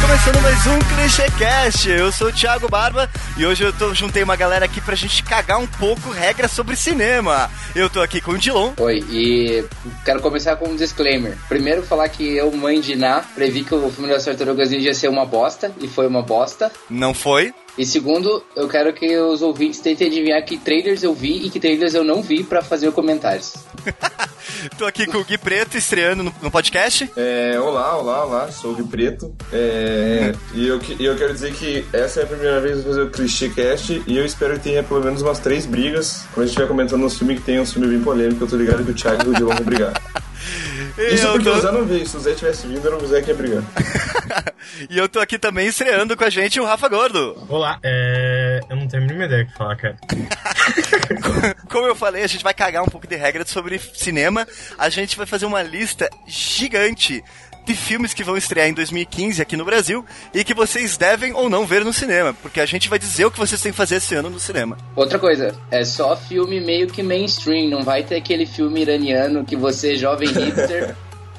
começando mais um ClichêCast. Eu sou o Thiago Barba e hoje eu tô, juntei uma galera aqui pra gente cagar um pouco regras sobre cinema. Eu tô aqui com o Dilon. Oi, e quero começar com um disclaimer. Primeiro falar que eu, mãe de Ná, previ que o filme das Tartarugas Ninja ia ser uma bosta, e foi uma bosta. Não foi? E segundo, eu quero que os ouvintes tentem adivinhar que trailers eu vi e que trailers eu não vi pra fazer comentários. Tô aqui com o Gui Preto estreando no, no podcast. É, olá, olá, olá, sou o Gui Preto. É, e eu, que- e eu quero dizer que essa é a primeira vez que eu vou fazer o Clichê Cast e eu espero que tenha pelo menos umas três brigas. Quando a gente estiver comentando uns filmes que tem uns filmes bem polêmicos, eu tô ligado que o Thiago e o Dilon vão brigar. Isso eu porque tô- o Zé não veio. Se o Zé tivesse vindo, eu não o Zé que ia brigar. e eu tô aqui também estreando com a gente o Rafa Gordo. Olá, é... eu não tenho a mínima ideia do que falar, cara. Como eu falei, a gente vai cagar um pouco de regras sobre cinema. A gente vai fazer uma lista gigante de filmes que vão estrear em 2015 aqui no Brasil e que vocês devem ou não ver no cinema, porque a gente vai dizer o que vocês têm que fazer esse ano no cinema. Outra coisa, é só filme meio que mainstream, não vai ter aquele filme iraniano que você, jovem hipster,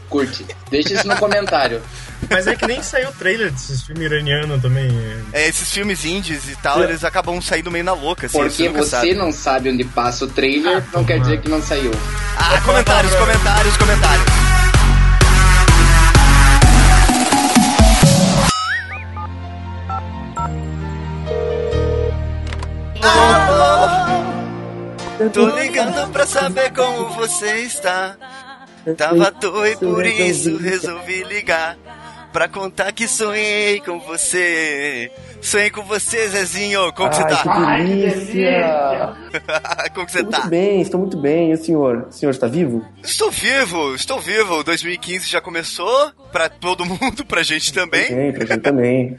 curte. Deixa isso no comentário. Mas é que nem saiu o trailer desses filmes iranianos também. é. É, esses filmes indies e tal, eles acabam saindo meio na louca, assim, É. Porque nunca você não sabe onde passa o trailer, não quer dizer que não saiu. Ah, comentários, comentários, comentários. Alô, tô ligando pra saber como você está. Tava doido por isso, resolvi ligar. Pra contar que sonhei com você. Sonhei com você, Zezinho. Como que você tá? Ai, que delícia! Como que você Muito tá? bem, estou muito bem. E o senhor? O senhor está vivo? Estou vivo, estou vivo. 2015 já começou pra todo mundo, pra gente também. Bem, pra gente também.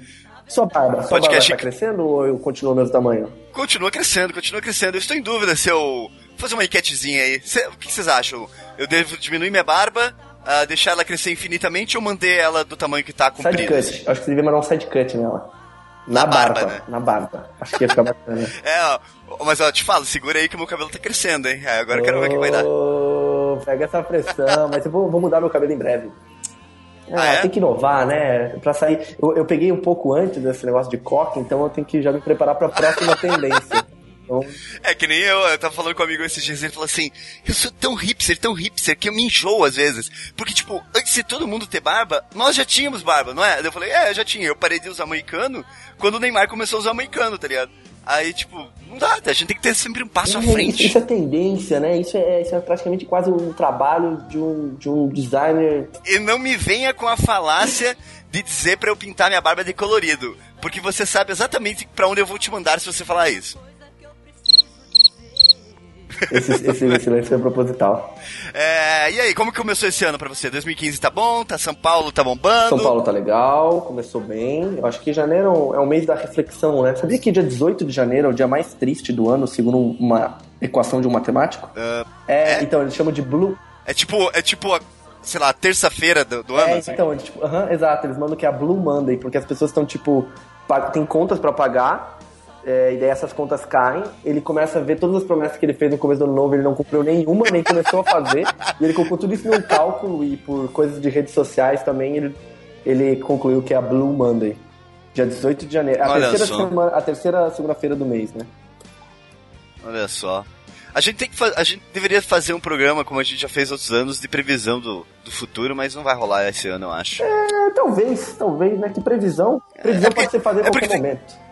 Sua barba, sua barba Podcast- está crescendo ou eu continuo o mesmo tamanho? Continua crescendo, continua crescendo. Eu estou em dúvida se eu vou fazer uma enquetezinha aí. Cê- o que vocês acham? Eu devo diminuir minha barba, ah, deixar ela crescer infinitamente ou manter ela do tamanho que tá Side comprida? cut. Acho que você devia mandar um side cut nela. Na barba, barba, né? na barba. Acho que ia ficar bacana. É, ó, mas ó, te falo, segura aí que o meu cabelo tá crescendo, hein? É, agora eu quero ver o que vai dar. Ô, Pega essa pressão, mas eu vou, vou mudar meu cabelo em breve. Ah, Ah, é? tem que inovar, né? Pra sair. Eu, eu peguei um pouco antes desse negócio de coque, então eu tenho que já me preparar pra próxima tendência. Então, É que nem eu, eu tava falando com um amigo esses dias, ele falou assim, eu sou tão hipster, tão hipster, que eu me enjoo às vezes. Porque, tipo, antes de todo mundo ter barba, nós já tínhamos barba, não é? Daí Eu falei, é, eu já tinha. Eu parei de usar moicano quando o Neymar começou a usar moicano, tá ligado? Aí, tipo, não dá, tá? a gente tem que ter sempre um passo à Isso- Isso frente. é tendência, né? Isso é, isso é praticamente quase um trabalho de um, de um designer. E não me venha com a falácia de dizer pra eu pintar minha barba de colorido. Porque você sabe exatamente pra onde eu vou te mandar se você falar isso. Esse, esse, esse lance é proposital. É, e aí, como que começou esse ano pra você? 2015 tá bom? Tá São Paulo, tá bombando? São Paulo tá legal, começou bem. Eu acho que janeiro é um- é um mês da reflexão, né? Sabia que dia 18 de janeiro é o dia mais triste do ano, segundo uma equação de um matemático? é, então, eles chamam de Blue. É tipo, é tipo a, sei lá, a terça-feira do, do É, ano. então, eles, tipo, aham, exato, eles mandam que é a Blue Monday, porque as pessoas estão, tipo, pa- tem contas pra pagar. é, e daí essas contas caem, ele começa a ver todas as promessas que ele fez no começo do ano novo, ele não cumpriu nenhuma, nem começou a fazer, e ele colocou tudo isso num cálculo e por coisas de redes sociais também, ele, ele concluiu que é a Blue Monday, dia 18 de janeiro, a Olha terceira, só. semana- a terceira segunda-feira do mês, né? Olha só. A gente tem que fa- a gente deveria fazer um programa como a gente já fez outros anos de previsão do, do futuro, mas não vai rolar esse ano, eu acho. É, talvez, talvez, né, que previsão, previsão porque- pode ser fazer é a qualquer porque tem- momento.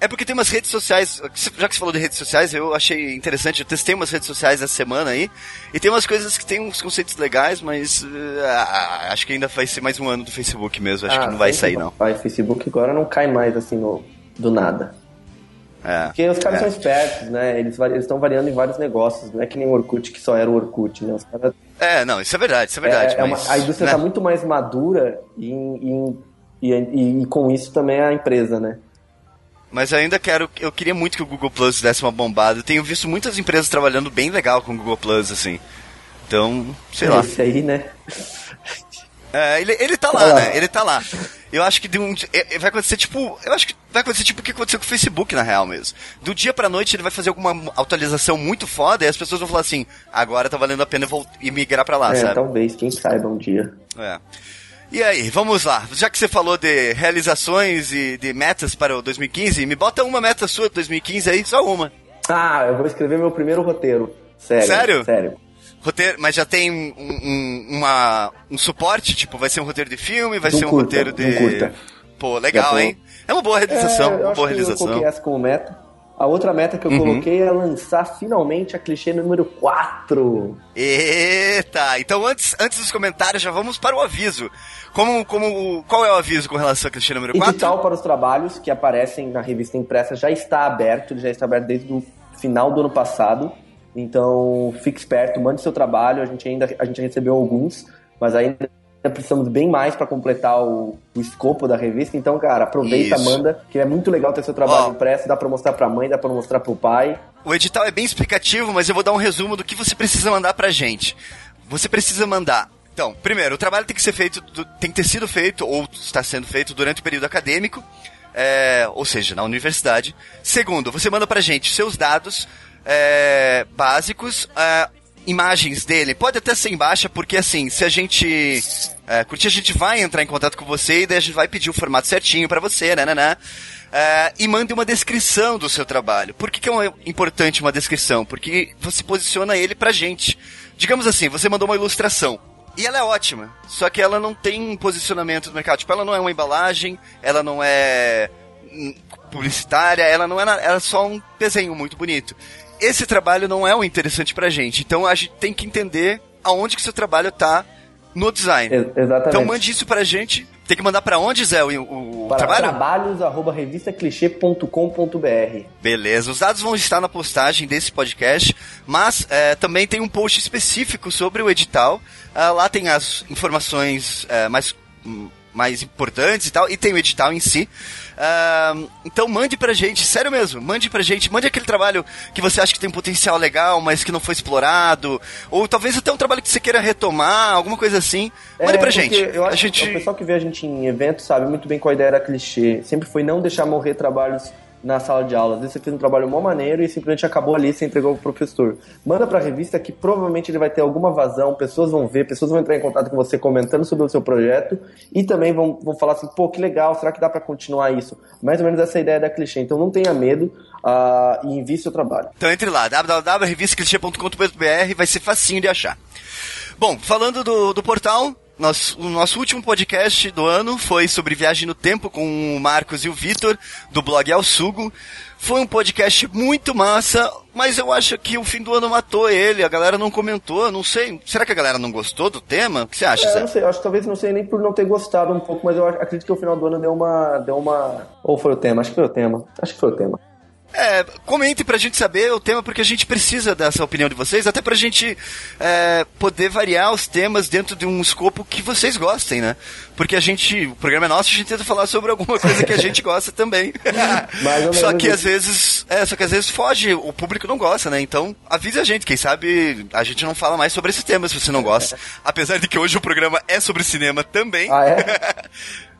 É porque tem umas redes sociais, já que você falou de redes sociais, eu achei interessante, eu testei umas redes sociais essa semana aí, e tem umas coisas que tem uns conceitos legais, mas eh, ah, acho que ainda vai ser mais um ano do Facebook mesmo, acho Ah, que não vai sair Facebook. não. Vai, Facebook agora não cai mais, assim, no- do nada. É. Porque os caras É. são espertos, né? Eles vari- eles estão variando em vários negócios. Não é que nem o Orkut, que só era o Orkut, né? Os caras, É, não, isso é verdade, isso é verdade. é- é uma- mas, a indústria né? está muito mais madura e, e- e- e- e com isso também a empresa, né? Mas eu ainda quero, eu queria muito que o Google Plus desse uma bombada. Eu tenho visto muitas empresas trabalhando bem legal com o Google Plus, assim. Então, sei lá. Esse aí, né? É, ele, ele tá lá, né? Ele tá lá. Eu acho que de um, di- é- é- vai acontecer tipo, eu acho que vai acontecer tipo o que aconteceu com o Facebook na real mesmo. Do dia pra noite ele vai fazer alguma mu- atualização muito foda e as pessoas vão falar assim: "Agora tá valendo a pena eu vol- ir migrar pra lá", é, sabe? talvez, quem saiba um dia. É. E aí, vamos lá. Já que você falou de realizações e de metas para o 2015, me bota uma meta sua de 2015 aí, só uma. Ah, eu vou escrever meu primeiro roteiro. Sério. Sério? Sério. Roteiro, mas já tem um, um- uma, um suporte? Tipo, vai ser um roteiro de filme, vai De um ser um curta, roteiro de. de um curta. Pô, legal, Já tô- hein? É uma boa realização, É, eu uma acho boa que eu coloquei realização. Uhum. essa como meta. A outra meta que eu coloquei é lançar finalmente a clichê número 4. Eita! Então antes, antes dos comentários, já vamos para o aviso. Como, como, qual é o aviso com relação à clichê número 4? Edital para os trabalhos que aparecem na revista impressa já está aberto, ele já está aberto desde o final do ano passado. Então, fique esperto, mande seu trabalho. A gente ainda a gente recebeu alguns, mas ainda precisamos bem mais para completar o, o escopo da revista. Então, cara, aproveita, Isso. manda, que é muito legal ter seu trabalho Ó. impresso. Dá para mostrar para mãe, dá para mostrar para o pai. O edital é bem explicativo, mas eu vou dar um resumo do que você precisa mandar pra gente. Você precisa mandar. Então, primeiro, o trabalho tem que ser feito, do- tem que ter sido feito ou está sendo feito durante o período acadêmico, é, ou seja, na universidade. Segundo, você manda pra gente seus dados é, básicos, é, imagens dele. Pode até ser em baixa, porque assim, se a gente é, curtir, a gente vai entrar em contato com você e daí a gente vai pedir o formato certinho pra você, né, né, né? É, e mande uma descrição do seu trabalho. Por que, que é uma- importante uma descrição? Porque você posiciona ele pra gente. Digamos assim, você mandou uma ilustração. E ela é ótima, só que ela não tem um posicionamento no mercado. Tipo, ela não é uma embalagem, ela não é hum, publicitária, ela não é, na- ela é só um desenho muito bonito. Esse trabalho não é o interessante pra gente, então a gente tem que entender aonde que seu trabalho tá no design. Ex- exatamente. Então mande isso pra gente. Tem que mandar pra onde, Zé, o, o- o para trabalho? trabalhos@revistaclichê.com.br. Beleza, os dados vão estar na postagem desse podcast, mas eh, também tem um post específico sobre o edital. Ah, lá tem as informações eh, mais, hum, mais importantes e tal, e tem o edital em si. Ah, então mande pra gente, sério mesmo, mande pra gente, mande aquele trabalho que você acha que tem um potencial legal, mas que não foi explorado, ou talvez até um trabalho que você queira retomar, alguma coisa assim. Mande É, pra porque gente. Eu acho a gente... que é o pessoal que vê a gente em eventos sabe muito bem qual a ideia era clichê. Sempre foi não deixar morrer trabalhos na sala de aula. Às vezes você fez um trabalho mó maneiro e simplesmente acabou ali, você entregou pro professor. Manda pra revista que provavelmente ele vai ter alguma vazão, pessoas vão ver, pessoas vão entrar em contato com você comentando sobre o seu projeto e também vão, vão falar assim, pô, que legal, será que dá pra continuar isso? Mais ou menos essa é a ideia da clichê. Então não tenha medo ah, e envie seu trabalho. Então entre lá, www.revistaclichê.com.br, vai ser facinho de achar. Bom, falando do, do portal, nós- o nosso último podcast do ano foi sobre viagem no tempo com o Marcos e o Vitor, do blog Ao Sugo. Foi um podcast muito massa, mas eu acho que o fim do ano matou ele, a galera não comentou, não sei. Será que a galera não gostou do tema? O que você acha, É, eu Zé? não sei, eu acho que talvez não sei nem por não ter gostado um pouco, mas eu ac- acredito que o final do ano deu uma. Deu uma... Ou foi o tema? Acho que foi o tema. Acho que foi o tema. É, comente pra gente saber o tema, porque a gente precisa dessa opinião de vocês, até pra gente é, poder variar os temas dentro de um escopo que vocês gostem, né? Porque a gente, o programa é nosso, a gente tenta falar sobre alguma coisa que a gente gosta também. Mais ou só menos que isso. às vezes, é, só que às vezes foge, o público não gosta, né? Então, avise a gente, quem sabe a gente não fala mais sobre esses temas se você não gosta. Apesar de que hoje o programa é sobre cinema também. Ah, é?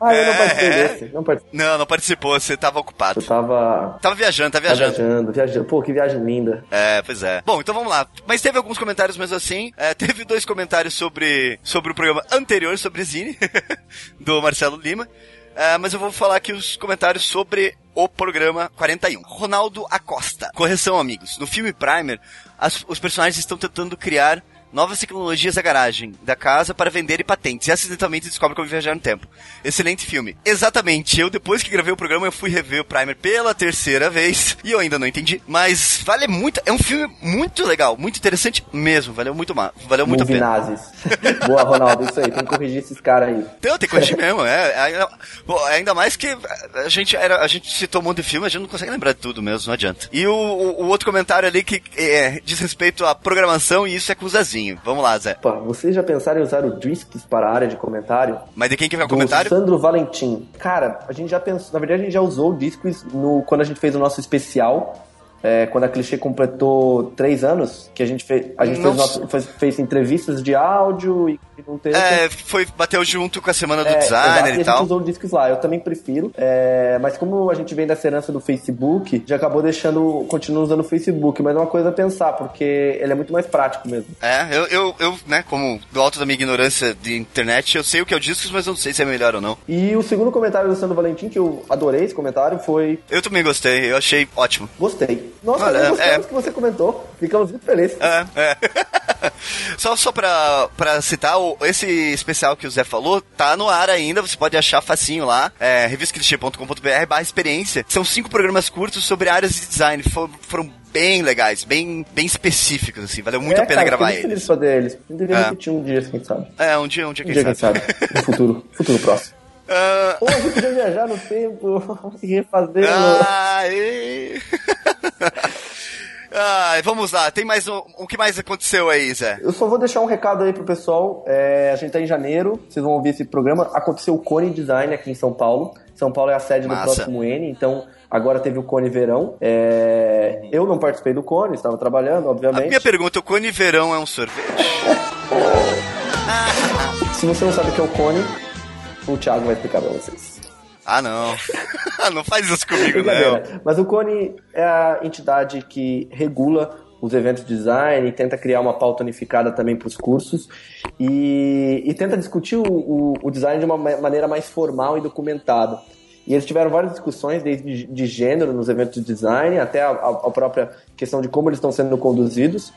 Ah, eu não É, participei é. desse. Não participei. Não, não participou, você tava ocupado. Eu tava. Tava viajando, tá tava viajando. tá- viajando, viajando. Pô, que viagem linda. É, pois é. Bom, então vamos lá. Mas teve alguns comentários mesmo assim. É, teve dois comentários sobre, sobre o programa anterior, sobre Zine, do Marcelo Lima. É, mas eu vou falar aqui os comentários sobre o programa 41. Ronaldo Acosta. Correção, amigos. No filme Primer, as- os personagens estão tentando criar novas tecnologias da garagem, da casa, para venderem patentes. E acidentalmente descobre como viajar no tempo. Excelente filme. Exatamente. Eu, depois que gravei o programa, eu fui rever o Primer pela terceira vez. E eu ainda não entendi. Mas vale muito. É um filme muito legal, muito interessante mesmo. Valeu muito, ma- valeu muito a pena. Movinazes. Boa, Ronaldo, isso aí. Tem que corrigir esses caras aí. Então, tem que corrigir mesmo, é. é, Ainda, bom, ainda mais que a gente, era, a gente citou um monte de filme, a gente não consegue lembrar de tudo mesmo, não adianta. E o, o- o outro comentário ali que é, diz respeito à programação, e isso é com o Zezinho. Vamos lá, Zé. Pô, vocês já pensaram em usar o Drisks para a área de comentário? Mas de quem que vai o do comentário? Sandro Valentim. Cara, a gente já pensou. Na verdade, a gente já usou o Discos no, quando a gente fez o nosso especial é, quando a Clichê completou três anos, que a gente fez, a gente fez, Nossa. nossa- fez, fez entrevistas de áudio e não teve. É, foi, bateu junto com a semana do É, exato, designer a e gente tal. usou discos lá, eu também prefiro. é, mas como a gente vem dessa herança do Facebook, já acabou deixando. Continua usando o Facebook, mas é uma coisa a pensar, porque ele é muito mais prático mesmo. É, eu, eu, eu, né, como do alto da minha ignorância de internet, eu sei o que é o discos, mas eu não sei se é melhor ou não. E o segundo comentário do Sandro Valentim, que eu adorei esse comentário, foi Eu também gostei, eu achei ótimo. gostei. Nossa, Olha, nós gostamos é. que você comentou. Ficamos muito felizes. É, é. só só pra, pra citar, o- esse especial que o Zé falou tá no ar ainda, você pode achar facinho lá, é, revistaclichê.com.br barra experiência. São cinco programas curtos sobre áreas de design, fo- foram bem legais, bem, bem específicos, assim, valeu muito É, a pena cara, gravar fiquei muito eles. feliz pra deles. Eu deveria É. repetir um dia, quem sabe. É, um dia, um dia, Um quem dia, sabe. quem sabe. No futuro. Futuro próximo. Ah, Ou a gente podia viajar no tempo e refazer. né? Ah, e... Ai, vamos lá, tem mais um. O que mais aconteceu aí, Zé? Eu só vou deixar um recado aí pro pessoal. É, a gente tá em janeiro, vocês vão ouvir esse programa. Aconteceu o Cone Design aqui em São Paulo. São Paulo é a sede Massa. do próximo N, então agora teve o Cone Verão. É, eu não participei do Cone, estava trabalhando, Uhum. A obviamente. minha pergunta, o cone verão é um sorvete? Se você não sabe o que é o Cone, o Thiago vai explicar pra vocês. Ah, não. Ah, não faz isso comigo, não. Brincadeira. Mas o Cone é a entidade que regula os eventos de design, tenta criar uma pauta unificada também para os cursos e, e tenta discutir o, o- o design de uma ma- maneira mais formal e documentada. E eles tiveram várias discussões, desde de- de gênero nos eventos de design, até a, a- a própria questão de como eles estão sendo conduzidos.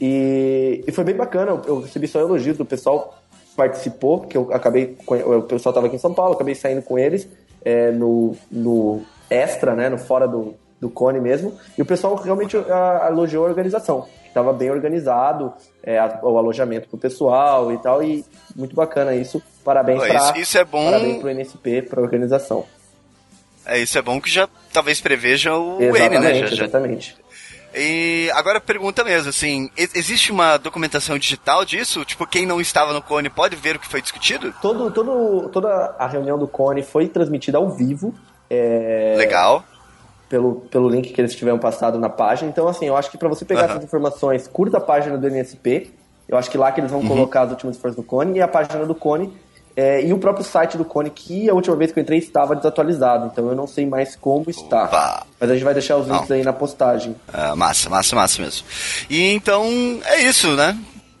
E, e foi bem bacana, eu, eu recebi só elogios do pessoal que participou, que eu acabei, com- o pessoal estava aqui em São Paulo, eu acabei saindo com eles é, no, no extra, né, no fora do, do cone mesmo, e o pessoal realmente a, elogiou a organização, estava bem organizado, é, a- o alojamento pro pessoal e tal, e muito bacana isso, parabéns Ó, para Isso, isso é bom. parabéns pro NSP, pra organização. É, isso é bom que já talvez preveja o N, né? Já- exatamente, já- exatamente. E agora pergunta mesmo, assim, e- existe uma documentação digital disso? Tipo, quem não estava no cone pode ver o que foi discutido? Todo, todo, toda a reunião do cone foi transmitida ao vivo, é, Legal. pelo, pelo link que eles tiveram passado na página. Então, assim, eu acho que para você pegar Aham. essas informações, curta a página do NSP. Eu acho que lá que eles vão Uhum. colocar as últimas forças do Cone e a página do Cone. é, e o próprio site do Cone, que a última vez que eu entrei estava desatualizado. Então eu não sei mais como está. Opa. Mas a gente vai deixar os Não. links aí na postagem. Ah, massa, massa, massa mesmo. E então, é isso, né?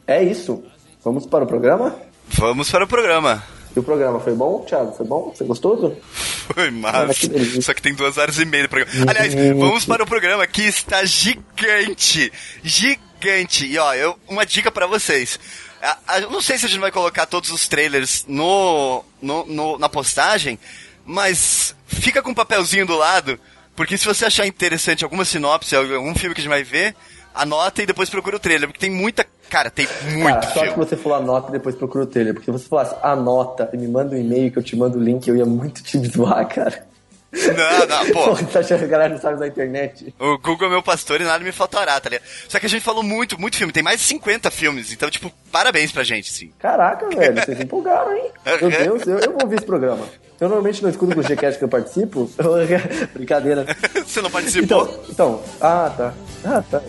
É isso. Vamos para o programa? Vamos para o programa. E o programa foi bom, Thiago? Foi bom? Foi gostoso? Foi massa. Cara, que delícia. Só que tem duas horas e meia do programa. Aliás, vamos para o programa que está gigante. Gigante. E ó, eu, uma dica pra vocês. A- a- Eu não sei se a gente vai colocar todos os trailers no, no- no- na postagem, mas fica com um papelzinho do lado, porque se você achar interessante alguma sinopse, algum filme que a gente vai ver, anota e depois procura o trailer, porque tem muita. Cara, tem muito Cara, só filme. que você falou anota e depois procura o trailer. Porque se você falasse anota e me manda um e-mail que eu te mando o link, eu ia muito te zoar, cara. Não, não, Ah, pô. Você acha Tá que a galera não sabe da internet? O Google é meu pastor e nada me faltará, tá ligado? Só que a gente falou muito, muito filme. Tem mais de 50 filmes. Então, tipo, parabéns pra gente, sim. Caraca, velho, vocês empolgaram, hein? É. Meu Deus, eu, eu vou ouvir esse programa. Eu normalmente não escuto com o Gcast que eu participo. Brincadeira. Você não Então, participou? então, ah, tá. Ah, tá. É,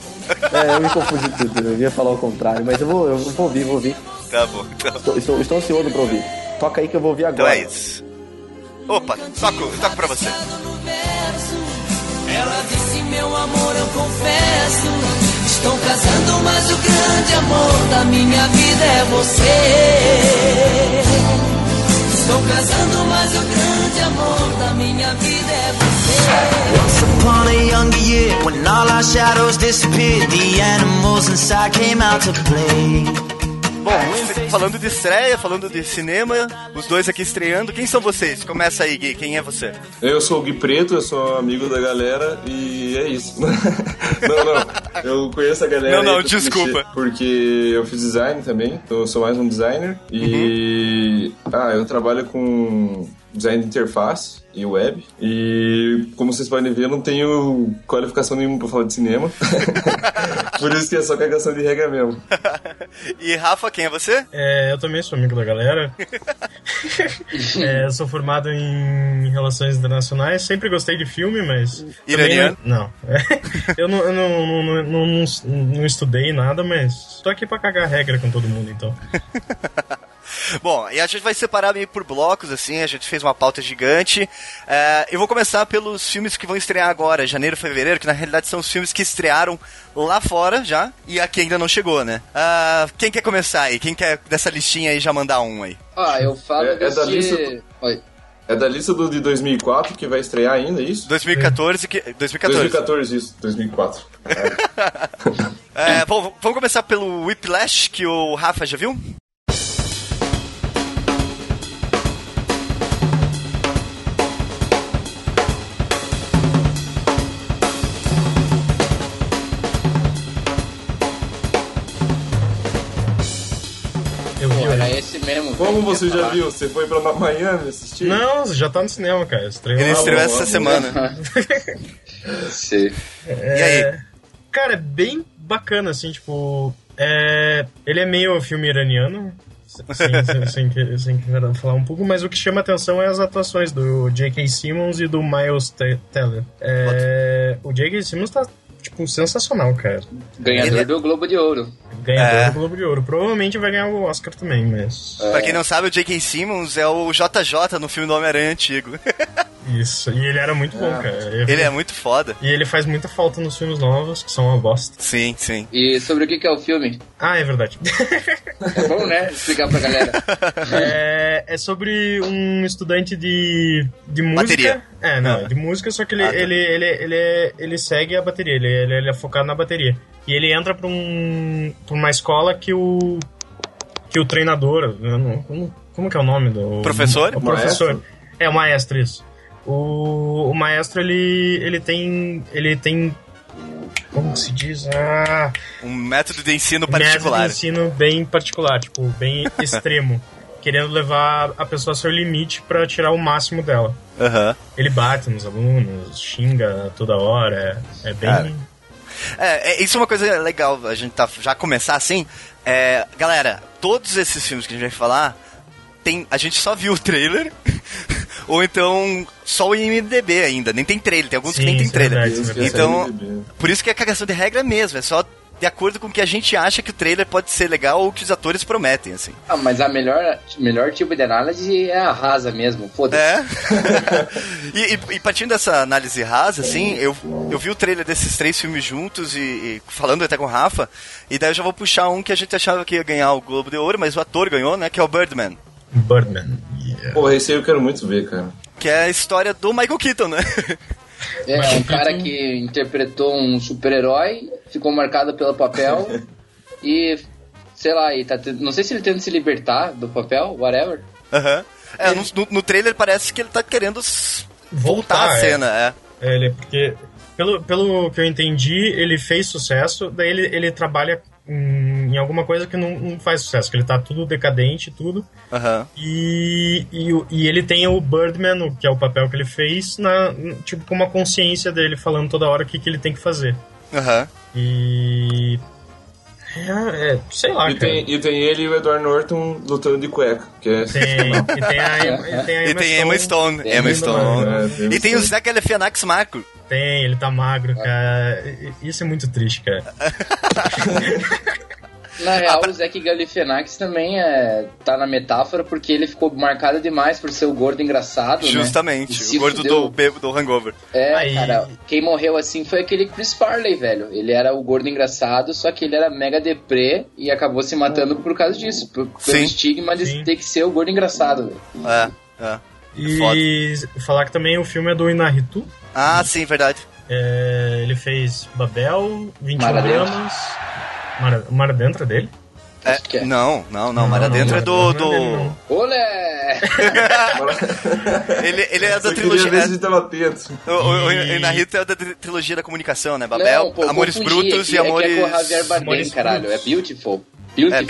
eu me confundi tudo, eu ia falar o contrário, mas eu vou, eu vou ouvir, vou ouvir. Tá bom, então. Estou, estou, estou ansioso pra ouvir. Toca aí que eu vou ouvir Então agora. é isso. Opa, toco, toco pra você. Ela disse: Meu amor, eu confesso. Estão casando, mas o grande amor da minha vida é você. Estão casando, mas o grande amor da minha vida é você. Once upon a younger year, when all our shadows disappeared, the animals inside came out to play. Bom, falando de estreia, falando de cinema, os dois aqui estreando. Quem são vocês? Começa aí, Gui. Quem é você? Eu sou o Gui Preto, eu sou amigo da galera e é isso. não, não, eu conheço a galera. Não, não, aí do desculpa. clichê, Porque eu fiz design também, então eu sou mais Uhum. um designer. E. Ah, eu trabalho com design de interface. e web. E como vocês podem ver, eu não tenho qualificação nenhuma pra falar de cinema. Por isso que é só cagação de regra mesmo. E Rafa, quem é você? É, eu também sou amigo da galera. É, eu sou formado em relações internacionais. Sempre gostei de filme, mas. Iraniano? também Não. Eu, não, eu não, não, não, não- não- não estudei nada, mas tô aqui pra cagar regra com todo mundo, então. Bom, e a gente vai separar meio por blocos, assim, a gente fez uma pauta gigante. É, eu vou começar pelos filmes que vão estrear agora, janeiro, fevereiro, que na realidade são os filmes que estrearam lá fora já, e aqui ainda não chegou, né? Ah, quem quer começar aí? Quem quer dessa listinha aí já mandar um aí? Ó, eu falo É- é desse... da lista- Oi. É da lista do, de 2004 que vai estrear ainda, é isso? 2014 que. 2014. 2014, isso, 2004. É, bom, vamos começar pelo Whiplash, que o Rafa já viu? Eu vi. Pô, era hoje. esse mesmo. Como velho, você que eu ia já falar. viu? Você foi pra Miami assistir? Não, já tá no cinema, cara. Estreou Ele lá. estreou bom, essa bom. semana. Sim. E aí? Cara, é bem bacana, assim, tipo. É... Ele é meio filme iraniano, sem, sem, sem, que- sem querer falar um pouco, mas o que chama atenção é as atuações do J.K. Simmons e do Miles Te- Teller. É, O J.K. Simmons tá, tipo, sensacional, cara. Ganhador Ele- do Globo de Ouro. Ganhador É. do Globo de Ouro. Provavelmente vai ganhar o Oscar também, mas. Pra quem não sabe, o J.K. Simmons é o JJ no filme do Homem-Aranha antigo. Isso. E ele era muito bom, cara. Ele é muito foda. E ele faz muita falta nos filmes novos, que são uma bosta. Sim, sim. E sobre o que, que é o filme? Ah, é verdade. É bom, né? Explicar pra galera. É, é sobre um estudante de, de música. Bateria. É, não, Ah. de música, só que ele, Ah, tá. ele, ele, ele, é- ele segue a bateria, ele, ele, ele é focado na bateria. E ele entra pra, um, pra uma escola que o. que o treinador. eu não- como, como que é o nome do. Professor? O professor. É, o maestro, isso. O, o maestro, ele, ele tem. ele tem. Como que se diz? Ah Um método de ensino método particular. de ensino bem particular, tipo, bem extremo. querendo levar a pessoa ao seu limite pra tirar o máximo dela. Aham. Ele bate nos alunos, xinga toda hora, é, é bem... Cara. É, é, isso é uma coisa legal, a gente tá já começar assim. É, galera, todos esses filmes que a gente vai falar, tem, a gente só viu o trailer, ou então só o IMDB ainda, nem tem trailer, tem alguns Sim, que nem tem isso é trailer. verdade, isso é verdade. então, IMDb. por isso que é cagação de regra mesmo, é só de acordo com o que a gente acha que o trailer pode ser legal ou que os atores prometem, assim. Ah, mas a melhor, melhor tipo de análise é a rasa mesmo. Foda-se. É. e, e- e partindo dessa análise rasa, assim, eu, eu vi o trailer desses três filmes juntos e, e falando até com o Rafa, e daí eu já vou puxar um que a gente achava que ia ganhar o Globo de Ouro, mas o ator ganhou, né? Que é o Birdman. um Birdman. Yeah. Porra, esse aí eu quero muito ver, cara. Que é a história do Michael Keaton, né? É, um cara que interpretou um super-herói, ficou marcado pelo papel e, sei lá, e tá, te- não sei se ele tenta se libertar do papel, whatever. Aham. É, no, no- no trailer parece que ele tá querendo s- voltar Voltar, à é. cena, é. É, Ele, porque, pelo, pelo que eu entendi, ele fez sucesso, daí ele, ele trabalha em, em alguma coisa que não, não faz sucesso, que ele tá tudo decadente, tudo, Aham. E, e, o- e ele tem o Birdman, o- que é o papel que ele fez, na, tipo, com uma consciência dele falando toda hora o que, que ele tem que fazer. Aham. E. É, é, sei lá, E cara. tem, e tem ele e o Edward Norton lutando de cueca, que é... Tem, e tem a Emma, tem a E tem Emma Stone. Tem Emma Emma Stone. É, E tem o Zac Galifianakis Marco. Tem, ele tá magro, Ah. cara. E- e- Isso é muito triste, cara. Na real, o Zac Galifianakis também é, tá na metáfora porque ele ficou marcado demais por ser o gordo engraçado, né? E Justamente. se O gordo fudeu. do bêbado do Hangover. É, Aí- cara, quem morreu assim foi aquele Chris Farley, velho. Ele era o gordo engraçado, só que ele era mega deprê e acabou se matando por causa disso, por, pelo Sim. estigma de Hum. Sim. ter que ser o gordo engraçado, velho. É, é. E falar que também o filme é do Inaritu. Ah, sim, verdade. É, ele fez Babel, 21 Mara Dentro. Gramas. Mara, Mara dentro é dele? É, Acho que é. Não, não, não. Mara não, Dentro é Mara do. Dentro não é dele, do... não. Olé! ele, ele é da Eu queria trilogia. ver se tava atento. O, o, o E- Inarito é da tri- trilogia da comunicação, né? Babel, Não, pô, Amores confundi, Brutos é que e Amores. É com o Javier Bardem, Amores caralho. Brutos. É Beautiful. É,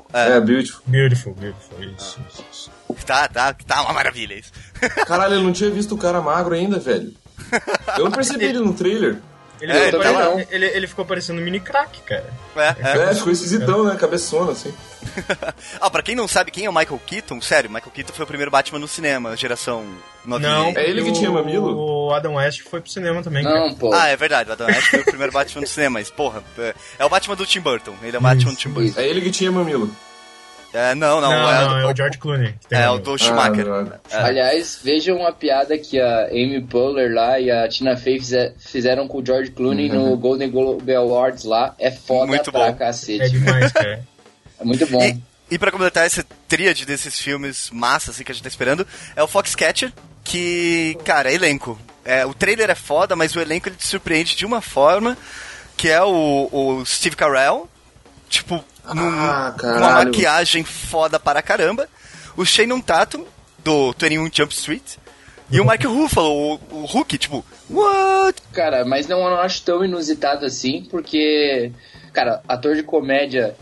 Beautiful. É. É, beautiful. Beautiful, beautiful. Isso, isso, isso. Tá, tá, tá uma maravilha isso. Caralho, eu não tinha visto o cara magro ainda, velho. Eu não percebi ele no trailer. Ele, É, ficou tá pare- lá. ele- ele ficou parecendo um mini crack, cara. É, é. É, ficou esquisitão, né? Cabeçona, assim. ah, pra quem não sabe quem é o Michael Keaton, sério, Michael Keaton foi o primeiro Batman no cinema, geração 9 Não, É ele que o- tinha mamilo? O Adam West foi pro cinema também, cara. Não, pô. Ah, é verdade, o Adam West foi o primeiro Batman no cinema, mas porra, é, é o Batman do Tim Burton, ele é o Batman do Tim Burton. Isso. É ele que tinha mamilo. É, não, não, Não, não, é, é, o, o George Clooney. que tem é o o- do Schumacher. Ah, não. É. Aliás, vejam a piada que a Amy Poehler lá e a Tina Fey fize- fizeram com o George Clooney no Golden Globe Awards lá. É foda Uhum. Muito pra bom. É cacete. demais, cara. É muito bom. E, e pra completar essa tríade desses filmes massa assim, que a gente tá esperando, é o Foxcatcher, que, cara, é elenco. É, o trailer é foda, mas o elenco ele te surpreende de uma forma, que é o, o Steve Carell, tipo, num- numa Ah, caralho. maquiagem foda para caramba, o Shannon Tatum, do 21 Jump Street, e o Mark Ruffalo, o, o Hulk, tipo, what? Cara, mas não, eu não acho tão inusitado assim, porque, cara, ator de comédia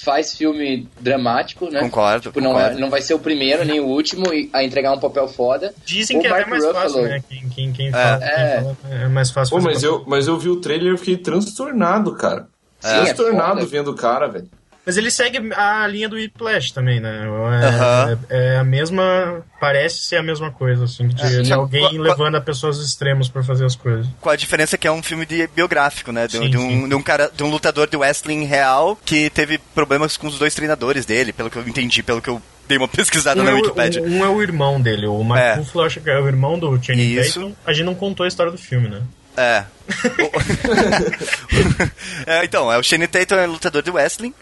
faz filme dramático, né? Concordo, Tipo, não, concordo. não vai ser o primeiro nem o último e- a entregar um papel foda. Dizem O que é até Mark mais fácil, Ruffalo. né? Quem, quem, quem fala, quem É. fala é mais fácil. Pô, fazer mas eu, mas eu vi o trailer e fiquei transtornado, cara. Sim, é transtornado foda. vendo o cara, velho. Mas ele segue a linha do Whiplash também, né? É, Aham. é- é a mesma. Parece ser a mesma coisa, assim, de, É, de só- alguém qua- levando a pessoas extremos pra fazer as coisas. Com a diferença que é um filme de biográfico, né? De, Sim, de um, sim. de um cara, de um lutador de wrestling real que teve problemas com os dois treinadores dele, pelo que eu entendi, pelo que eu dei uma pesquisada Um Tá na é, o, Wikipedia. um- um é o irmão dele, o Mark É. Ruffalo acho que é o irmão do Channing Isso. Tatum. A gente não contou a história do filme, né? É. O- É, Então, é o Shane Tatum é lutador de wrestling.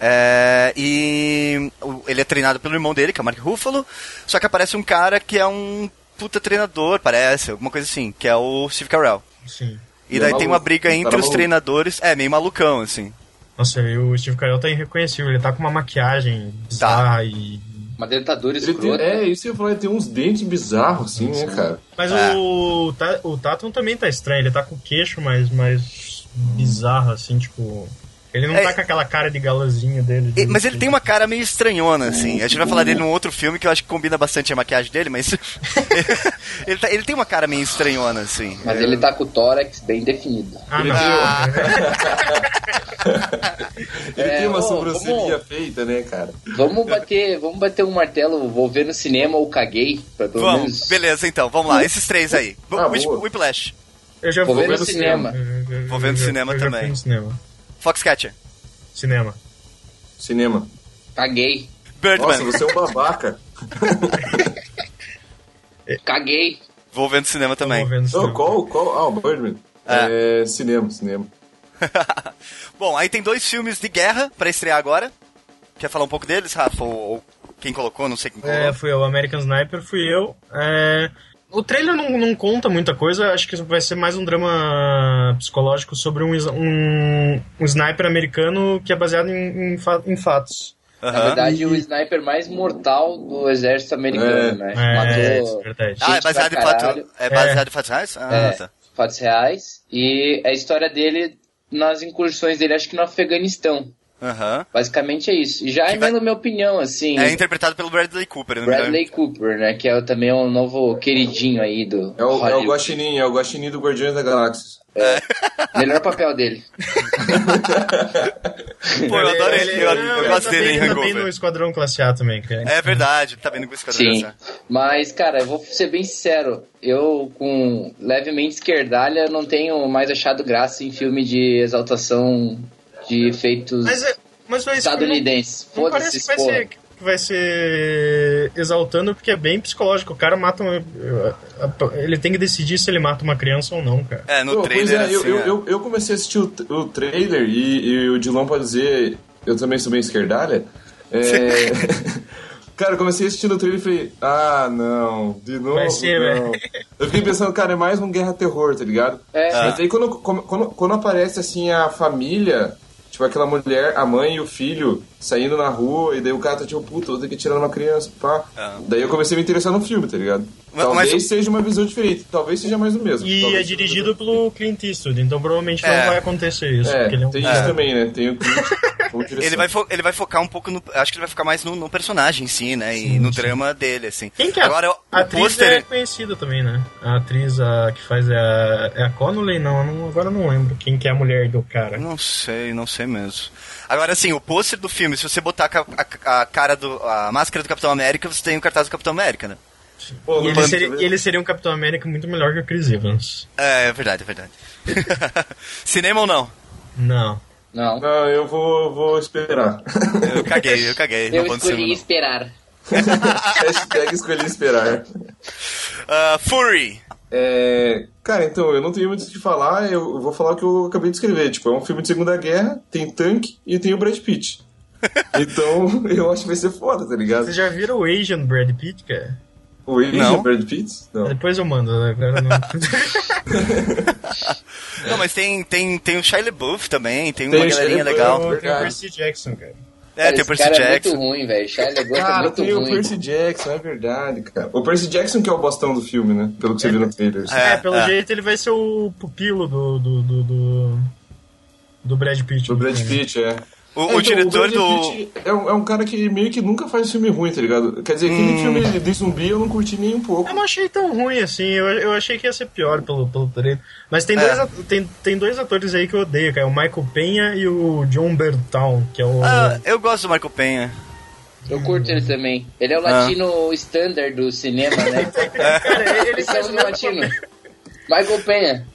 é, e o- ele é treinado pelo irmão dele, que é o Mark Ruffalo. Só que aparece um cara que é um puta treinador, parece, alguma coisa assim, que é o Steve Carell. Sim. E Meio daí tem uma maluco, briga um cara entre os maluco. treinadores. É, meio malucão, assim. Nossa, e o Steve Carell tá irreconhecível, ele tá com uma maquiagem bizarra Tá. e. Uma dentadura Ele tem, escrota. é, isso que eu ia falar, ele tem uns dentes bizarros, assim, né, cara? Mas É. o, Ta- o Tatum também tá estranho, ele tá com o queixo mais, mais bizarro, assim, tipo. Ele não É. tá com aquela cara de galazinho dele. de- E- mas ele de- tem uma cara meio estranhona, assim. A gente vai falar dele num outro filme que eu acho que combina bastante a maquiagem dele, mas. ele, tá- ele tem uma cara meio estranhona, assim. Mas ele tá com o tórax bem definido. Ah, Ele não. Ele tem uma É, ô, sobrancelhinha vamos- feita, né, cara? Vamos bater, vamos bater um martelo, vou ver no cinema ou caguei, pra pelo Vamos, menos. beleza, então, vamos lá. Esses três aí. Ah, Whip- boa. Whiplash, Eu já Vou fui ver no cinema. Eu- eu- Vou ver no eu já- cinema eu já também. fui no cinema. Foxcatcher, Cinema. Cinema. Caguei. Birdman, Nossa, você é um babaca. Caguei. vou ver no cinema também. Vou ver no Ô, cinema. qual, qual? Ah, o Birdman. É, cinema, cinema. Bom, aí tem dois filmes de guerra pra estrear agora. Quer falar um pouco deles, Rafa? Ou, ou quem colocou, não sei quem colocou. É, fui eu. American Sniper fui eu. É, O trailer não, não conta muita coisa, acho que vai ser mais um drama psicológico sobre um, is- um, um sniper americano que é baseado em, em fa- em fatos. Aham. Na é verdade, o sniper mais mortal do exército americano, né? É, isso Matou é verdade. Ah, é gente pra baseado em caralho. fato. É baseado em fatos reais? Ah, É. tá. fatos reais. E a história dele nas incursões dele, acho que no Afeganistão. Aham. Basicamente é isso. E já Que é vai- na minha opinião, assim. então, né? É interpretado pelo Bradley Cooper, não me engano. Bradley Cooper, né? Que é também um novo queridinho aí do. É o, é o Hollywood. Guaxinim, é o Guaxinim do Guardiões da Galáxia. Melhor papel dele. Pô, eu adoro ele, eu, eu ele gosto tá dele bem- em ele tá bem no Hangover. Esquadrão Classe A também, cara. É verdade, tá vendo com esse Sim. quadrinho. Mas, cara, eu vou ser bem sincero. Eu, com levemente esquerdalha, não tenho mais achado graça em filme de exaltação de efeitos Mas, é- mas foi isso. estadunidenses. Não, não parece Foda-se, que vai porra. ser, que vai ser exaltando, porque é bem psicológico. O cara mata um, Ele tem que decidir se ele mata uma criança ou não, cara. É, no Pô, pois trailer é, eu, assim. eu, é. eu, eu comecei a assistir o, o trailer e, e o Dilão pode dizer, eu também sou bem esquerdalha. É, cara, eu comecei a assistir no trailer e falei, ah, não, de novo Vai ser, não. né? Eu fiquei pensando, cara, é mais um guerra-terror, tá ligado? É. Ah, Ah. Mas aí quando, quando, quando- quando aparece assim a família, tipo aquela mulher, a mãe e o filho saindo na rua, e daí o cara tá tipo, puta, vou ter que tirar uma criança, pá. Ah. Daí eu comecei a me interessar no filme, tá ligado? Mas- talvez mas- seja uma visão diferente, talvez seja mais o mesmo. E talvez é seja dirigido pelo Clint Eastwood, então provavelmente É. não vai acontecer isso. É, porque ele é um tem cara- isso também, né? Tem o Clint, Boa direção. Ele vai, fo- ele vai focar um pouco no. Acho que ele vai focar mais no, no personagem em si, né? E no drama dele, assim. Quem que é? Agora, o- o A atriz é pôster. conhecida também, né? A atriz a, que faz é a, é a Connolly? Não, eu não- agora eu não lembro quem que é a mulher do cara. Não sei, não sei mesmo. Agora, assim, o pôster do filme, se você botar a, ca- a- a cara do. a máscara do Capitão América, você tem o cartaz do Capitão América, né? Pô, E no ele, banco, seria, tá e vendo? ele seria um Capitão América muito melhor que o Chris Evans. É, é verdade, é verdade. Cinema ou não? Não. Não. Não, eu vou, vou esperar. Eu caguei, eu caguei. Eu não vou no escolhi cinema, não. esperar. Hashtag escolhi esperar. Ah, Fury. É, cara, então, eu não tenho muito o que falar, eu vou falar o que eu acabei de escrever. Tipo, é um filme de Segunda Guerra, tem tanque e tem o Brad Pitt. Então, eu acho que vai ser foda, tá ligado? Vocês já viram o Asian Brad Pitt, cara? O Asian Não. Brad Pitt? Não. Depois eu mando, né? agora não. Não, mas tem, tem, tem o Shia LaBeouf também, tem, Tem uma o Shia galerinha LaBeouf, legal. Tem é o Cara. Percy Jackson, cara. É, tem o esse Percy cara Jackson. é muito ruim, velho. Shia LaBeouf Ah, é Cara, muito tem o ruim. Percy Jackson, é verdade, cara. O Percy Jackson que é o bostão do filme, né? Pelo que você viu no trailer. assim. É, É, pelo é. jeito ele vai ser o pupilo do. do. do. do, do Brad Pitt. Do Brad né? Pitt, é. O, É, o então, diretor Brad do. Pitt É um, é um cara que meio que nunca faz filme ruim, tá ligado? Quer dizer, Hum. aquele filme de zumbi eu não curti nem um pouco. Eu não achei tão ruim assim, eu, eu achei que ia ser pior pelo, pelo treino. Mas tem, dois, at- tem, tem dois atores aí que eu odeio, cara. O Michael Penha e o John Bertown, que é o. Ah, eu gosto do Michael Penha. Eu curto ele também. Ele Ah. é o latino standard do cinema, né? cara, ele- ele Esse é faz o o mesmo latino. Michael Penha.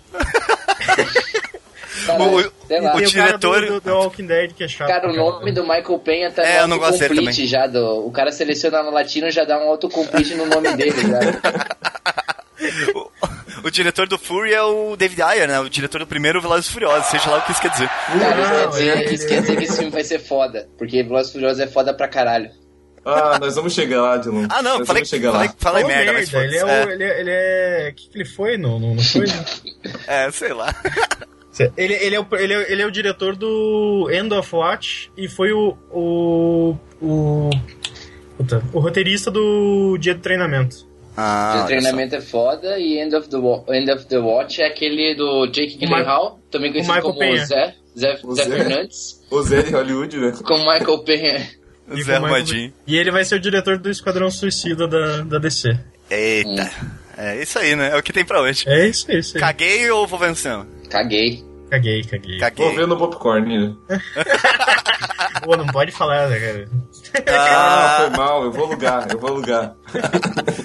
Cara, O- sei lá. o Tem o diretor- cara do, do, do Walking Dead que é chato. Cara, o pra nome caralho. do Michael Penha tá É, no eu não gosto dele autocomplete também. já. Do, o cara seleciona no latino já dá um autocomplete no nome dele já. O, o diretor do Fury é o David Ayer, né? O diretor do primeiro Velozes e Furiosos, seja lá o que isso quer dizer. Cara, isso, quer é Não, dizer, Ah, ele- é isso quer dizer que esse filme vai ser foda. Porque Velozes e Furiosos é foda pra caralho. Ah, nós vamos chegar lá, Dylan. Ah, não, nós falei, vamos chegar falei, lá. falei Ô, merda, mas ele é foda-se. o. É, Ele, é- ele é. O que, que ele foi? Não, não, não foi? né? é, sei lá. ele, ele, é o, ele, é, ele é o diretor do End of Watch e foi o. o. o, puta, o roteirista do Dia do Treinamento. Ah, o olha só. treinamento é foda e End of the, Wa- End of the Watch é aquele do Jake Ma- Gyllenhaal, também conhecido Michael como Peña. Zé, Zé, O Zé Zé. Fernandes, O Zé de Hollywood, né? com Michael Penha. O Zé E como é que- Arrumadinho. E ele vai ser o diretor do Esquadrão Suicida da, da DC. Eita. É isso aí, né? É o que tem pra hoje. É isso, é isso. aí. Caguei ou vou vencendo? Caguei. Caguei, caguei. Caguei. Vou ver no popcorn, né? Pô, não pode falar, né, cara? Ah, Ah, foi mal, eu vou alugar, eu vou alugar.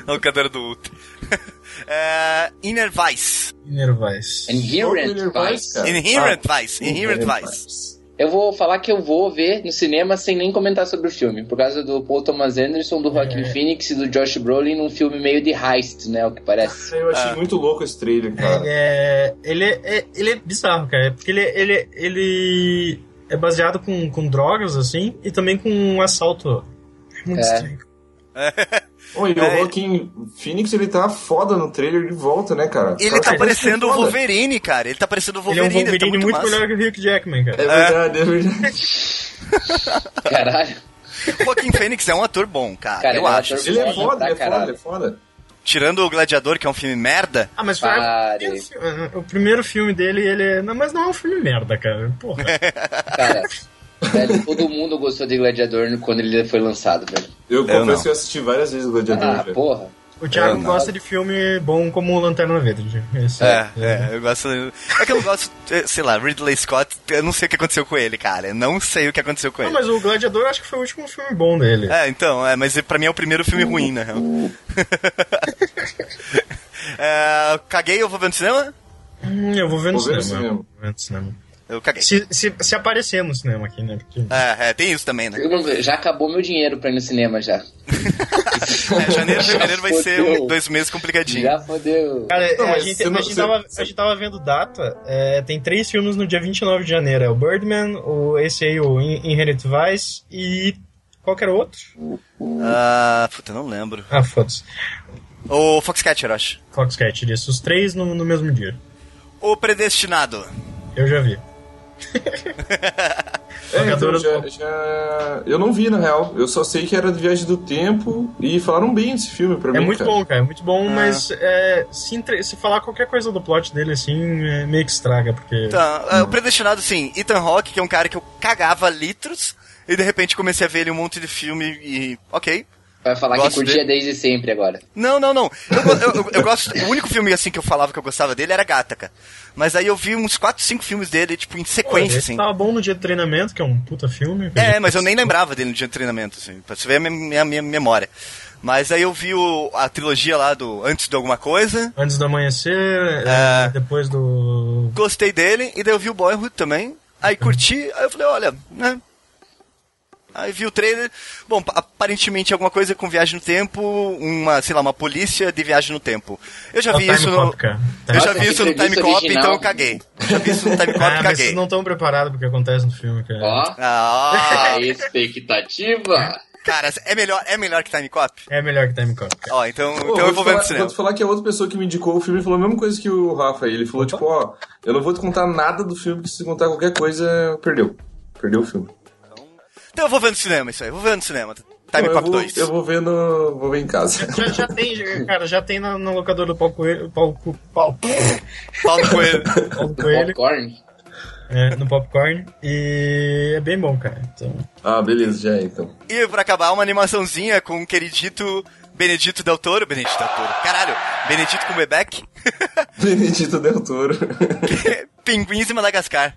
o cadeira do Ultra. É, Inner Vice. Nervais. Inherent Inherent Vice, Vice. cara. Inherent Ah, Vice. Inherent Vice. Eu vou falar que eu vou ver no cinema sem nem comentar sobre o filme, por causa do Paul Thomas Anderson, do Joaquin É. Phoenix e do Josh Brolin num filme meio de heist, né, o que parece. Eu achei muito louco esse trailer, cara. É, ele, é, ele é bizarro, cara. Porque ele, ele, ele é baseado com, com drogas, assim, e também com um assalto. Muito É. estranho. Oi, e É. o Joaquin Phoenix, ele tá foda no trailer de volta, né, cara? Ele Então Cara, é tá tá parecendo o foda. Wolverine, cara. Ele tá parecendo o Ele é um Wolverine. Wolverine tá muito, muito massa. melhor que o Hugh Jackman, cara. É verdade, é verdade. Caralho. O Joaquim Fênix é um ator bom, cara. Cara, eu ele é um acho. ator Ele é Foda foda, pra ele é foda, caralho. ele é foda. Tirando o Gladiador, que é um filme merda. Ah, mas foi a- Pare. o filme- o primeiro filme dele, ele é. Não, mas não é um filme merda, cara. Porra. Cara, velho, todo mundo gostou de Gladiador quando ele foi lançado, velho. Eu não. confesso que eu assisti várias vezes o Gladiador, Ah, velho. porra. O Thiago não. gosta de filme bom como Lanterna Verde. Esse É, é, eu gosto. É que eu não gosto, eh, sei lá, Ridley Scott, eu não sei o que aconteceu com ele, cara. Eu não sei o que aconteceu com Não, ele. mas o Gladiador acho que foi o último filme bom dele. É, então, é, mas pra mim é o primeiro filme Uhum. ruim, na real. é, caguei, eu vou ver no cinema? Hum, eu vou ver no Vou ver no cinema. cinema. eu Vou ver no cinema. Eu caguei. Se, se, se aparecer no cinema aqui, né? Porque... É, é, tem isso também, né? Eu não- Já acabou meu dinheiro pra ir no cinema já. É, janeiro, Já fevereiro vai ser fodeu. um- dois meses complicadinho. Já fodeu. Cara, Não, é, a, mas gente, você não- a, gente você- tava, a gente tava vendo data, é, tem três filmes no dia 29 de janeiro. É o Birdman, o, esse aí, o In- Inherent Vice e qualquer outro. Ah, puta, não lembro. Ah, foda-se. O Foxcatcher, eu acho. Foxcat, isso. Os três no, no mesmo dia. O Predestinado. Eu já vi. É, então, Locadora já, do- já- Eu não vi, na real. Eu só sei que era de Viagem do Tempo e falaram bem desse filme pra mim. É muito cara. bom, cara, é muito Ah. bom, mas é, se, entre- se falar qualquer coisa do plot dele assim, é, meio que estraga, porque. Tá, é, o predestinado, sim, Ethan Hawke, que é um cara que eu cagava litros, e de repente comecei a ver ele em um monte de filme e. Ok. Vai falar Gosto que curtia dele. desde sempre agora. Não, não, não. Eu, go- eu- eu- eu gosto. O único filme assim que eu falava que eu gostava dele era Gataca. Mas aí eu vi uns 4, 5 filmes dele, tipo, em Pô, sequência, esse assim. tava bom no dia de treinamento, que é um puta filme. É, mas eu nem lembrava dele no dia de treinamento, assim, pra você ver a minha, minha- minha memória. Mas aí eu vi o- a trilogia lá do Antes de Alguma Coisa, Antes do amanhecer, Ah. é, depois do. gostei dele, e daí eu vi o Boyhood também, aí curti, aí eu falei, olha, né? Aí vi o trailer, bom, pa- aparentemente alguma coisa com viagem no tempo, uma, sei lá, uma polícia de viagem no tempo. Eu já Ó, vi É um Time isso no... Cop, cara. Eu já Nossa, vi que isso no Time entrevista Cop, original. então eu caguei. Já vi isso no Time Cop, Ah, mas caguei. vocês não estão preparados pro que acontece no filme, É. cara. Ó, Ah, a expectativa. cara, é melhor, é melhor que Time Cop? É melhor que Time Cop. cara. Ó, então, Pô, então eu te vou ver no falar- cinema. Vou te falar que a outra pessoa que me indicou o filme falou a mesma coisa que o Rafa. aí. Ele falou, tipo, ó, eu não vou te contar nada do filme, porque se contar qualquer coisa, perdeu. Perdeu o filme. Então eu vou ver no cinema isso aí, eu vou ver no cinema. Time Então, eu Cop vou, 2. Eu vou ver no. vou ver em casa. Já, já tem, já- cara, já tem na, na locadora do Paulo Coelho. Paulo, Co- Paulo, Pau no coelho. Paulo Coelho Popcorn. é, no Popcorn. E é bem bom, cara. Então, ah, beleza, já é então. E pra acabar, uma animaçãozinha com o queridito Benedito Del Toro. Benedito Del Toro. Caralho, Benedito com Bebeck. Benedito Del Toro. Pinguins e Madagascar.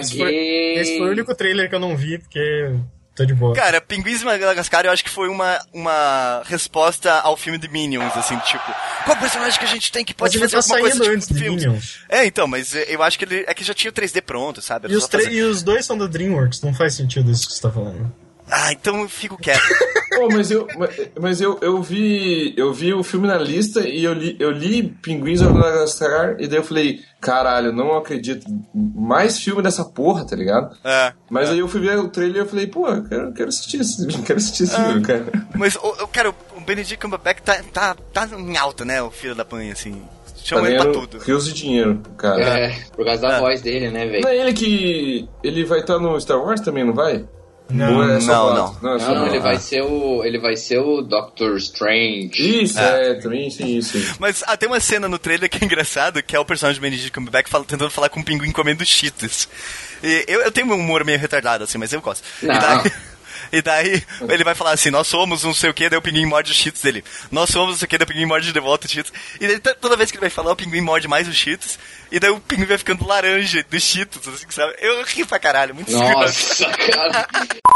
esse, foi, Caguei. esse foi o único trailer que eu não vi, porque tô de boa. Cara, Pinguins e Madagascar eu acho que foi uma, uma resposta ao filme de Minions, assim, tipo, qual personagem que a gente tem que Mas pode ele fazer tá alguma coisa saindo tipo, antes de filmes? Minions. É, então, mas eu acho que ele é que já tinha o 3D pronto, sabe? Era E os, só fazer- tre- e os dois são da DreamWorks, não faz sentido isso que você tá falando. Ah, então eu fico quieto. Pô, mas eu, mas- mas eu, eu vi. Eu vi o filme na lista e eu li, eu li Pinguins of Madagascar e daí eu falei, caralho, não acredito. Mais filme dessa porra, tá ligado? É. Mas aí eu fui ver o trailer e eu falei, pô, eu quero, quero assistir esse quero assistir É. esse filme, cara. Mas o- eu quero. O Benedict Cumberbatch tá, tá, tá em alta, né? O filho da mãe, assim. Chama ele pra ganhando tudo. Rios de dinheiro, cara. É, por causa da voz dele, né, velho? Não é ele que. Ele vai estar no Star Wars também, não vai? Não, Ou é só não, quatro? é só Não, não, quatro. ele vai ser o. Ele vai ser o Doctor Strange. Ah. Isso, é, também tem isso. Mas ah, tem uma cena no trailer que é engraçado, que é o personagem do Benedict Cumberbatch fala- tentando falar com um pinguim comendo cheetos. E eu, eu tenho um humor meio retardado, assim, mas eu gosto. E Não. daí, e daí ele vai falar assim, nós somos não sei o que, daí o pinguim morde os cheetos dele. Nós somos não sei o que, daí o pinguim morde de volta os cheetos. E daí, t- toda vez que ele vai falar, o pinguim morde mais os cheetos. E daí o pinguim vai ficando laranja dos cheetos, assim, sabe? Eu ri pra caralho, muito escroto. Nossa, cara.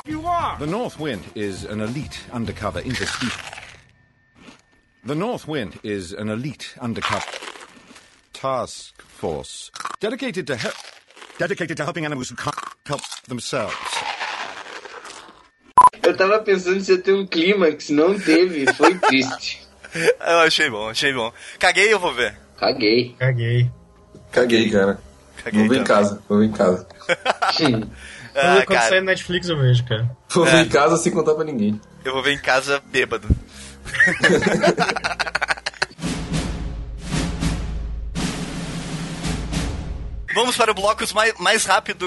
The North Wind is an elite undercover interspecies. The North Wind is an elite undercover task force dedicated to help, dedicated to helping animals who can't help themselves. Eu tava pensando se ia ter um clímax, não teve, foi triste. Eu achei bom, achei bom. Caguei, eu vou ver. Caguei. Caguei. Caguei, cara. Caguei, Vou ver em então. casa, vou ver em casa. Ah, Quando cara, sair no Netflix eu vejo, cara. Vou É. ver em casa sem contar pra ninguém. eu vou ver em casa bêbado. Vamos para o bloco mais, mais rápido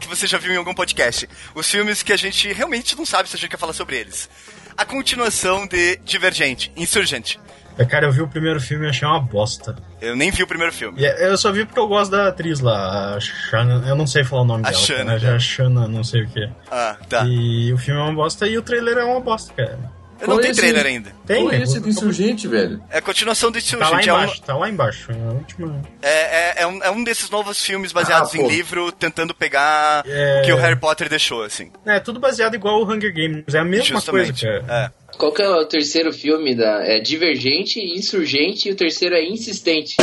que você já viu em algum podcast. Os filmes que a gente realmente não sabe se a gente quer falar sobre eles. A continuação de Divergente, Insurgente. É, Cara, eu vi o primeiro filme e achei uma bosta. Eu nem vi o primeiro filme. E é- eu só vi porque eu gosto da atriz lá, a Shana, eu não sei falar o nome A dela. Shana, cara, é já. a Shana, não sei o que. Ah, tá. E o filme é uma bosta e o trailer é uma bosta, cara. Eu não Foi tenho esse- trailer ainda. Tem, Pô, né? esse do insurgente, velho. É a continuação do Tá lá Insurgente. é um- embaixo, tá lá embaixo. É a última. É, é, é um, é um desses novos filmes baseados Ah, em pô. livro, tentando pegar É. o que o Harry Potter deixou, assim. É, tudo baseado igual o Hunger Games. É a mesma justamente. coisa, cara. É. Qual que é o terceiro filme da. É Divergente, Insurgente e o terceiro é Insistente.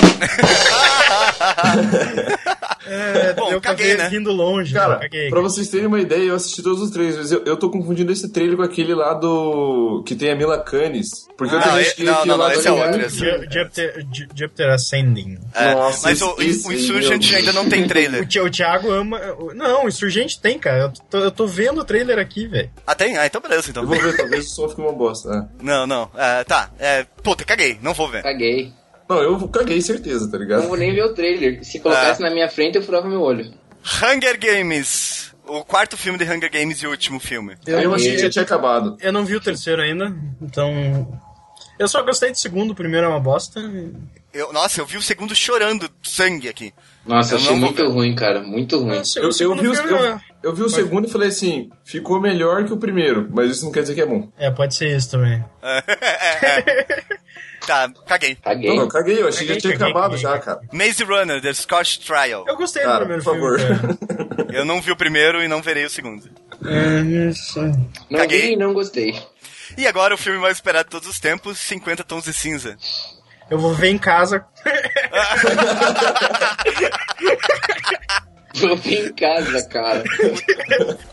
É, Bom, eu caguei, acabei né? vindo longe. Cara, eu caguei. pra vocês terem uma ideia, eu assisti todos os três, mas eu, eu tô confundindo esse trailer com aquele lá do. que tem a Mila Canis. Porque eu Não, também e- assisti não, aquele não, lá não, do esse Ah, é Mila outro, Kunis. esse Ju- Jupiter, Ju- Jupiter Ascending. É. Nossa, Mas o, isso- o isso, Insurgente meu ainda não tem O, trailer. Thi- o Thiago ama. Não, o Insurgente tem, cara. Eu tô, eu tô vendo o trailer aqui, velho. Ah, tem? Ah, então beleza, então. Eu vou ver, talvez o som fique uma bosta. né? Não, não. É, tá. É, puta, caguei. Não vou ver. Caguei. Não, eu caguei, certeza, tá ligado? É. Não vou nem ver o trailer. Se colocasse na minha frente, eu furava meu olho. Hunger Games. O quarto filme de Hunger Games e o último filme. Aí eu achei que já tinha acabado. Eu não vi o terceiro ainda, então. Eu só gostei do segundo, o primeiro é uma bosta. Eu, nossa, eu vi o segundo chorando sangue aqui. Nossa, Eu achei não vou muito ruim, cara. Muito ruim. Nossa, Eu, eu, segundo vi, o, filme eu, eu vi o segundo e falei assim, ficou melhor que o primeiro, mas isso não quer dizer que é bom. É, É, pode ser isso também. É, é. tá, caguei. Caguei. Não, não, caguei, eu achei que Caguei, já tinha caguei, acabado caguei, já, caguei. cara. Maze Runner, The Scotch Trial. Eu gostei do Cara, por primeiro favor. filme. cara. Eu não vi o primeiro e não verei o segundo. É, isso. não caguei. vi e não gostei. E agora o filme mais esperado de todos os tempos, 50 Tons de Cinza. Eu vou ver em casa. Eu vi em casa, cara.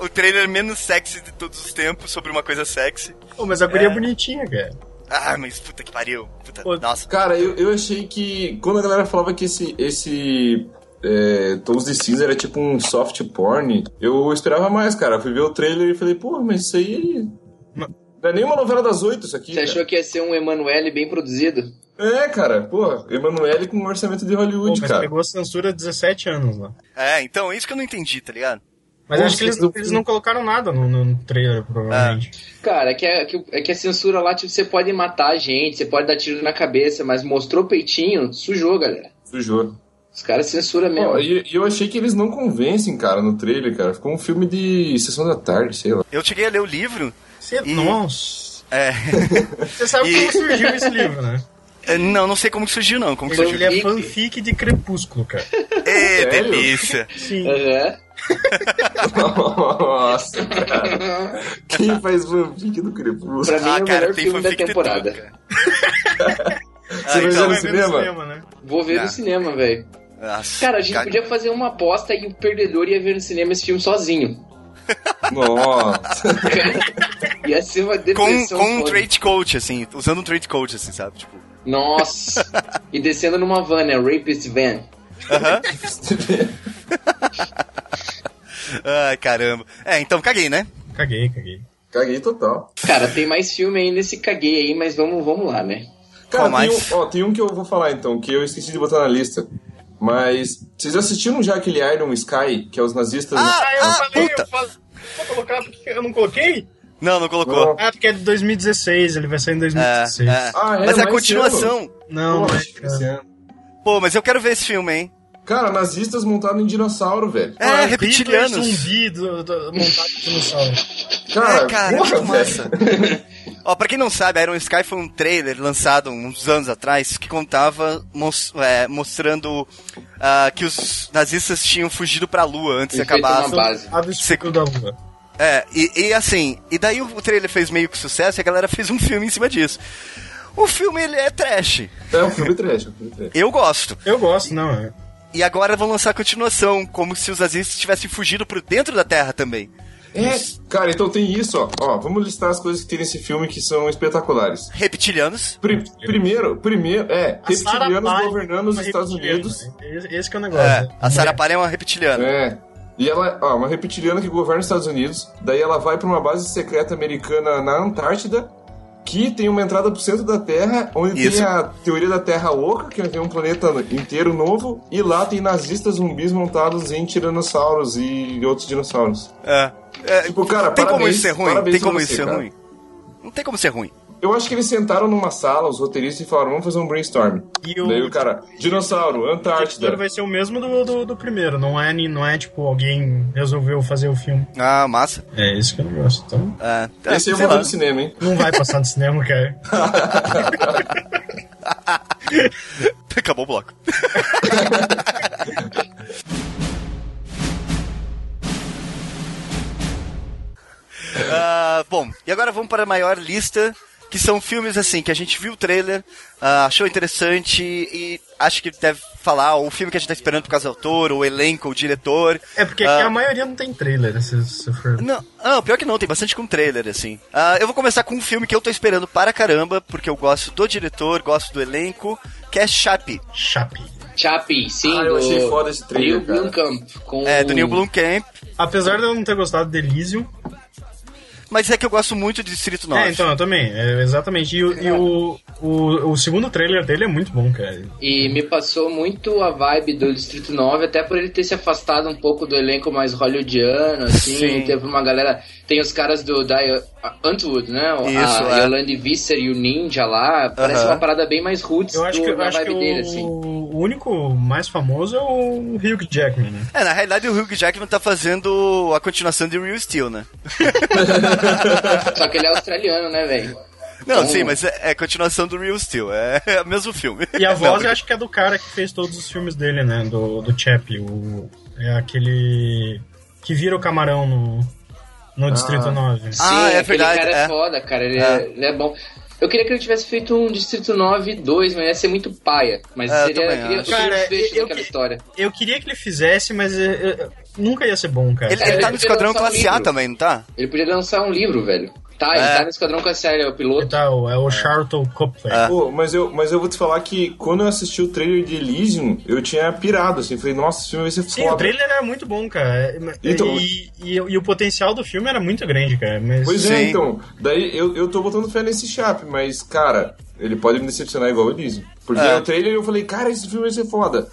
O trailer menos sexy de todos os tempos sobre uma coisa sexy. Pô, mas a guria é bonitinha, cara. Ah, mas puta que pariu. Puta, Pô. nossa. Cara, eu, eu achei que. Quando a galera falava que esse. esse é, Tons de Cinza era tipo um soft porn, eu esperava mais, cara. Eu Fui ver o trailer e falei, porra, mas isso aí. Não. Não é nem uma novela das oito isso aqui. Você achou cara. que ia ser um Emanuele bem produzido? É, cara, porra, Emanuele com um orçamento de Pô, Hollywood, mas cara. pegou censura 17 anos lá. É, então, é isso que eu não entendi, tá ligado? Mas Nossa, acho que eles, do- eles não colocaram nada no, no trailer, provavelmente. Cara, é que, a, que o- é que a censura lá, tipo, você pode matar a gente, você pode dar tiro na cabeça, mas mostrou peitinho, sujou, galera. Sujou. Os caras censuram mesmo. Ó, e, e eu achei que eles não convencem, cara, no trailer, cara. Ficou um filme de sessão da tarde, sei lá. Eu cheguei a ler o livro. é Você- E- Nossa. É. Você sabe E- como surgiu esse livro, né? É, não, não sei como que surgiu, não. Como que surgiu? Ele é fanfic de Crepúsculo, cara. Ê, Sério? delícia. Sim. É. Aham. Nossa, cara. Quem faz fanfic do Pra Crepúsculo? mim é Ah, cara, o melhor tem filme fanfic da de tudo, temporada. cara. Você vai então, ver no Vai ver no cinema? cinema, né? Vou ver Ah. no cinema, velho. Nossa, Cara, a gente cara. podia fazer uma aposta e o perdedor ia ver no cinema esse filme sozinho. Nossa. ia ser uma Com, depressão. com um foda. trade coach, assim. Usando um trade coach, assim, sabe? Tipo... Nossa. e descendo numa van, né? Rapist van. Ai, caramba. É, então caguei, né? Caguei, caguei. Caguei total. Cara, tem mais filme aí nesse caguei aí, mas vamos, vamos lá, né? Cara, Qual tem mais? um, ó, tem um que eu vou falar então, que eu esqueci de botar na lista. Mas. Vocês assistiram já aquele Iron Sky, que é os nazistas. Ah, eu falei, puta. eu falei. Vou colocar porque eu não coloquei? Não, não colocou. Não. Ah, porque é de 2016, ele vai sair em É, 2016. é. Ah, é, mas é a mas continuação. Não, Porra, mas, cara, esse ano. Pô, mas eu quero ver esse filme, hein? Cara, nazistas montados em dinossauro, velho. É, Hitler reptilianos. zumbi do, do, montado de dinossauro. Então, Cara, é, cara, porra, é muito massa. Ó, pra quem não sabe, Iron Sky foi um trailer lançado uns anos atrás que contava mos- é, mostrando ah, que os nazistas tinham fugido pra lua antes de Feito acabar. uma base. Abre o escuro da lua. É, e, e assim, e daí o trailer fez meio que sucesso e a galera fez um filme em cima disso. O filme ele é trash. É um filme trash, é um filme trash. Eu gosto. Eu gosto, não, é. E agora vão lançar a continuação, como se os nazistas tivessem fugido pro dentro da Terra também. É, cara, então tem isso, ó. Ó, vamos listar as coisas que tem nesse filme que são espetaculares. Reptilianos. Pri- primeiro, primeiro, é, A Sarah reptilianos Palin governando os é uma Estados reptiliana, Unidos. né? Esse, esse que é o negócio. É, né? a Sarah Palin é uma reptiliana. É. E ela, ó, uma reptiliana que governa os Estados Unidos. Daí ela vai pra uma base secreta americana na Antártida, que tem uma entrada pro centro da Terra, onde Isso. tem a teoria da Terra Oca, que tem um planeta inteiro novo, e lá tem nazistas zumbis montados em tiranossauros e outros dinossauros. É. É, Tipo, cara, tem como parabéns- isso ser ruim? parabéns Tem pra como você, isso ser cara. ruim? Não tem como ser ruim. Eu acho que eles sentaram numa sala, os roteiristas, e falaram, vamos fazer um brainstorm. E o- Daí o cara, dinossauro, O diretor Antártida. vai ser o mesmo do, do, do primeiro, não é, ni- não é tipo alguém resolveu fazer o filme. Ah, massa. É isso que eu não gosto. Então, É, é, Esse sei eu vou ver lá. no cinema, hein? não vai passar no cinema, cara. Acabou o bloco. Ah, bom, e agora vamos para a maior lista, que são filmes assim, que a gente viu o trailer, ah, achou interessante e acho que deve falar, ou o filme que a gente tá esperando por causa do autor, ou o elenco, ou o diretor. É porque Ah. aqui a maioria não tem trailer, né, se, se for. Não, ah, pior que não, tem bastante com trailer, assim. Ah, eu vou começar com um filme que eu tô esperando para caramba, porque eu gosto do diretor, gosto do elenco, que é Chape. Chape. Chapi, sim. Ah, do eu achei foda esse trailer, Neil cara. Blomkamp, com Oh. É, do Neil é, Blomkamp. Apesar de eu não ter gostado de Elysium, mas é que eu gosto muito de Distrito Norte. É, então, eu também. É, exatamente. E, o- e o, o, o segundo trailer dele é muito bom, cara. E me passou muito a vibe do Distrito 9, até por ele ter se afastado um pouco do elenco mais hollywoodiano, assim. Sim. Teve uma galera. Tem os caras do da Antwood, né? O- Isso, a é. Yolande Visser e o Ninja lá. Parece Aham. uma parada bem mais roots Eu acho do, que, eu da acho vibe que o, dele, assim. o único mais famoso é o Hugh Jackman, né? É, na realidade o Hugh Jackman tá fazendo a continuação de Real Steel, né? Só que ele é australiano, né, velho? Não, Oh. Então- sim, mas é, é continuação do Real Steel, é, é o mesmo filme. E a Não, voz porque- eu acho que é do cara que fez todos os filmes dele, né? Do, do Chap, o, é aquele que vira o camarão no, no Distrito 9. Ah, Sim, é aquele verdade, cara é, é. foda, cara. Ele é. É. ele é bom. Eu queria que ele tivesse feito um Distrito 9 2, mas ia ser muito paia. Mas É, eu seria também eu queria, eu acho. queria Cara, os trechos eu- daquela eu- história. Eu queria que ele fizesse, mas eh, eh, nunca ia ser bom, cara. Ele, É, ele tá ele no Esquadrão lançou um Classe A livro. também, não tá? Ele podia lançar um livro, velho. Tá, ele É. tá no Esquadrão com a série, é o piloto. Tá, o- é o Charlton Copley. Ah. Pô, mas eu, mas eu vou te falar que quando eu assisti o trailer de Elysium, eu tinha pirado, assim. Falei, nossa, esse filme vai ser Sim, foda. o trailer era muito bom, cara. E, Então- e, e- e o potencial do filme era muito grande, cara. Mas Pois é, Sim. então. Daí eu, eu tô botando fé nesse Chape, mas, cara, ele pode me decepcionar igual o Elysium. Porque É. no trailer eu falei, cara, esse filme vai ser foda.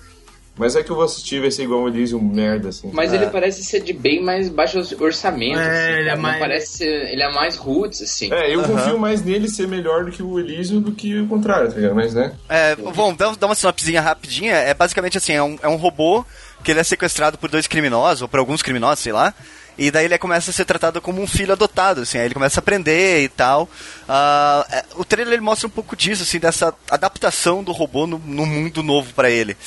Mas é que eu vou assistir vai ser igual o Elysium, merda, assim. Mas é. ele parece ser de bem mais baixo orçamento. É, assim, ele cara. é Não mais- Parece ser- ele é mais roots, assim. É, eu confio mais nele ser melhor do que o Elysium do que o contrário, tá ligado? Mas, né? É, bom, dá, dá uma sinopsezinha rapidinha. É basicamente assim, é um, é um robô que ele é sequestrado por dois criminosos, ou por alguns criminosos, sei lá. E daí ele começa a ser tratado como um filho adotado, assim. Aí ele começa a aprender e tal. Ah, é, o trailer ele mostra um pouco disso, assim, dessa adaptação do robô no, no mundo novo pra ele.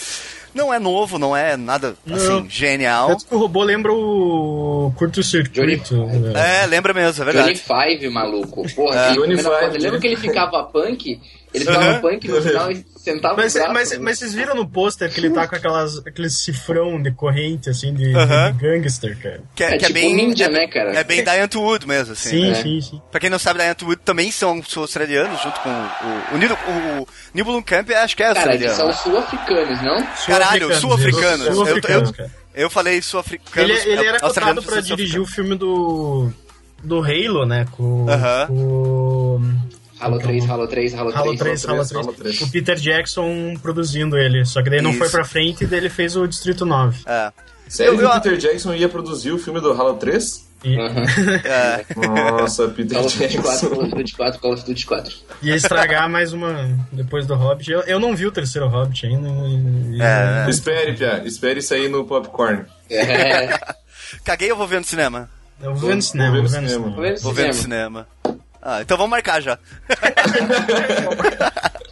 Não é novo, não é nada, assim, Não. genial. Tanto que o robô lembra o curto-circuito. né? É, lembra mesmo, é Johnny verdade. É. Five, maluco. Porra, aquele Johnny filme era Five, né? foda. Lembra Johnny que ele ficava punk? Ele ficava Aham. punk no final e sentava Mas, o braço. né? mas, mas vocês viram no pôster que ele tá com aquelas, aquele cifrão de corrente, assim, de, de Aham. gangster, cara. Que É tipo ninja, é, né, cara? É bem Diane Wood mesmo, assim. Sim, né? sim, sim. Pra quem não sabe, Diane Wood também são, são australianos, junto com o, o, Neil, o, o Neil Blomkamp, acho que é Cara, australiano. eles são sul-africanos, não? Caralho, sul-africanos. isso. Eu- eu- Sul-africanos, cara. Eu falei sul-africano. Ele, é- ele era australiano, cotado pra sul-africano. dirigir o filme do. Do Halo, né? Com. Aham. com- Então Halo 3, Halo 3, Halo 3. é Halo 3, Halo 3, Halo 3. O Peter Jackson produzindo ele. Só que daí não Isso. foi pra frente e daí ele fez o Distrito 9. É. Sério que eu- o Peter Jackson ia produzir o filme do Halo 3? E, é. Nossa, Peter Call of Duty 4, Call Jackson. of Duty 4, Call of Duty 4. ia estragar mais uma depois do Hobbit. Eu, eu não vi o terceiro Hobbit ainda. e- É, Espere, Pia. Espere sair no popcorn. É, Caguei, eu vou ver no cinema. Eu vou ver no É cinema. ver Vou no ver no cinema. cinema. vamos Vou ver ver no no cinema. cinema. Ah, então vamos marcar já.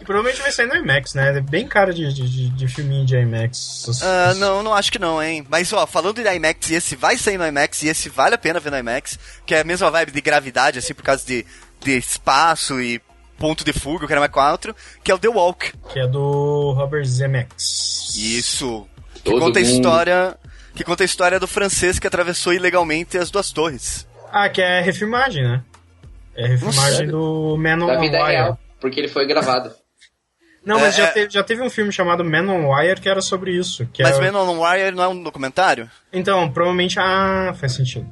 E provavelmente vai sair no IMAX, né? É Bem cara de, de, de- de filminho de IMAX. Ah, não, não acho que não, hein. Mas, ó, falando de IMAX, e esse vai sair no IMAX, e esse vale a pena ver no IMAX, que é a mesma vibe de gravidade, assim, por causa de, de espaço e ponto de fuga, o cara mais quatro, que é o The Walk. Que é do Robert Zemeckis. Isso. Que Todo conta a mundo. história. Que conta a história do francês que atravessou ilegalmente as duas torres. Ah, que é refilmagem, né? É refilmagem Nossa. do Man on Da vida Wire. real, porque ele foi gravado. Não, mas É, já, é. teve, já teve um filme chamado Man on Wire que era sobre isso. Que Mas é- Men on Wire não é um documentário? Então, provavelmente. Ah, faz sentido.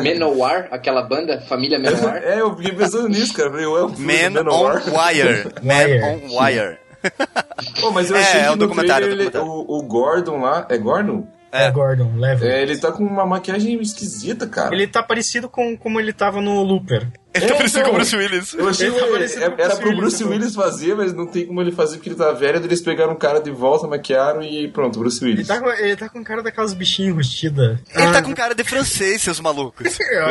Menowar, aquela banda, família Menowar. É, eu fiquei pensando nisso, cara. Eu Falei, ué, o filme do Men on Manowar. Wire. Men Wire, on Wire. Pô, mas eu É, achei é que o no documentário, trailer é o ele- o, o Gordon lá... É Gordon? É. Gordon Levitt. É, ele tá com uma maquiagem esquisita, cara. Ele tá parecido com como ele tava no Looper. Ele tá É, parecendo então. com o Bruce Willis. Eu achei Ele que tá parecendo é- com o era Bruce pro Bruce né? Willis Willis, fazer, mas não tem como ele fazer porque ele tá velho. daí Eles pegaram o cara de volta, maquiaram e pronto, Bruce Ele Willis. tá com, ele tá com cara daquelas bichinhas enrustidas. Ah, Ele tá com cara de francês, seus malucos. Eu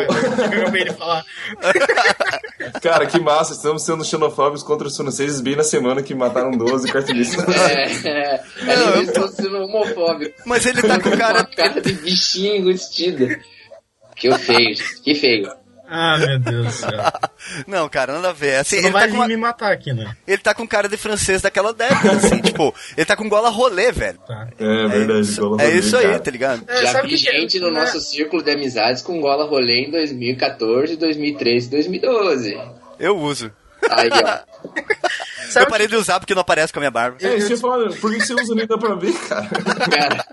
acabei de falar. tá- Cara, que massa, estamos sendo xenofóbicos contra os franceses bem na semana que mataram 12 cartunistas. É, é, Não, ali eu tô sendo homofóbico. Mas ele tá com cara. Uma cara de bichinho enrustida. Que feio, que feio. Ah, meu Deus do céu. Não, cara, nada a ver. Assim, Não ele, vai tá vir com uma- me matar aqui, né? ele tá com cara de francês daquela década, assim. tipo, ele tá com gola rolê, velho. Tá. É verdade, é isso, Gola é Rodrigo, isso aí, cara. tá ligado? É, Já sabe vi o que que é? gente no É, nosso círculo de amizades com gola rolê em 2014, 2013, 2012. Eu uso. Aí, ó. eu parei de usar porque não aparece com a minha barba. É, isso que eu ia falar, por que você usa nem dá pra ver, cara? Cara,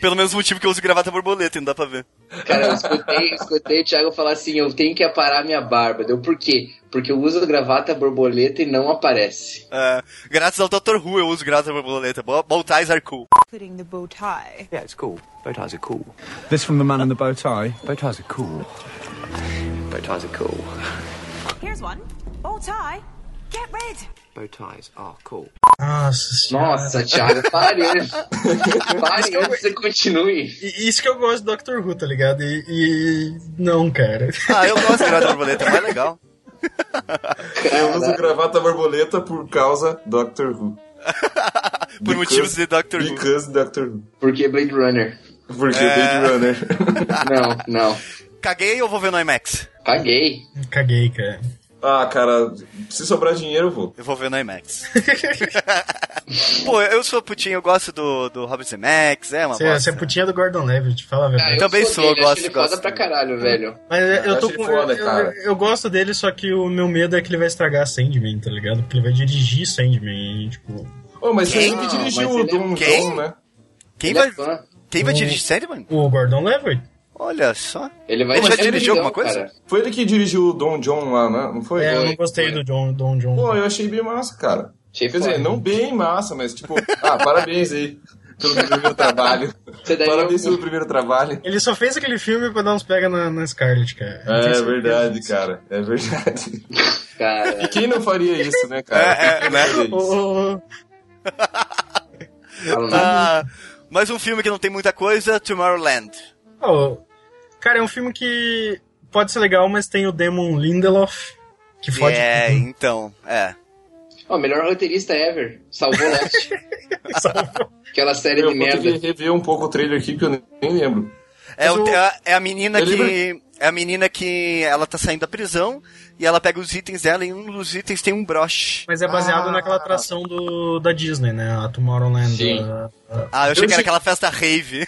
Pelo mesmo motivo que eu uso gravata borboleta, não dá pra ver. Cara, eu escutei, escutei o Thiago falar assim: eu tenho que aparar minha barba. Deu por quê? Porque eu uso gravata borboleta e não aparece. É, graças ao Dr. Who eu uso gravata borboleta. Bo- Bow ties are cool. Putting the bow tie. Yeah, it's cool. Bow ties are cool. This from the man in the bow tie. Bow ties are cool. Bow ties are cool. Here's one. Bow tie. Get rid. Bow ties are cool. Nossa senhora. Nossa, Thiago, pare. pare antes que você continue. E- Isso que eu gosto do Doctor Who, tá ligado? E, e- não, cara. Ah, eu gosto de gravata borboleta, é mais legal. Eu Né? uso gravata borboleta por causa Doctor Who. Por motivos de Dr. Who. É. Because Doctor Who. Porque é Blade Runner. Porque né? Blade Runner. Não, não. Caguei ou vou ver no IMAX? Caguei. Caguei, cara. ah, cara, se sobrar dinheiro eu vou. Eu vou ver no IMAX. Pô, eu sou putinho, eu gosto do, do Robert Zemeckis, é uma Você, você bosta. é putinha do Gordon Levitt, fala a Ah, verdade. Também sou, dele, gosto, acho ele gosto. Hum. foda pra caralho, velho. Mas eu, eu tô acho com. ele foda, eu, cara. eu gosto dele, só que o meu medo é que ele vai estragar Sandman, tá ligado? Porque ele vai dirigir Sandman, e, tipo. Oh, mas Quem? Ah, você que dirigiu Não, mas o ele é- Doom, um Quem? Doom, né? Quem Ele vai, é fã. quem vai Hum. dirigir Sandman? O Gordon Levitt? Olha só. Ele vai Ele já ser dirigiu doidão, alguma coisa? cara. Foi ele que dirigiu o Don John lá, né? Não foi? É, eu Foi, não gostei foi. do John, Don John. Pô, eu achei bem massa, cara. Achei Quer dizer, foda. não bem massa, mas tipo, ah, parabéns aí pelo seu primeiro trabalho. Você daí Parabéns eu- pelo primeiro trabalho. Ele só fez aquele filme pra dar uns pega na, na Scarlett, cara. Eu tenho É certeza verdade, disso. cara. É verdade. Cara, Quem não faria isso, né, É, cara? é, né? Quem não faria isso? Ô, ô, ô, fala nada. Ah, mais um filme que não tem muita coisa, Tomorrowland. ô, ô. Cara, é um filme que pode ser legal, mas tem o Damon Lindelof, que fode é, tudo. então, é. Ah. Ó, melhor roteirista ever. Salvou Lost. Aquela série Eu de vou ter merda. que rever um pouco o trailer aqui, que eu nem lembro. É, Mas o- o- é a- é a menina Ele que. É a menina que ela tá saindo da prisão e ela pega os itens dela e um dos itens tem um broche. Mas é baseado naquela atração do, da Disney, né? A Tomorrowland. Sim. a- a- Ah, eu achei Eu que era sei- aquela festa rave.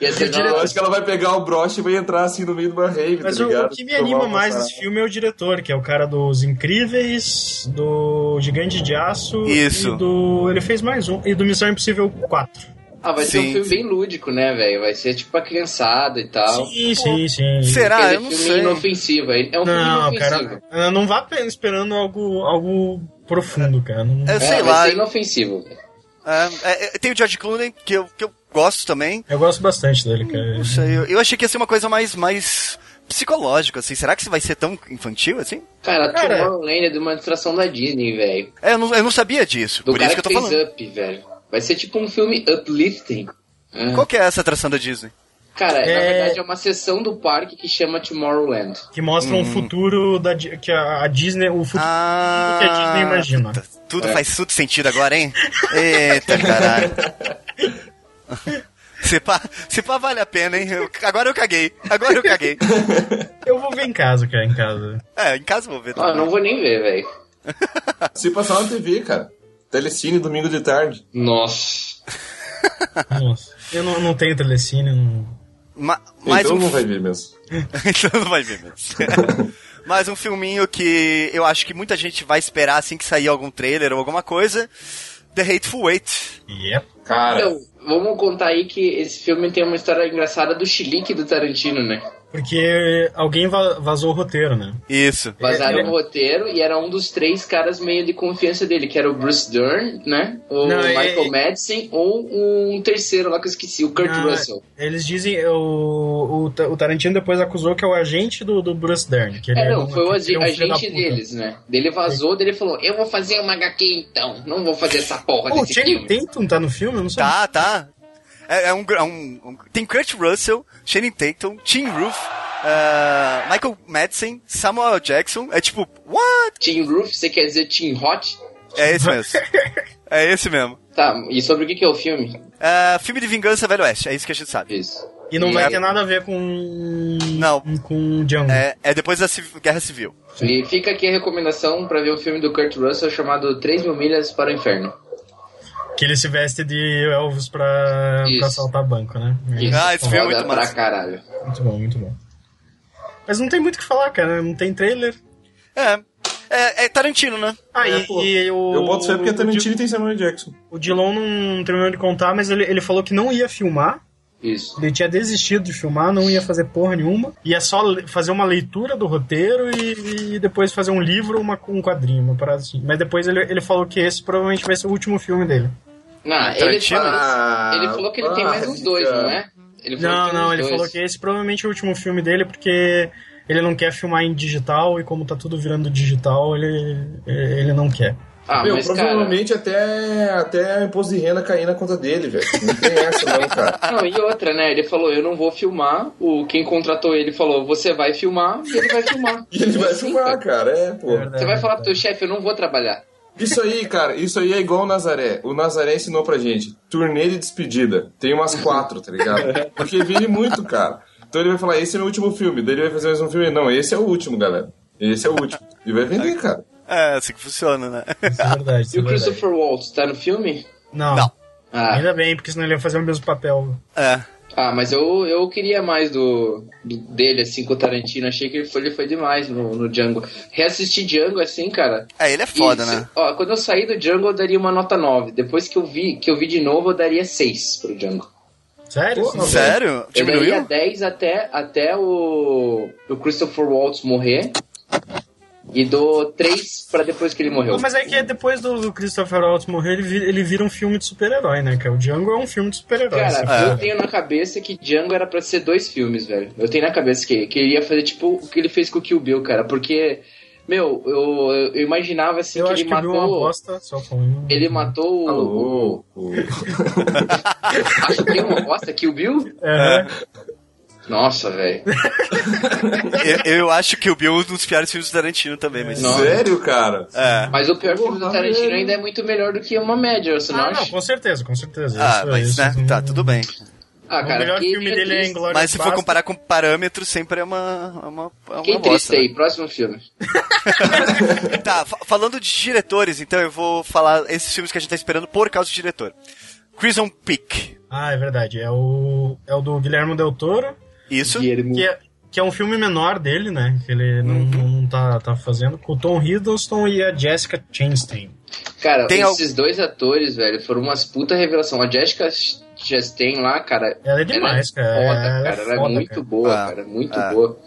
Ia ser Eu da hora. acho que ela vai pegar o broche e vai entrar assim no meio de uma rave, Mas tá o, ligado? o que me anima mais nesse nesse filme é o diretor, que é o cara dos Incríveis, do Gigante de Aço Isso. e do. Ele fez mais um. E do Missão Impossível 4. Ah, vai ser Sim, um filme sim. bem lúdico, né, velho? Vai ser tipo pra criançada e tal. Sim, sim, sim. Será? Aquele Eu não filme sei. inofensivo. É é um Não, filme cara, inofensivo. ah, não vá pe- esperando algo, algo profundo, cara. Não- É, É, sei vai lá. ser inofensivo. É, é, é, tem o George Clooney, que eu, que eu gosto também. Eu gosto bastante dele, cara. Não sei, eu, eu achei que ia ser uma coisa mais, mais psicológica, assim. Será que isso vai ser tão infantil assim? Cara, Cara. Tomorrowland é de uma atração da Disney, velho. É, eu não, eu não sabia disso, Do por cara isso que, que eu tô fez falando. Up, velho. Vai ser tipo um filme uplifting. Ah. Qual que é essa atração da Disney? Cara, na É. verdade é uma seção do parque que chama Tomorrowland. Que mostra Hum. um futuro da Di- que a, a Disney, o futuro Ah, que a Disney imagina. puta, tudo faz tudo sentido agora, hein? Eita, caralho. Se pá, se pá vale a pena, hein? Eu- agora eu caguei. Agora eu caguei. Eu vou ver em casa, cara, em casa. É, em casa eu vou ver. Ah, também. não vou nem ver, velho. Se passar na TV, cara. Telecine, domingo de tarde. Nossa. Nossa, eu não, não tenho telecine, não. Ma- mais então um não vai ver mesmo. então não vai ver mesmo. Mais um filminho que eu acho que muita gente vai esperar assim que sair algum trailer ou alguma coisa. The Hateful Eight. Yep. Cara, Então, vamos contar aí que esse filme tem uma história engraçada do chilique do Tarantino, né? Porque alguém va- vazou o roteiro, né? Isso. É, Vazaram o roteiro e era um dos três caras meio de confiança dele, que era o Bruce Dern, né? O Não, é- Michael Madsen ou um terceiro lá que eu esqueci, o Kurt Ah, Russell. Eles dizem. O, o, Ta- o Tarantino depois acusou que é o agente do, do Bruce Dern. Que ele É, era não, um- foi o que agi- ele é um filho da agente puta. É. deles, né? Dele vazou, dele falou, eu vou fazer uma HQ então, não vou fazer essa porra Pô, o desse filme. Channing Tatum tá no filme? Eu não sei. Tá, tá. É, é um, gr- é um- um- Tem Kurt Russell, Shannon Tatum, Tim Roof, eh, Michael Madsen, Samuel Jackson. É tipo, what? Team Roof, você quer dizer Team Hot? É esse mesmo. É esse mesmo. Tá, e sobre o que que é o filme? Eh, filme de vingança Velho Oeste, é isso que a gente sabe. Isso. E não vai é- ter nada a ver com. Não. Com o Django. É, é depois da civ- Guerra Civil. E fica aqui a recomendação pra ver o filme do Kurt Russell chamado 3 mil milhas para o inferno. Que ele se veste de Elvis pra, Isso. pra assaltar banco, né? Isso. Ah, esse filme é Foda muito massa. pra caralho. Muito bom, muito bom. Mas não tem muito o que falar, cara. Não tem trailer. É. É, é Tarantino, né? Ah, É, e, pô. e o. Eu boto fé porque o Tarantino Di- tem Samuel Jackson. O Dilon não terminou de contar, mas ele, ele falou que não ia filmar. Isso. Ele tinha desistido de filmar, não ia fazer porra nenhuma. Ia só le- fazer uma leitura do roteiro e, e depois fazer um livro ou uma- um quadrinho, uma parada assim. Mas depois ele, ele falou que esse provavelmente vai ser o último filme dele. Não, ele, Tarantino? falou, ele falou que ele tem mais uns dois, não é? Ele falou não, que tem uns não, ele dois. falou que esse provavelmente é o último filme dele, porque ele não quer filmar em digital e como tá tudo virando digital, ele, ele não quer. Ah, Meu, provavelmente até, até imposto de renda cair na conta dele, velho. Não tem essa não, cara. Não, e outra, né? Ele falou, eu não vou filmar. O, quem contratou ele falou, você vai filmar e ele vai filmar. E ele vai filmar, cara, é, pô. Você vai falar pro teu chefe, eu não vou trabalhar. Isso aí, cara, isso aí é igual o Nazaré. O Nazaré ensinou pra gente. Turnê de despedida. Tem umas quatro, tá ligado? Porque vive muito, cara. Então ele vai falar, esse é meu último filme. Daí ele vai fazer mais um filme. Não, esse é o último, galera. Esse é o último. E vai vender, cara. É, assim que funciona, né? Isso é verdade. E o Christopher Waltz tá no filme? Não. Ah. Ainda bem, porque senão ele ia fazer o mesmo papel. É. Ah, mas eu, eu queria mais do, do- dele, assim, com o Tarantino. Achei que ele foi, ele foi demais no, no Django. Reassistir Django, assim, cara. É, ele é foda, né? Ó, quando eu saí do Django, eu daria uma nota 9. Depois que eu vi, que eu vi de novo, eu daria 6 pro Django. Sério? Porra, Sério? Eu daria Diminuiu? 10 até, até o, o Christopher Waltz morrer. E dou 3 pra depois que ele morreu. Mas é que depois do, do Christopher Waltz morrer, ele, vi- ele vira um filme de super-herói, né? Que é o Django é um filme de super-herói. assim. Cara, é. É. eu tenho na cabeça que Django era pra ser dois filmes, velho. Eu tenho na cabeça que, que ele ia fazer tipo o que ele fez com o Kill Bill, cara. Porque, meu, eu, eu imaginava assim Eu que acho ele que viu uma matou. bosta, só com um. Ele matou o. acho que é uma bosta, Kill Bill? É. Nossa, velho. eu, eu acho que o Bill é um dos piores filmes do Tarantino também, mas. Nossa. Sério, cara? É. Mas o pior filme do Tarantino ainda é muito melhor do que uma média, você não Ah, não, acha? com certeza, com certeza. Ah, Isso- é, mas isso- um- né? Tá, tudo bem. Ah, o melhor que- filme que dele é triste. Inglourious Mas se for Basterds. comparar com parâmetro, sempre é uma. É uma, é uma Fiquei bosta, triste aí, né? próximo filme. Tá, fa- falando de diretores, então eu vou falar esses filmes que a gente tá esperando por causa do diretor. Crimson Peak. Ah, é verdade. É o, é o do Guilherme Del Toro. Isso. Que é, que é um filme menor dele, né? Que ele não, não tá, tá fazendo. Com o Tom Hiddleston e a Jessica Chastain. Cara, Tem esses dois atores, velho, foram umas puta revelação. A Jessica Chastain lá, cara. Ela é demais, ela é cara. Foda, Ela é cara. Ela é foda, muito cara. boa, Ah, cara. Muito ah. boa.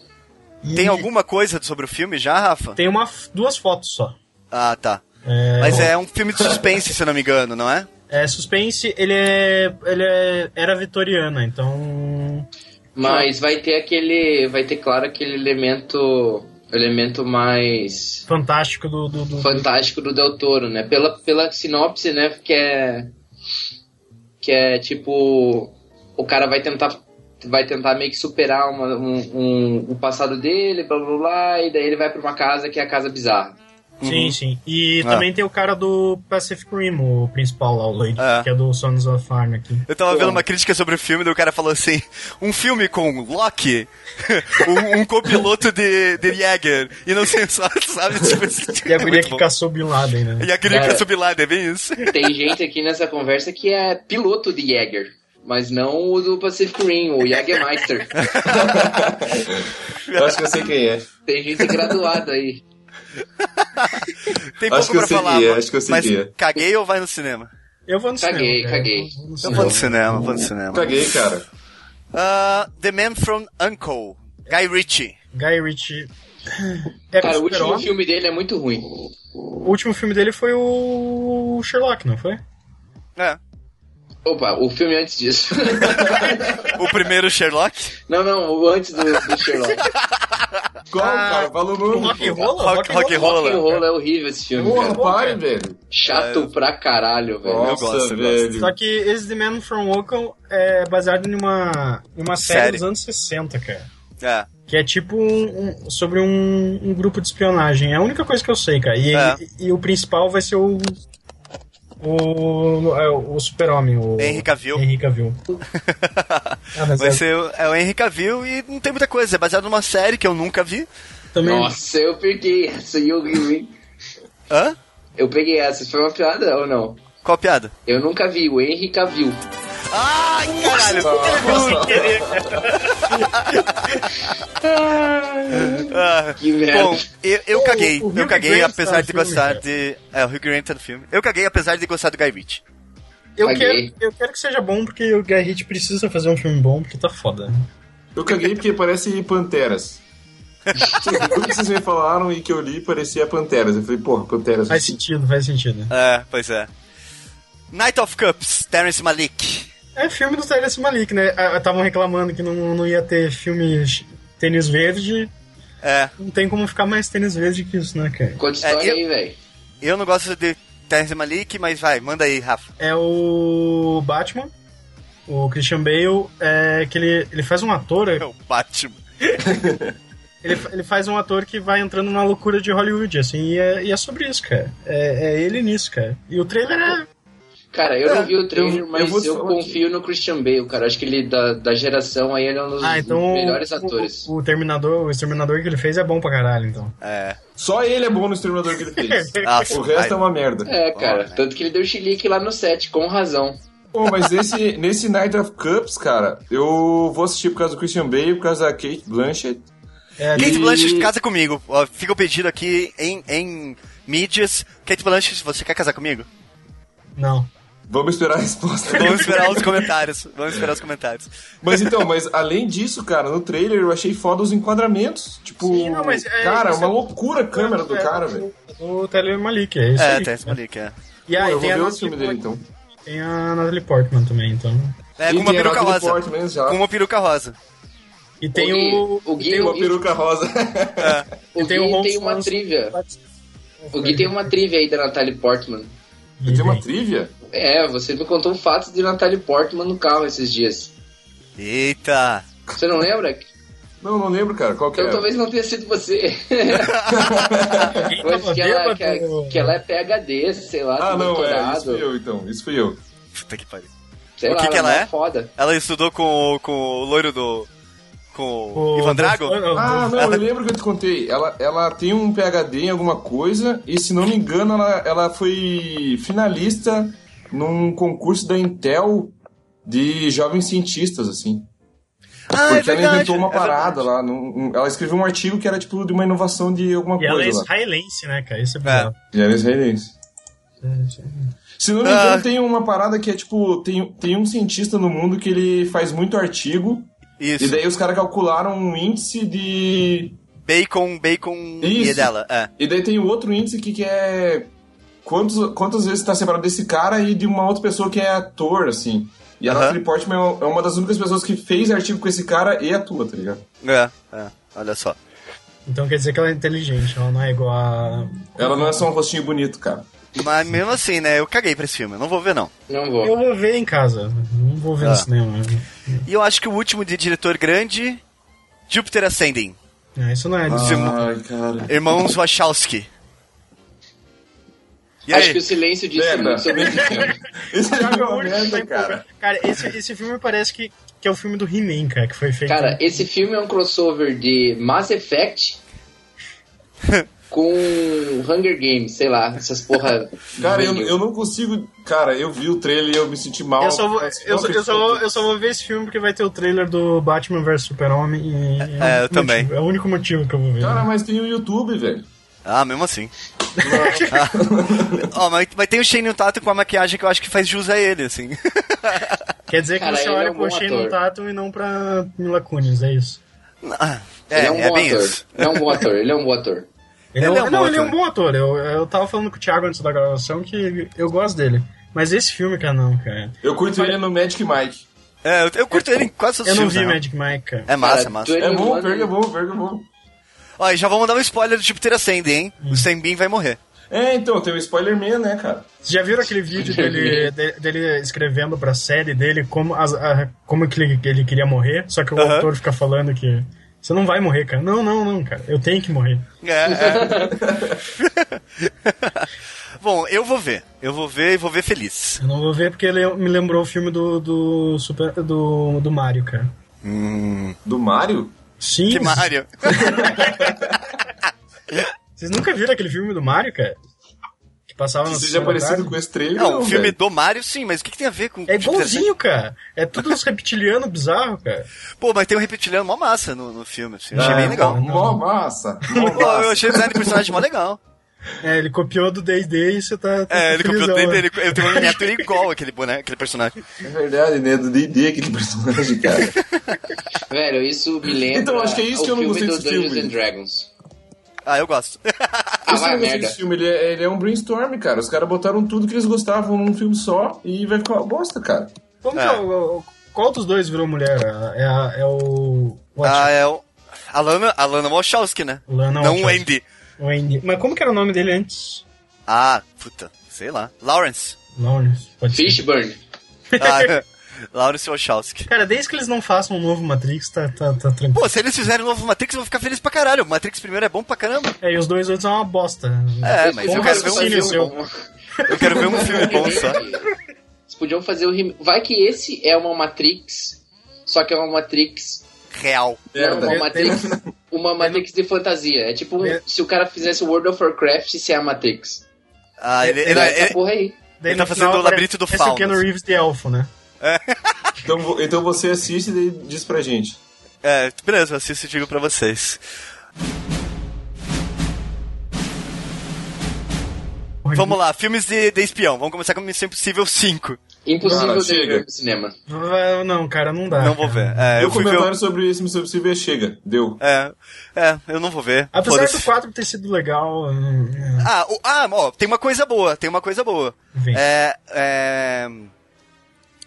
Tem alguma coisa sobre o filme já, Rafa? Tem uma, duas fotos só. Ah, tá. Mas é um filme de suspense, se eu não me engano, não é? É, suspense, ele é. Ele é, era vitoriana, então. Mas vai ter aquele. Vai ter, claro, aquele elemento. Elemento mais Fantástico do. do, do- fantástico do Del Toro, né? Pela, pela sinopse, né? Que é. Que é tipo. O cara vai tentar. Vai tentar meio que superar uma- um, um- o passado dele, blá blá blá, e daí ele vai pra uma casa que é a casa bizarra. Sim, Uhum. sim. E Ah. também tem o cara do Pacific Rim, o principal lá, o Lloyd, que é do Sons of Anarchy. Eu tava vendo uma crítica sobre o filme, daí o cara falou assim: um filme com Loki, um, um copiloto de, de Jäger, e não sei, só, sabe? Tipo, esse- E a guria muito que bom. caçou Bin Laden, né? E a guria Cara. que subiu lá, é bem isso. Tem gente aqui nessa conversa que é piloto de Jäger, mas não o do Pacific Rim, o Jägermeister. Eu acho que eu sei quem é. Tem gente graduada aí. Tem pouco Acho que eu pra sei falar. quem é, mano. acho que eu sei Mas quem é. caguei ou vai no cinema? Eu vou no Caguei, cinema. caguei. Eu vou no cinema, vou no cinema. Caguei, cara. Ah, The Man from Uncle, Guy Ritchie. Guy Ritchie. É Cara, o super-homem. último filme dele é muito ruim. O último filme dele foi o Sherlock, não foi? É. Opa, o filme antes disso. O primeiro Sherlock? Não, não, o antes do, do Sherlock. Qual, cara? Fala o nome. Rock and Roll? Rock- Rock and Roll. Rock and Roll é horrível esse filme, Porra, cara. pare, velho. Chato pra caralho, velho. Nossa, gosto, eu velho. Só que esse The Man from Uncle é baseado em uma, em uma série, Série. dos anos 60, cara. É. Que é tipo um, um- sobre um, um grupo de espionagem. É a única coisa que eu sei, cara. E, É. e, o principal vai ser o. O, é, o Super-Homem, o. Henry Cavill. Henry Cavill. Ah, mas Vai é- ser o- é o Henry Cavill e não tem muita coisa. É baseado numa série que eu nunca vi. Também. Nossa, eu peguei essa e eu ri, hein? Hã? Eu peguei essa. Isso foi uma piada ou não? Qual a piada? Eu nunca vi, o Henry Cavill. Ai, caralho! Nossa. Eu não queria. Ah, que merda. Bom, eu, eu O- caguei. o eu Hugh caguei, Grant tá apesar no de filme, gostar cara. de. É, o Hugh Grant tá no filme. Eu caguei, apesar de gostar do Guy Ritchie. Eu Caguei. quero, eu quero que seja bom porque o Guy Ritchie precisa fazer um filme bom porque tá foda. Eu caguei porque parece Panteras. Tudo que vocês me falaram e que eu li parecia Panteras. Eu falei, porra, Panteras. Faz sentido, faz sentido. É, pois é. Night of Cups, Terrence Malik. É filme do Terence Malik, né? Estavam reclamando que não, não ia ter filme ch- Tênis Verde. É. Não tem como ficar mais Tênis Verde que isso, né, cara? É, eu- Eu não gosto de Terrence Malik, mas vai, manda aí, Rafa. É o Batman. O Christian Bale é que ele, ele faz um ator. É o Batman. ele, fa- ele faz um ator que vai entrando na loucura de Hollywood, assim, e é, e é sobre isso, cara. É, é ele nisso, cara. E o trailer é. Cara, eu não vi o trailer, eu- eu mas vou eu, te falar confio no Christian Bale, cara. Acho que ele, da, da geração aí, ele é um dos Ah, então. melhores o- atores. O, o, Terminador, o Exterminador que ele fez é bom pra caralho, então. É. Só ele é bom no exterminador que ele fez. o resto é uma merda. É, cara. Tanto que ele deu chilique lá no set, com razão. Pô, mas nesse, nesse Night of Cups, cara, eu vou assistir por causa do Christian Bale, por causa da Kate Blanchett. Kate É, E- Blanchett, casa comigo. Ó, Fica o pedido aqui em, em mídias. Kate Blanchett, você quer casar comigo? Não. Vamos esperar a resposta. Vamos esperar os comentários. Vamos esperar os comentários. É, Mas então, mas além disso, cara, no trailer eu achei foda os enquadramentos. Tipo, não, mas é- cara, é isso uma é- loucura a câmera do é- cara, velho. O Terry Malik, é isso. É, aí. Terrence Malik, é. Ah, E aí, Pô, eu vou tem a ver o Natalie filme dele, então. Tem a Natalie Portman também, então. É, com uma peruca rosa. Com uma peruca rosa. E tem o. o Gui, tem um o o- Gui- rosa. É. O Gui tem o tem, Holmes uma Manson. trivia. O Gui tem uma trivia aí da Natalie Portman. Tem uma trivia? É, você me contou um fato de Natalie Portman no carro esses dias. Eita! Você não lembra? Não, não lembro, cara. Qual que Então é? talvez não tenha sido você. Mas tava tá que ela, bêbado? que, ela- que ela é PHD, sei lá, tá Ah, tem não, é. Isso doutorado. fui eu, então. Isso fui eu. Puta que pariu. Sei o lá, que, que ela é? mó Foda. Ela estudou com, o- com o loiro do. Com o, O Ivan Drago? Ah, não, eu lembro que eu te contei. Ela, ela tem um PhD em alguma coisa e, se não me engano, ela, ela foi finalista num concurso da Intel de jovens cientistas, assim. Ah, Porque é ela verdade, inventou uma é parada lá. num- um- ela escreveu um artigo que era tipo de uma inovação de alguma E coisa. ela é lá. israelense, né, cara? Isso é bizarro. E ela é israelense. Se não me Ah. engano, tem uma parada que é tipo: tem, tem um cientista no mundo que ele faz muito artigo. Isso. E daí os caras calcularam um índice de. Bacon, bacon Isso. e dela. É. E daí tem o outro índice que, que é. Quantos, quantas vezes tá separado desse cara e de uma outra pessoa que é ator, assim. E a Aham. Natalie Portman é uma das únicas pessoas que fez artigo com esse cara e atua, tá ligado? É, é. Olha só. Então quer dizer que ela é inteligente, ela não é igual a. Ela não é só um rostinho bonito, cara. Mas mesmo assim, né? Eu caguei pra esse filme. eu Não vou ver, não. Não Eu vou ver em casa. Não vou ver Ah. no cinema. E eu acho que o último de diretor grande. Júpiter Ascending. É, isso não é Dos disso. irmão- Irmãos Wachowski. E Acho aí? que o silêncio disse Merda. muito sobre esse filme. Esse Thiago é uma Urso merda, tá empolgado. Cara, esse, esse filme parece que, que é o filme do He-Man, cara, que foi feito. Cara, esse filme é um crossover de Mass Effect com Hunger Games, sei lá, essas porra. Cara, eu, eu não consigo. Cara, eu vi o trailer e eu me senti mal. eu só, vou, eu, Nossa, só- eu, só não vou, eu só vou ver esse filme porque vai ter o trailer do Batman vs Super-Homem. e- e o É, eu motivo- também. É o único motivo que eu vou ver. Cara, mas tem o YouTube, velho. Ah, mesmo assim. Ah. Ó, mas, mas tem o Shane Tato com a maquiagem que eu acho que faz jus a ele, assim. Quer dizer que Cara, você ele é olha um bom pro Shane ator. Tatum e não pra Mila Kunis, é isso. ele é um é bom bem ator. isso. Ele é um bom ator, ele é um bom ator. Ele Ele, é, é um, um não, bom ele é um ator. bom ator. Eu, eu tava falando com o Thiago antes da gravação que eu gosto dele. Mas esse filme, cara, não, cara. Eu curto ele no Magic Mike. É, eu, eu curto ele em quase todos Eu os não filmes, vi né? Magic Mike, cara. É massa, é massa. É bom, perga é bom, perga é bom. Ó, e já vou mandar um spoiler do Júpiter Ascending, hein? Hum. O Sam Bean vai morrer. É, então, tem o Spoiler Man, né, cara? Vocês já viram aquele vídeo dele, de- dele escrevendo pra série dele como, as- a- como que ele, que ele queria morrer? Só que o Aham. autor fica falando que você não vai morrer, cara. Não, não, não, cara. Eu tenho que morrer. É, é. Bom, eu vou ver. Eu vou ver e vou ver feliz. Eu não vou ver porque ele me lembrou o filme do, do, super, do, do Mario, cara. Do Mario? Sim. Que Mario? Vocês nunca viram aquele filme do Mario, cara? Que Passava Que no seja parecido com esse trailer. Não, o É um filme velho. do Mario, sim, mas o que, que tem a ver com. É igualzinho, cara. É tudo uns reptilianos bizarros, cara. Pô, mas tem um reptiliano mó massa no, no filme, assim. Eu achei Ah, bem legal. Mó massa. mó Pô, massa. eu achei o design do personagem mó legal. É, ele copiou do D&D e você tá... tá É, ele copiou felizão, o dele, né? ele, um ele tem uma miniatura igual aquele boneco, aquele personagem. É verdade, né? Do D&D, aquele personagem, cara. Velho, isso me lembra. Então, acho que é isso o que eu não filme gostei do desse Dungeons filme. and Dragons. Ah, eu gosto. Ah, Esse vai, a negócio merda. desse filme, ele é, ele é um brainstorm, cara. Os caras botaram tudo que eles gostavam num filme só e vai ficar uma bosta, cara. Como É. que é o- o- Qual dos dois virou mulher? É, a- é o... o Ah, é o. A Lana, a Lana Wachowski, né? Lana Não o Wachowski. Andy. o Andy. Mas como que era o nome dele antes? Ah, puta, sei lá. Lawrence. Lawrence. né? Pode ser. Fishburne. Ah, Lawrence Wachowski. Cara, desde que eles não façam um novo Matrix, tá, tá, tá tranquilo. Pô, se eles fizerem um novo Matrix, eu vou ficar feliz pra caralho. O Matrix primeiro é bom pra caramba. É, e os dois outros é uma bosta. É, mas Bom eu quero ver um raciocínio filme. seu. Eu quero ver um filme bom só. Eles podiam fazer o rem... Vai que esse é uma Matrix, só que é uma Matrix. Real. Não, Merda. uma Matrix. Uma Matrix de fantasia. É tipo um- É. se o cara fizesse World of Warcraft ser a Matrix. Ah, ele, ele, Era ele, é- essa porra aí. Daí Ele tá no fazendo final o labirinto do aparece fauno, o Keanu assim. Reeves de elfo, né? Então, vo- então você assiste e daí diz pra gente. É, beleza, eu assisto e digo pra vocês. Vamos lá, filmes de, de espião. Vamos começar com Missão Impossível 5. Impossível Cara, de chega. ver no cinema. Ah, Não, cara, não dá. não vou cara. ver. É, Meu eu fui ver. comentário o- sobre esse Missão Impossível é chega. Deu. É, é, eu não vou ver. Apesar Foda-se. do 4 ter sido legal. hum, hum. Ah, o- ah, ó, tem uma coisa boa, tem uma coisa boa. Vem. É, é...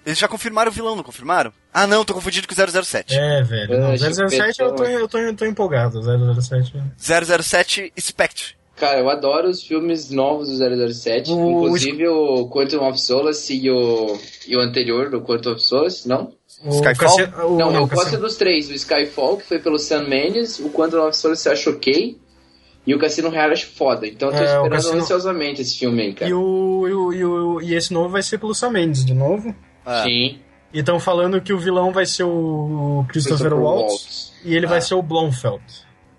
Eles já confirmaram o vilão, não confirmaram? Ah, não, tô confundido com o 007. É, velho. Não, Ah, 007 eu tô, eu, tô, eu tô empolgado. 007. 007 Spectre. Cara, eu adoro os filmes novos do 007. O- Inclusive o Quantum of Solace e o, e o anterior do Quantum of Solace, não? O Skyfall? Cassi- o- Não, não, eu o Cassi- gosto dos três. O Skyfall, que foi pelo Sam Mendes, o Quantum of Solace eu acho ok, e o Cassino Real eu acho foda. Então eu tô É, o esperando Cassino- ansiosamente esse filme aí, cara. E, o, e, o, e, o- e esse novo vai ser pelo Sam Mendes de novo. Ah, Sim, E estão falando que o vilão vai ser o Christopher, Waltz, e ele Ah. vai ser o Blomfeld.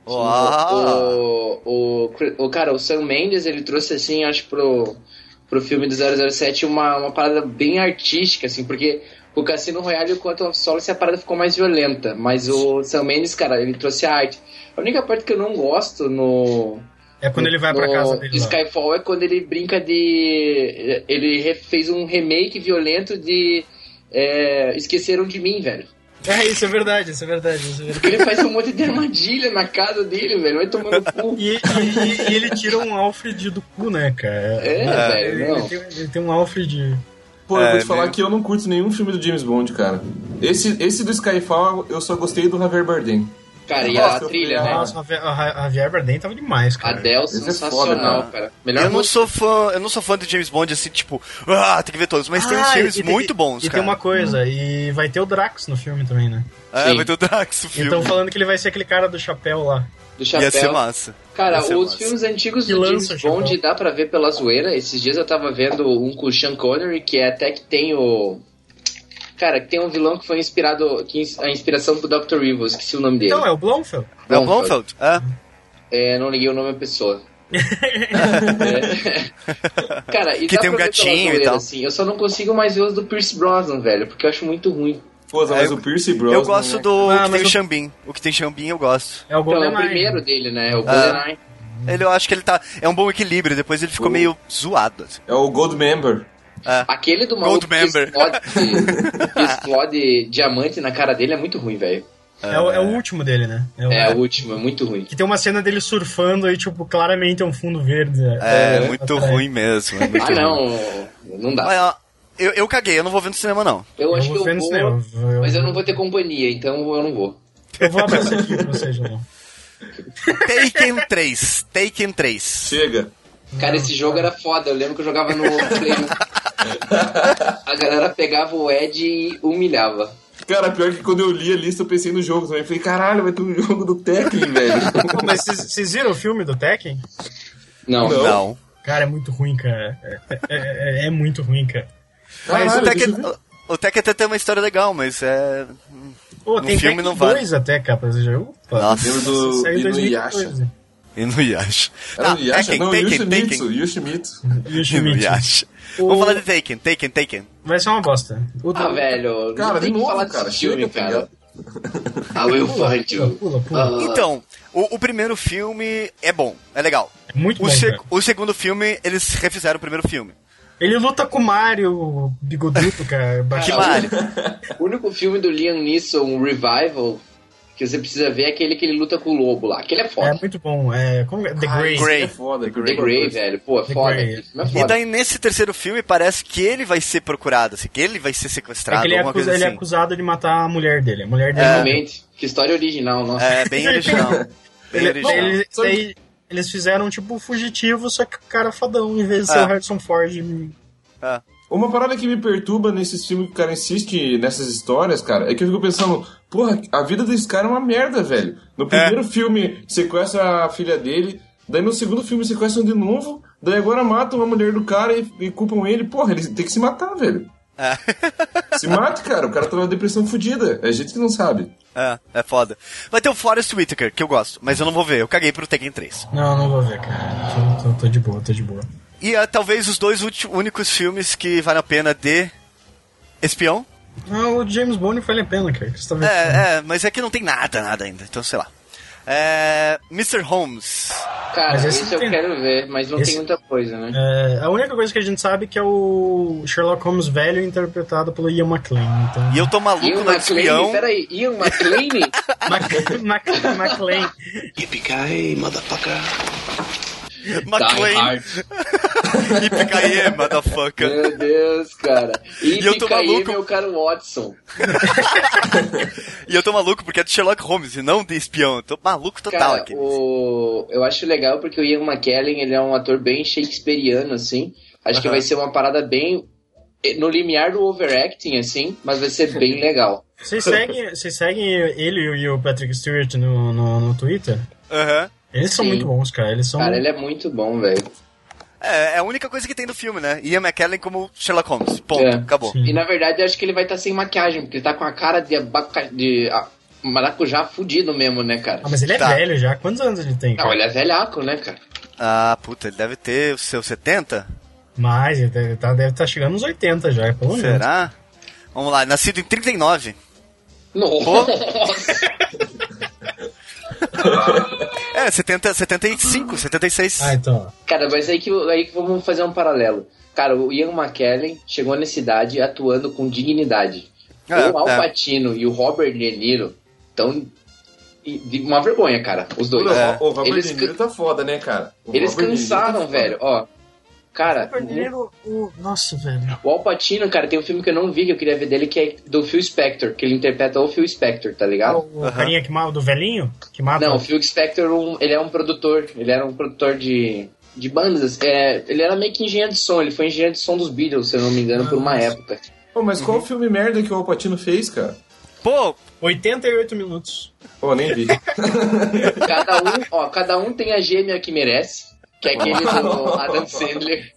Uau. O, o, o- cara, o Sam Mendes, ele trouxe, assim, acho pro, pro filme do 007 uma, uma parada bem artística, assim, porque o Cassino Royale e o Quantum of Solace a parada ficou mais violenta, mas o Sam Mendes, cara, ele trouxe a arte. A única parte que eu não gosto no, É quando ele vai pra No casa dele. lá. Skyfall é quando ele brinca de. Ele re- fez um remake violento de. é, Esqueceram de mim, velho. É, isso é verdade, isso é verdade, isso é verdade. Porque ele faz um monte de armadilha na casa dele, velho. Vai tomando cu. E, e- e- e ele tira um Alfred do cu, né, cara? É, Ele, velho, ele não. tem, ele tem um Alfred. Pô, É, eu vou te falar meio- que eu não curto nenhum filme do James Bond, cara. Esse, esse do Skyfall, eu só gostei do Javier Bardem. Cara, e a Nossa, trilha, né? Nossa, a Javier- a Javier Bardem tava demais, A cara. Dell Esse é sensacional, foda, cara. Eu Melhor não música. sou fã, eu não sou fã do James Bond assim, tipo, ah, tem que ver todos, mas tem uns Ah, filmes e tem- muito bons, E cara. tem uma coisa, e vai ter o Drax no filme também, né? É, Sim. vai ter o Drax o filme. Então falando que ele vai ser aquele cara do chapéu lá. do Ia ser chapéu. massa. Cara, Ia ser os massa. filmes antigos Que do lança, James Chapéu. Bond dá pra ver pela zoeira. Esses dias eu tava vendo um com o Sean Connery, que é até que tem o. Cara, que tem um vilão que foi inspirado. Que ins- a inspiração pro Dr. Evil, esqueci o nome dele. Então, é o Blomfeld. É o Blomfeld. Blomfeld? É. É, não liguei o nome da pessoa. É. Cara, e Que dá tem um pra ver pela gatinho e zoeira, tal. Assim. Eu só não consigo mais ver os do Pierce Brosnan, velho, porque eu acho muito ruim. Pô, Ah, mas eu- o Pierce Brosnan... Eu gosto né? do Ah, que tem mas o eu- Xambin. O que tem Xambin eu gosto. É o Então, é Golden o primeiro dele, né? É o Ah. GoldenEye. Ele eu acho que ele tá é um bom equilíbrio, depois ele ficou O- meio zoado. assim. É o Goldmember. Aquele do maluco que Goldmember. explode, que explode diamante na cara dele é muito ruim, velho. É o, é o último dele, né? É o- É, o último, é muito ruim. Que tem uma cena dele surfando e, tipo, claramente é um fundo verde. né? É, muito atrás. ruim mesmo. é muito Ah, ruim. não, não dá. Mas, ó, eu, eu caguei, eu não vou ver no cinema, não. Eu acho eu que vou ver eu no vou, cinema. Eu- mas eu não vou ter companhia, então eu não vou. Eu vou abrir essa aqui pra vocês, não. Taken 3. Taken 3. Chega. Cara, esse jogo era foda. Eu lembro que eu jogava no Play 1. A galera pegava o Ed e humilhava. Cara, pior que quando eu li a lista, eu pensei no jogo também. Falei, caralho, vai ter um jogo do Tekken, velho. Pô, mas vocês vocês viram o filme do Tekken? Não. Não. Não. Cara, é muito ruim, cara. É, é- é- é muito ruim, cara. Mas o Caralho, Tekken, deixa eu ver. o, o Tekken até tem uma história legal, mas é. Pô, No tem filme Tekken não vale. 2 até, cara. Pra... Opa, Nossa. Lembro do saiu em Inuyasha. 2014. E no Yasha. Era o Yasha? Não, Yoshimitsu, Yoshimitsu. Yoshimitsu. Yasha. O- Vamos falar de Taken, Taken, Taken. Vai ser uma bosta. Ah, velho. Cara, não de tem que novo, falar desse cara, filme, chega, tá cara. I will find you. Ah. Então, o, o primeiro filme é bom, é legal. Muito o bom, sec- cara. O segundo filme, eles refizeram o primeiro filme. Ele luta com o Mario, bigoduto, cara. Que Mario? O único filme do Liam Neeson, um revival, que você precisa ver é aquele que ele luta com o lobo lá. Aquele é É foda. muito bom. É, como é? The Ah, Grey. Grey. É foda, The Grey, velho. Pô, é The foda. Grey. Aquele filme é E foda. daí, nesse terceiro filme, parece que ele vai ser procurado, assim, que ele vai ser É sequestrado, que ele é, alguma acusa- ele coisa é assim. acusado de matar a mulher dele. A mulher dele Realmente. Que história original, nossa. É, bem original. bem Ele- original. ele- daí eles fizeram tipo um fugitivo, só que o cara é fadão, em vez de ser Ah. o Harrison Ford. Uma parada que me perturba nesses filmes que o cara insiste nessas histórias, cara, é que eu fico pensando, porra, a vida desse cara é uma merda, velho. É. No primeiro filme sequestra a filha dele, daí no segundo filme sequestram de novo, daí agora matam a mulher do cara e, e culpam ele. Porra, ele tem que se matar, velho. É. Se mate, cara, o cara tá numa depressão fodida. É gente que não sabe. É, é foda. Vai ter o Forrest Whitaker, que eu gosto, mas eu não vou ver, eu caguei pro Tekken 3. Não, não vou ver, cara. Tô, tô- tô de boa, tô de boa. E é talvez os dois ulti- únicos filmes que valem a pena de espião. Não, o James Bond vale a pena, cara. que Você tá vendo? É, é, mas é que não tem nada, nada ainda, então sei lá. É, Mr. Holmes. Cara, Mas esse esse, eu tem- quero ver, mas não esse- tem muita coisa, né? É, a única coisa que a gente sabe é que é o Sherlock Holmes velho interpretado pelo Ian McLean. Então... E eu tô maluco Ian na de espião. McLean, peraí, Ian McLean? Mac- Mac- McLean. Yippee-ki-yay, motherfucker. Die McLean. Hard. E PKE, motherfucker. Meu Deus, cara. E, E eu tô fica aí, maluco. meu caro Watson. E eu tô maluco porque é de Sherlock Holmes e não de espião. Eu tô maluco total Cara, aqui. o... eu acho legal porque o Ian McKellen ele é um ator bem shakespeariano, assim. Acho que Aham. vai ser uma parada bem. eh, no limiar do overacting, assim, mas vai ser bem legal. Vocês seguem, vocês seguem ele e o Patrick Stewart no, no, no Twitter? Aham. Eles são Sim. muito bons, cara. Eles são. Cara, ele é muito bom, velho. É, é a única coisa que tem do filme, né? Ian McKellen como Sherlock Holmes. Ponto. É, Acabou. sim. E na verdade, eu acho que ele vai estar sem maquiagem, porque ele tá com a cara de, abaca... de ah, maracujá fudido mesmo, né, cara? Ah, mas ele é Tá. velho já. Quantos anos ele tem? Não, Cara? ele é velhaco, né, cara? Ah, puta, ele deve ter os seus 70? é- Mas ele deve estar deve tá chegando nos 80 já, pelo menos. Será? Vamos lá, nascido em 39. Nossa! É, 70, 75, 76. Ah, então. Cara, mas aí que, aí que vamos fazer um paralelo. Cara, o Ian McKellen chegou nessa idade atuando com dignidade. É, o Al é. Pacino e o Robert De Niro estão de uma vergonha, cara, os dois. Pô, É. O Robert Eles De Niro can- tá foda, né, cara? O Eles Robert De Niro tá cansaram, foda. velho, ó. Cara, o. Nossa, velho. o Al Pacino, cara, tem um filme que eu não vi, que eu queria ver dele, que é do Phil Spector, que ele interpreta o Phil Spector, tá ligado? O carinha que mata, do velhinho? Que Ah, mata. Não, o Phil Spector, um- ele é um produtor, ele era um produtor de, de bandas, é, ele era meio que engenheiro de som, ele foi engenheiro de som dos Beatles, se eu não me engano, por uma época. Pô, mas Uhum. qual filme merda que o Alpatino fez, cara? Pô, 88 minutos. Pô, nem vi. Cada um, ó, cada um tem a gêmea que merece, que é aquele do Adam Sandler.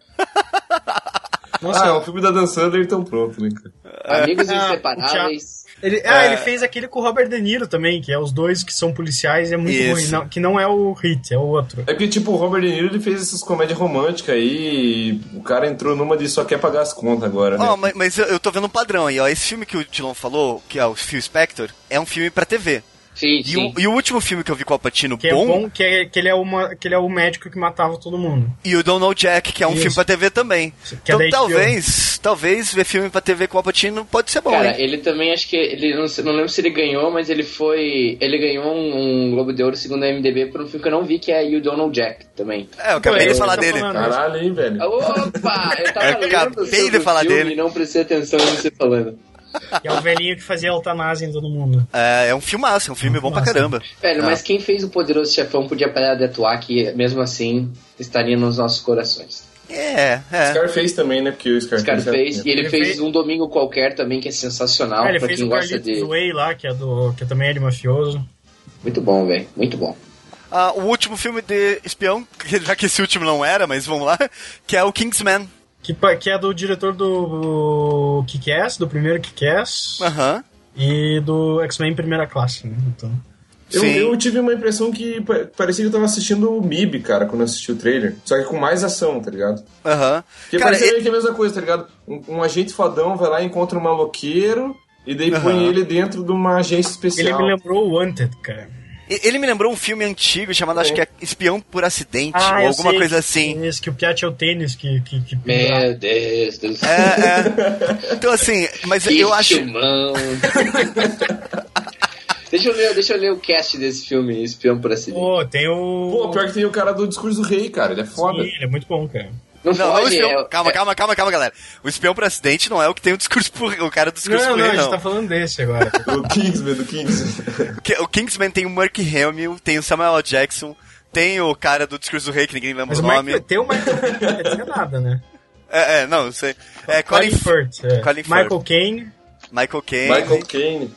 Nossa, ah, é um filme da Dan Sandler, então pronto, né, cara? Amigos Ah, inseparáveis. ele, ah, É. ele fez aquele com o Robert De Niro também, que é os dois que são policiais, é muito Isso. ruim. Não, que não é o Hit, é o outro. É porque, tipo, o Robert De Niro ele fez essas comédias românticas aí e o cara entrou numa de só quer pagar as contas agora, né? ó, ma- mas, eu, eu tô vendo um padrão aí, ó. Esse filme que o Dilon falou, que é o Phil Spector, é um filme pra TV. Sim, E, sim. o, e o último filme que eu vi com o Alpatino, Que é bom, bom, que, é, que, ele é uma, que ele é o médico que matava todo mundo. e o Don't Know Jack, que é um Isso. filme pra TV também. Que é então da HBO. talvez, talvez ver filme pra TV com o Alpatino pode ser bom, Cara, hein? ele também, acho que, ele não, sei- não lembro se ele ganhou, mas ele foi, ele ganhou um, um Globo de Ouro, segundo a MDB, por um filme que eu não vi, que é You Donald Jack, também. É, eu acabei Então, é de isso falar que eu tô dele. falando. Caralho, hein, é velho? Opa, eu tava Eu lendo acabei sobre É, de o falar filme dele. e não prestei atenção em você falando. Que é o velhinho que fazia eutanásia em todo mundo. É, é um filmaço, é um filme bom pra Nossa. caramba. Velho, mas quem fez o Poderoso Chefão podia parar de atuar, que mesmo assim estaria nos nossos corações. É, é. Scarface também, né? Porque o Scarface... Scarface, e ele, Ele fez, fez- um domingo qualquer também, que é sensacional, Ah, ele pra fez quem o gosta Carlitos de. Way lá, que, é do, que também é de mafioso. Muito bom, velho. Muito bom. Ah, o último filme de espião, que- já que esse último não era, mas vamos lá, que é o Kingsman. Que, pa- que é do diretor do Kick-Ass, do primeiro Kick-Ass, Aham. e do X-Men Primeira Classe, né? Então, Eu, Sim. eu tive uma impressão que pa- parecia que eu tava assistindo o MIB, cara, quando eu assisti o trailer. Só que com mais ação, tá ligado? Aham. Porque Cara, parecia e- meio que a mesma coisa, tá ligado? Um, um agente fodão vai lá e encontra um maloqueiro e daí Aham. põe ele dentro de uma agência especial. Ele me lembrou o Wanted, cara. E- Ele me lembrou um filme antigo chamado, acho que é Espião por Acidente, Ah, ou eu alguma sei. coisa assim. Esse que o Piat é o tênis que. que, que Meu Deus do céu. É, é. Então, assim, mas Que eu acho. filmão. deixa, eu ler, deixa eu ler o cast desse filme, Espião por Acidente. Pô, tem o. Pô, pior que tem o cara do discurso do rei, cara. Ele é foda. Sim, ele é muito bom, cara. Não, o pode, espião. é- Calma, calma, calma, calma, galera. O espião por acidente não é o que tem o discurso por... o cara do discurso não, por não, rei, a gente não. tá falando desse agora. Do Kingsman, do Kingsman. Que- O Kingsman tem o Mark Hamill, tem o Samuel L. Jackson, tem o cara do discurso do rei, que ninguém lembra Mas o o nome. Michael, tem o Michael Caine, não quer dizer nada, né? É, é, não, não sei. É Colin, Colin Firth. é. Colin Firth. Michael Caine. Michael Caine. Michael Caine.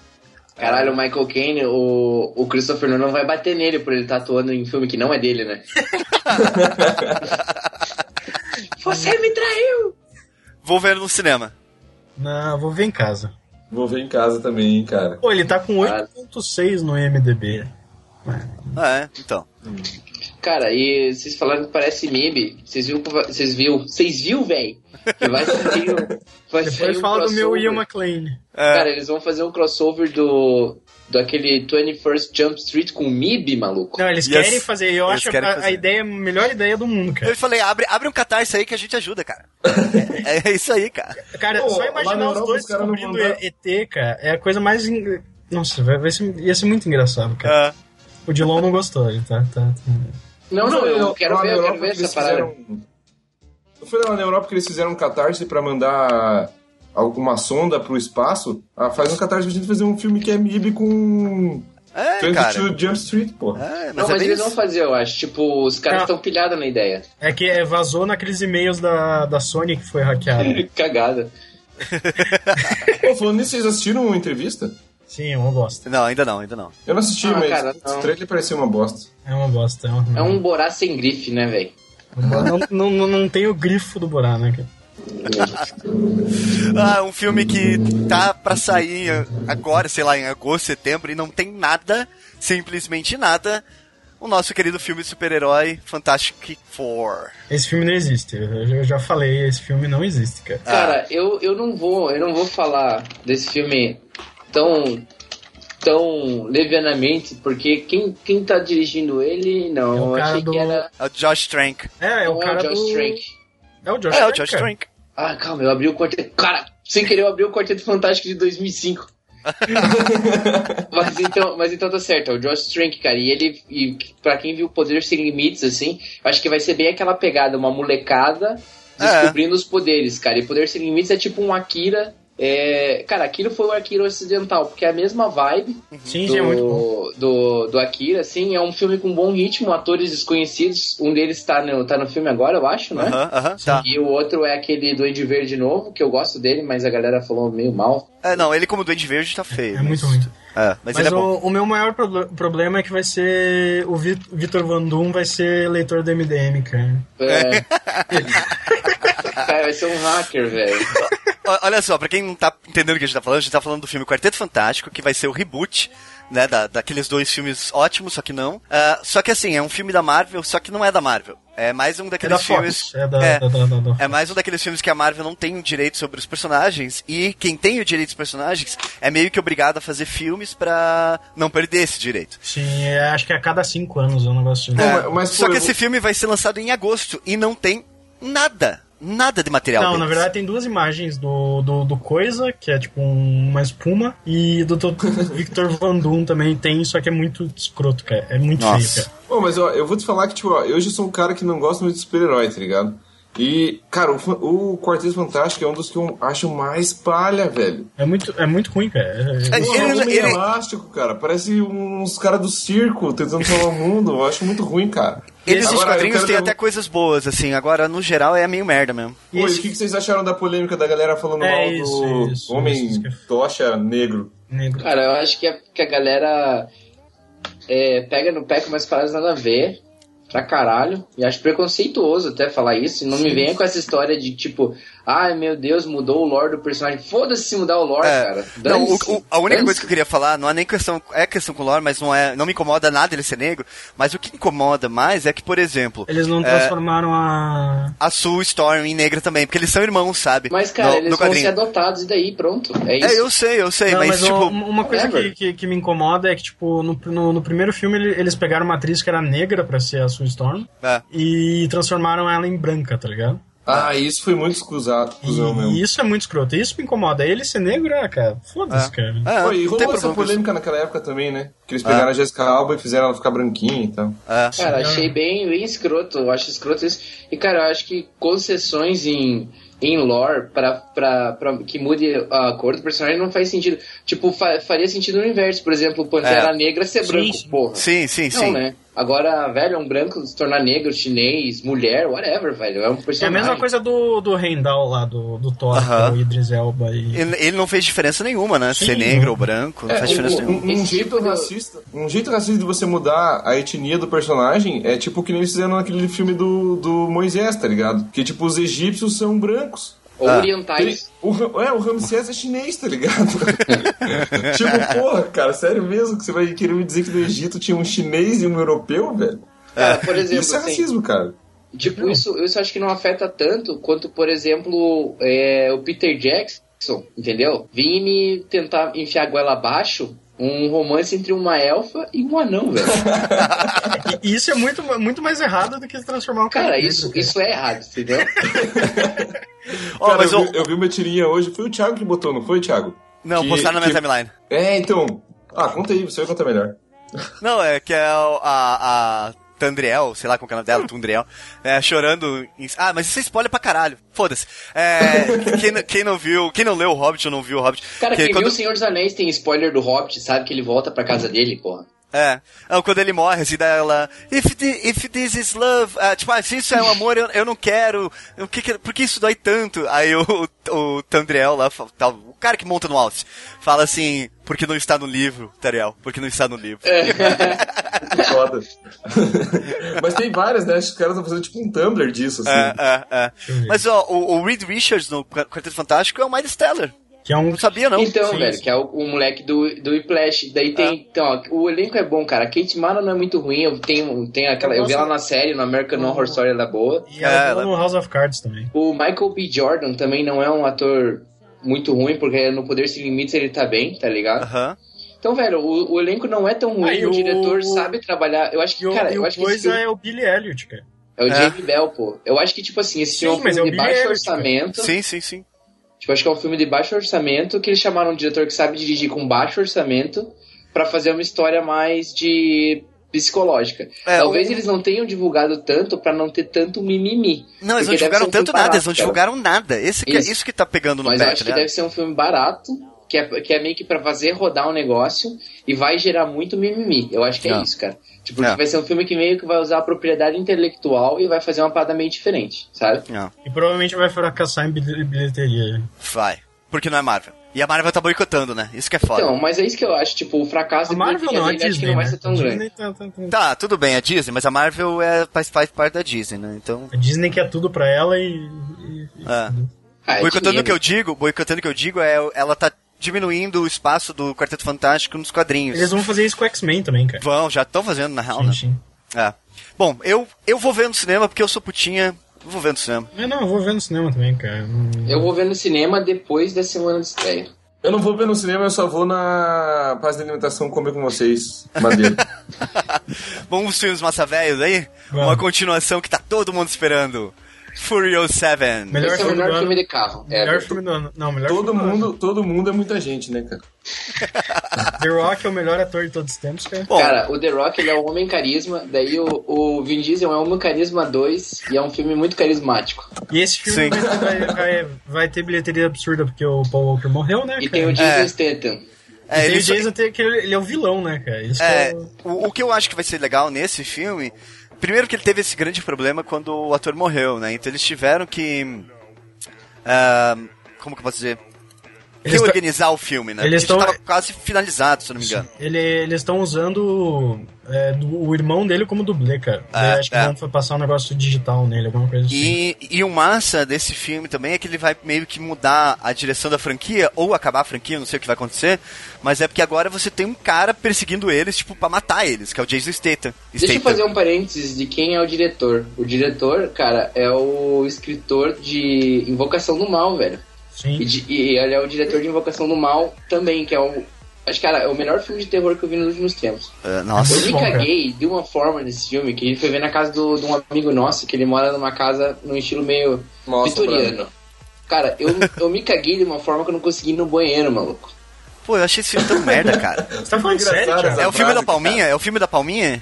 Caralho, o Michael Caine, o, o Christopher Nolan vai bater nele por ele estar atuando em filme que não é dele, né? Você me traiu! Vou ver no cinema. Não, vou ver em casa. Vou ver em casa também, hein, cara. Pô, ele tá com 8.6 no IMDB. Ah, é, então. Cara, e vocês falaram que parece MIB. Vocês viram, que vai- vocês viu, vocês viu, véi? Que vai sair um, vai sair Depois um fala do meu crossover. Ian McLean. Cara, eles vão fazer um crossover do daquele 21st Jump Street com o MIB, maluco. Não, eles E as- querem fazer. Eu eles acho a, querem a fazer. ideia, a melhor ideia do mundo, cara. Eu falei, abre, abre um catarse aí que a gente ajuda, cara. É, é isso aí, cara. Cara, Pô, só lá na imaginar os Europa dois os caras não descobrindo mandaram. ET, cara, é a coisa mais. en- Nossa, vai, vai ser, ia ser muito engraçado, É. cara. O Dilon não gostou, ele tá. tá, tá. Não, não, eu, quero lá ver, na eu quero Europa ver eles essa parada. fizeram- Eu fui lá na Europa que eles fizeram um catarse pra mandar alguma sonda pro espaço. Ah, faz um catarse pra gente fazer um filme que é MIB com. É, cara. Jump Street, pô. É, não, mas eles vão fazer, eu acho. Tipo, os caras estão pilhados na ideia. É que é, vazou naqueles e-mails da, da Sony que foi É. hackeado. Cagada. Pô, falando nisso, vocês assistiram uma entrevista? Sim, é eu não gosto. Não, ainda não, ainda não. Eu não assisti, Ah, mas cara, o não. trailer parecia uma bosta. É uma bosta. É, uma... É um Borá sem grife, né, velho? não, não, não, não tem o grifo do Borá, né, cara? Ah, um filme que tá pra sair agora, sei lá, em agosto, setembro, e não tem nada, simplesmente nada. O nosso querido filme de super-herói, Fantastic Four. Esse filme não existe. Eu, eu já falei, esse filme não existe, cara. Cara, eu, eu não vou, eu não vou falar desse filme tão tão levianamente, porque quem, quem tá dirigindo ele, não, eu achei que era É o Josh Trank. É, é o Não, cara é o Josh do... Trank. É o Josh É, Trank. o Josh cara. Trank. Ah, calma, eu abri o quarteto. Cara, sem querer eu abri o quarteto fantástico de 2005. mas então, mas então tá certo, é o Josh Trank, cara. E ele e para quem viu Poder Sem Limites assim, acho que vai ser bem aquela pegada, uma molecada descobrindo os poderes, cara. E Poder Sem Limites é tipo um Akira é, cara, Akira foi o Akira ocidental, porque é a mesma vibe Sim, do, sim, é muito do, do Akira, assim, é um filme com bom ritmo, atores desconhecidos, um deles tá no, tá no filme agora, eu acho, né? Aham, aham, tá. E o outro é aquele Duende Verde novo, que eu gosto dele, mas a galera falou meio mal. É, não, ele como Duende Verde tá feio. É muito ruim. É, mas, Mas, ele é o, bom. o meu maior proble- problema é que vai ser. O Vit- Vitor Vandum vai ser leitor do MDM, cara. É. Cara, vai ser um hacker, velho. O- Olha só, pra quem não tá entendendo o que a gente tá falando, a gente tá falando do filme Quarteto Fantástico, que vai ser o reboot, né, da, daqueles dois filmes ótimos, só que não. Ah, só que assim, é um filme da Marvel, só que não é da Marvel. É mais um É daqueles da filmes. Fox. É da, da, da, da- da- É mais um daqueles filmes que a Marvel não tem o direito sobre os personagens, e quem tem o direito dos personagens é meio que obrigado a fazer filmes pra não perder esse direito. Sim, é, acho que é a cada cinco anos é um negócio assim. É, só que esse filme vai ser lançado em agosto e não tem nada, nada de material. Não, na deles. verdade tem duas imagens do, do, do Coisa, que é tipo um- uma espuma, e do Dr. Victor Vandum também tem, só que é muito escroto, cara. É muito feio, cara. Pô, mas ó, eu vou te falar que, tipo, ó, eu já sou um cara que não gosta muito de super-herói, tá ligado? E, cara, o, fa- o Quarteto Fantástico é um dos que eu acho mais palha, velho. É muito, é muito ruim, cara. É- É, é- um homem elástico, cara. Parece um- uns caras do circo tentando salvar o mundo. Eu acho muito ruim, cara. Eles Agora, os quadrinhos eu quero um têm dar- até coisas boas, assim. Agora, no geral, é meio merda mesmo. Pô, e o que que vocês acharam da polêmica da galera falando É mal do isso, isso, homem tocha negro? Cara, eu acho que a, que a galera é, pega no pé com umas paradas nada a ver. Pra caralho. E acho preconceituoso até falar isso. E não me venha com essa história de tipo, Ai meu Deus, mudou o lore do personagem. Foda-se se mudar o lore, É. cara. Não, Dane-se. o- o- a única Dane-se. coisa que eu queria falar, não é nem questão, é questão com o lore, mas não, é, não me incomoda nada ele ser negro, mas o que incomoda mais é que, por exemplo... Eles não é, transformaram a. a Sue Storm em negra também, porque eles são irmãos, sabe? Mas, cara, no, eles no vão quadrinho. ser adotados e daí, pronto. É isso. É, eu sei, eu sei, Não, mas, tipo. uma, uma coisa que, whatever. que, que me incomoda é que, tipo, no, no, no primeiro filme ele- eles pegaram uma atriz que era negra pra ser a Sue Storm é. e transformaram ela em branca, tá ligado? Ah, isso foi muito escusado, cuzão mesmo. E isso é muito escroto. Isso me incomoda. Ele ser negro, ah, cara, foda-se, cara. É, Pô, e rolou essa polêmica naquela época também, né? Que eles Ah. pegaram a Jessica Alba e fizeram ela ficar branquinha e tal. Cara, achei bem, bem escroto. Eu acho escroto isso. E, cara, eu acho que concessões em, em lore pra, pra, pra que mude a cor do personagem não faz sentido. Tipo, fa- faria sentido no inverso. Por exemplo, o Pantera É. Negra ser Sim, branco, sim. porra. É. Sim, sim, não, sim. né? Agora, velho, um branco se tornar negro, chinês, mulher, whatever, velho. É um É a personagem. mesma coisa do, do Heimdall lá, do, do Thor, Aham. É. com o Idris Elba e... Ele, ele não fez diferença nenhuma, né? Sim. Ser negro ou branco, não É, faz um- diferença um- nenhuma. um jeito racista. Um jeito racista de você mudar a etnia do personagem é tipo o que nem eles fizeram naquele filme do, do Moisés, tá ligado? Que tipo, os egípcios são brancos. Ou Ah. orientais. Ele- o Ra- é, o Ramsés é chinês, tá ligado? tipo, porra, cara, sério mesmo que você vai querer me dizer que no Egito tinha um chinês e um europeu, velho? Cara, por exemplo, Isso é assim, racismo, cara. Tipo, isso, isso acho que não afeta tanto quanto, por exemplo, é, o Peter Jackson, entendeu? Vim me tentar enfiar a goela abaixo um romance entre uma elfa e um anão, velho. E isso é muito, muito mais errado do que transformar o cara, Cara, em negro, isso, isso é errado, entendeu? Ó, Cara, mas eu, eu- vi, eu vi uma tirinha hoje, foi o Thiago que botou, não foi, Thiago? Não, que, postaram na minha que- timeline. É, então. Ah, conta aí, você vai contar melhor. Não, é que é o- a, a Tandriel, sei lá como é o nome dela, Tundriel, é, chorando. Em... Ah, mas isso é spoiler pra caralho. Foda-se. É, quem, não- quem não viu, quem não leu o Hobbit ou não viu o Hobbit. Cara, que quem quando- viu o Senhor dos Anéis tem spoiler do Hobbit, sabe que ele volta pra casa dele, porra. É. Ah, Quando ele morre, assim, daí ela. If, thi- if this is love. ah, tipo, ah, se isso é um amor, eu, eu não quero. O que que- por que isso dói tanto? Aí o, o, o Tandriel lá, fa- tá, o cara que monta no alce, fala assim: porque não está no livro, Tandriel, porque não está no livro. É, Foda. Mas tem várias, né? Acho que os caras estão fazendo tipo um Tumblr disso, assim. É, é, é. Mas ó, o, o Reed Richards no Qu- Quarteto Fantástico é o Miles Teller. Que é um... Não sabia, não. Então, velho, que é o, o moleque do, do Whiplash. Daí tem. Então, ó, o elenco é bom, cara. A Kate Mara não é muito ruim. Eu tenho, tenho aquela. Eu vi ela na série, no American Horror Story, ela é boa. E ela tá no House of Cards também. O Michael B. Jordan também não é um ator muito ruim, porque no Poder Sem Limites ele tá bem, tá ligado? Então, velho, o, o elenco não é tão ruim, Ah, e o, o- diretor sabe trabalhar. Eu acho que, E o, cara, e eu o acho que esse coisa filme- é o Billy Elliot, cara. é o É. Jamie Bell, pô. Eu acho que, tipo assim, esse Sim, filme é um mas filme é o de Billy baixo Elliot, cara. orçamento. Sim, sim, sim. Tipo, acho que é um filme de baixo orçamento que eles chamaram um diretor que sabe dirigir com baixo orçamento pra fazer uma história mais de psicológica. É, Talvez o- eles não tenham divulgado tanto pra não ter tanto mimimi. Não, eles Porque não deve divulgaram ser um tanto filme nada, eles não barato, cara. divulgaram nada. Esse que, Isso. isso. que tá pegando no Mas pé, eu tá acho que ligado? deve ser um filme barato, que é, que é meio que pra fazer rodar o negócio e vai gerar muito mimimi. Eu acho que é É. isso, cara. Tipo, É. vai ser um filme que meio que vai usar a propriedade intelectual e vai fazer uma parada meio diferente, sabe? E provavelmente vai fracassar em bil- bilheteria. Vai. Porque não é Marvel. E a Marvel tá boicotando, né? Isso que é foda. Então, mas é isso que eu acho, tipo, o fracasso A de Marvel não, a bilheteria, acho que não Disney, vai né? ser tão A grande. Disney tá- tá- tá- Tá, tudo bem, a Disney, mas a Marvel é, faz, faz parte da Disney, né? Então. A Disney quer tudo pra ela e. e- É. Ah, é boicotando o dinheiro. que eu digo, boicotando o que eu digo é ela tá diminuindo o espaço do Quarteto Fantástico nos quadrinhos. Eles vão fazer isso com o X-Men também, cara. Vão, já estão fazendo na real, né? Sim, É. Bom, eu, eu vou ver no cinema porque eu sou putinha, vou ver no cinema. Mas não, eu vou ver no cinema também, cara. Hum, Não- Eu vou ver no cinema depois da semana de estreia. Eu não vou ver no cinema, eu só vou na Paz da Alimentação comer com vocês. Madeira. Vamos os filmes massa velhos aí? Uma continuação que tá todo mundo esperando. Furious 7. Melhor Esse é o filme do melhor ano. filme de carro. É, Melhor filme do ano. Não, melhor todo, filme do ano. mundo, todo mundo é muita gente, né, cara? The Rock é o melhor ator de todos os tempos, cara. Cara, o The Rock ele é um homem carisma, daí o, o Vin Diesel é um homem carisma 2 e é um filme muito carismático. E esse filme Sim. vai, vai, vai ter bilheteria absurda porque o Paul Walker morreu, né? E cara? tem o Jason Statham. É, E tem ele o só- Jason Statham, que ele, ele é o vilão, né, cara? Isso que É, é o- o, o que eu acho que vai ser legal nesse filme, primeiro que ele teve esse grande problema quando o ator morreu, né? Então eles tiveram que. ah, como que eu posso dizer? reorganizar o filme, né? Eles Porque a gente tão- tava quase finalizado, se eu não me engano. Ele- eles estão usando é, do- o irmão dele como dublê, cara. É, Daí acho que é. vão passar um negócio digital nele, alguma coisa assim. E, e o massa desse filme também é que ele vai meio que mudar a direção da franquia, ou acabar a franquia, eu não sei o que vai acontecer, mas é porque agora você tem um cara perseguindo eles, tipo, pra matar eles, que é o Jason Statham. Deixa eu Statham. fazer um parênteses de quem é o diretor. O diretor, cara, é o escritor de Invocação do Mal, velho. Sim. E, de- e ele é o diretor de Invocação do Mal também, que é o. Acho que, cara, é o melhor filme de terror que eu vi nos últimos tempos. É, nossa. Eu me caguei de uma forma nesse filme que ele foi ver na casa do- de um amigo nosso, que ele mora numa casa num estilo meio Nossa, vitoriano. Bruno. Cara, eu, eu me caguei de uma forma que eu não consegui ir no banheiro, maluco. Pô, eu achei esse filme tão merda, cara. Você tá falando sério, Engraçado cara? essa É o filme frase, da Palminha? É o filme da Palminha?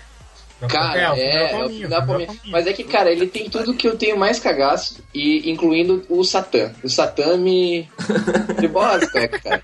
Cara, é, é o filme da Palmeiras. Mas é que, cara, ele tem tudo que eu tenho mais cagaço, e incluindo o Satã. O Satã me. de boa aspecto, cara.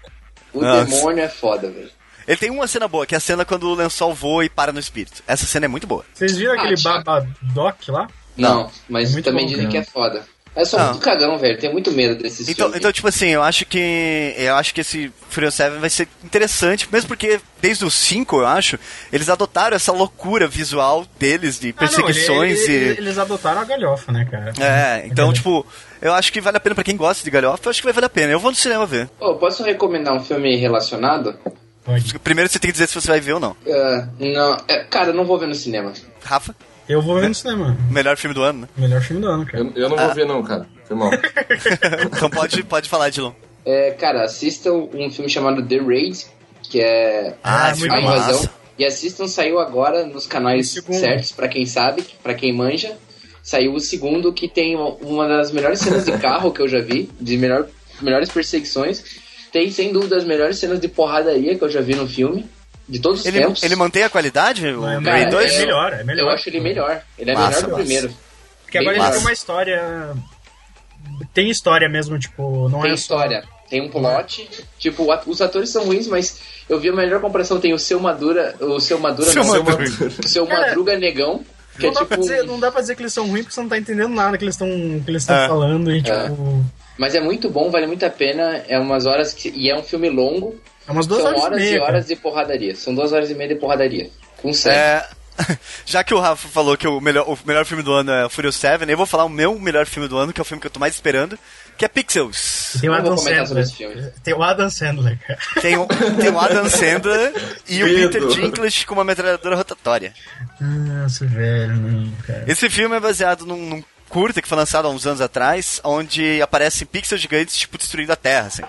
O Nossa. demônio é foda, velho. Ele tem uma cena boa, que é a cena quando o lençol voa e para no espírito. Essa cena é muito boa. Vocês viram Ah, aquele Thiago. Babadoc lá? Não, mas também bom, dizem cara. que é foda. Eu sou Ah. muito cagão, velho. Tenho muito medo desses Então, filmes. então, tipo assim, eu acho que. Eu acho que esse Furious 7 vai ser interessante, mesmo porque desde os 5, eu acho, eles adotaram essa loucura visual deles de Ah, não, ele- perseguições ele- e. ele- Eles adotaram a galhofa, né, cara? É, então, tipo, eu acho que vale a pena pra quem gosta de galhofa, eu acho que vai valer a pena. Eu vou no cinema ver. Ô, posso recomendar um filme relacionado? Primeiro você tem que dizer se você vai ver ou não. Ah, não, é, cara, eu não vou ver no cinema. Rafa? Eu vou ver no cinema. Melhor filme do ano, né? Melhor filme do ano, cara. Eu, eu não vou Ah. ver, não, cara. Foi mal. então pode, pode falar, Dilon. É, cara, assistam um filme chamado The Raid, que é Ah, esse a filme é invasão. massa. então, E assistam, saiu agora nos canais certos, pra quem sabe, pra quem manja. Saiu o segundo, que tem um, uma das melhores cenas de carro que eu já vi, de melhor, melhores perseguições. Tem, sem dúvida, as melhores cenas de porradaria que eu já vi no filme, de todos os Ele, tempos. ele mantém a qualidade? O é Cara, Raid 2? eu- Eu acho ele melhor. Ele é Massa, melhor que o massa. primeiro. Porque Bem agora ele massa. tem uma história. Tem história mesmo, tipo, não tem é. só- história, tem um plot. Tipo, o at- os atores são ruins, mas eu vi a melhor comparação, tem o Seu Madura, o Seu Madura, Seu não, Madruga. O Seu Cara, Madruga Negão, que é Não dá, tipo... pra dizer, não dá pra dizer que eles são ruins porque você não tá entendendo nada que eles estão falando e, tipo. Mas é muito bom, vale muito a pena, é umas horas que... e é um filme longo. É umas duas são horas e meia, e cara. horas de porradaria, são duas horas e meia de porradaria. Com sangue. É, já que o Rafa falou que o melhor, o melhor filme do ano é o Furious 7, eu vou falar o meu melhor filme do ano, que é o filme que eu tô mais esperando, que é Pixels. Tem o Adam Sandler. Tem o Adam Sandler, cara. Tem o, tem o Adam Sandler e o Medo. Peter Dinklage com uma metralhadora rotatória. Nossa, velho, não, cara. Esse filme é baseado num, num curta que foi lançado há uns anos atrás, onde aparecem pixels gigantes, tipo, destruindo a Terra, assim.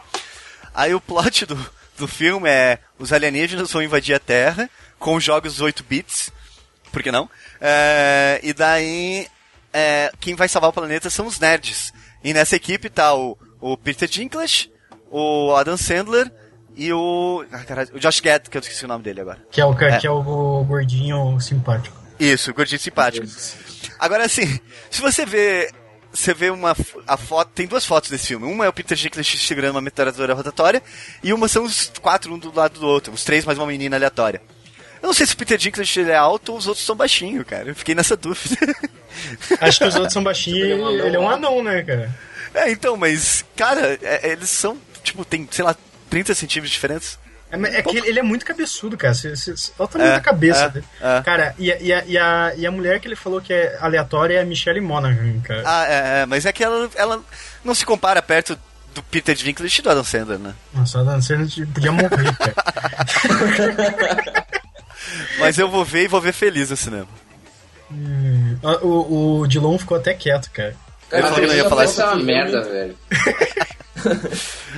Aí o plot do, do filme é os alienígenas vão invadir a Terra com jogos 8-bits, por que não? É, e daí, é, quem vai salvar o planeta são os nerds. E nessa equipe tá o, o Peter Dinklage, o Adam Sandler e o... Ah, caralho, o Josh Gad, que eu esqueci o nome dele agora. Que é o, ca- É. que é o gordinho simpático. Isso, gordinho simpático. Agora, assim, se você vê. Você vê uma f- a foto. Tem duas fotos desse filme. Uma é o Peter Dinklage segurando uma metralhadora rotatória. E uma são os quatro, um do lado do outro. Os três mais uma menina aleatória. Eu não sei se o Peter Dinklage ele é alto ou os outros são baixinhos, cara. Eu fiquei nessa dúvida. Acho que os outros são baixinhos e anão, ele é um anão, né, cara? É, então, mas, cara, é- eles são. Tipo, tem, sei lá, 30 centímetros de diferença. É, mas é que ele ele é muito cabeçudo, cara. Você- você- você- Olha o tamanho É, da cabeça é, dele. é. Cara, e, a- e a, e, a, e a mulher que ele falou que é aleatória é a Michelle Monaghan, cara. Ah, é, é, mas é que ela, ela não se compara perto do Peter Dinklage e do Adam Sandler, né? Nossa, tá a Dan Sandler podia morrer, cara. Mas eu vou ver e vou ver feliz no cinema. Hum, ah, o, o Dilon ficou até quieto, cara. Cara, Eu falei que eu não ia falar isso. é uma merda, velho.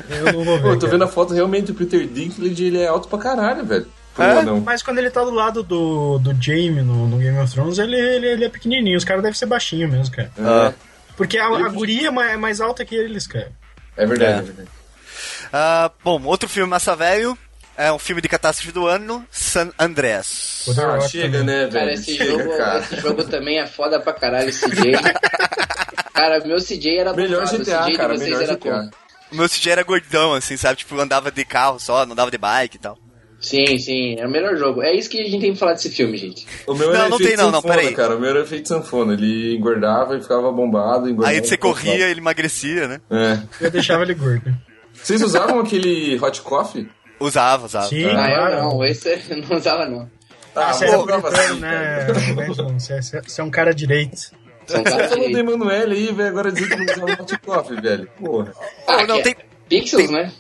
Eu não vou ver. Pô, eu tô cara. vendo a foto, realmente, o Peter Dinklage, ele é alto pra caralho, velho. um Pô, É? não. Mas quando ele tá do lado do, do Jaime no, no Game of Thrones, ele, ele, ele é pequenininho. Os caras devem ser baixinhos mesmo, cara. Ah. Porque a, a guria é mais, é mais alta que eles, cara. É verdade, É. é verdade. Ah, bom, outro filme massa velho é um filme de catástrofe do ano, San Andreas. é Ah, chega, né, velho? Cara, esse chega, jogo, é cara. esse jogo também é foda pra caralho, esse CJ. cara, meu CJ era Melhor bombado, GTA, o CJ cara, de vocês melhor era GTA. como? O meu CJ era gordão, assim, sabe? Tipo, andava de carro só, não dava de bike e tal. Sim, sim, é o melhor jogo. É isso que a gente tem que falar desse filme, gente. O meu Não, era não efeito tem não, não, sanfona, peraí. cara. O meu era efeito sanfona. Ele engordava e ficava bombado, engordava. Aí você ficava corria, ele emagrecia, né? bombado. É. Eu deixava ele gordo. Vocês usavam aquele hot coffee? Usava, usava. Sim, tá. Ah, eu claro. não, esse eu não usava não. Ah, Ah, você era bom, britânico, assim, né? Benson? Você é- você é um cara direito. Você falou do Emanuele aí, velho, agora dizer que não usava hot coffee, velho. Porra. Ah, não, tem, é Pixels, tem- né?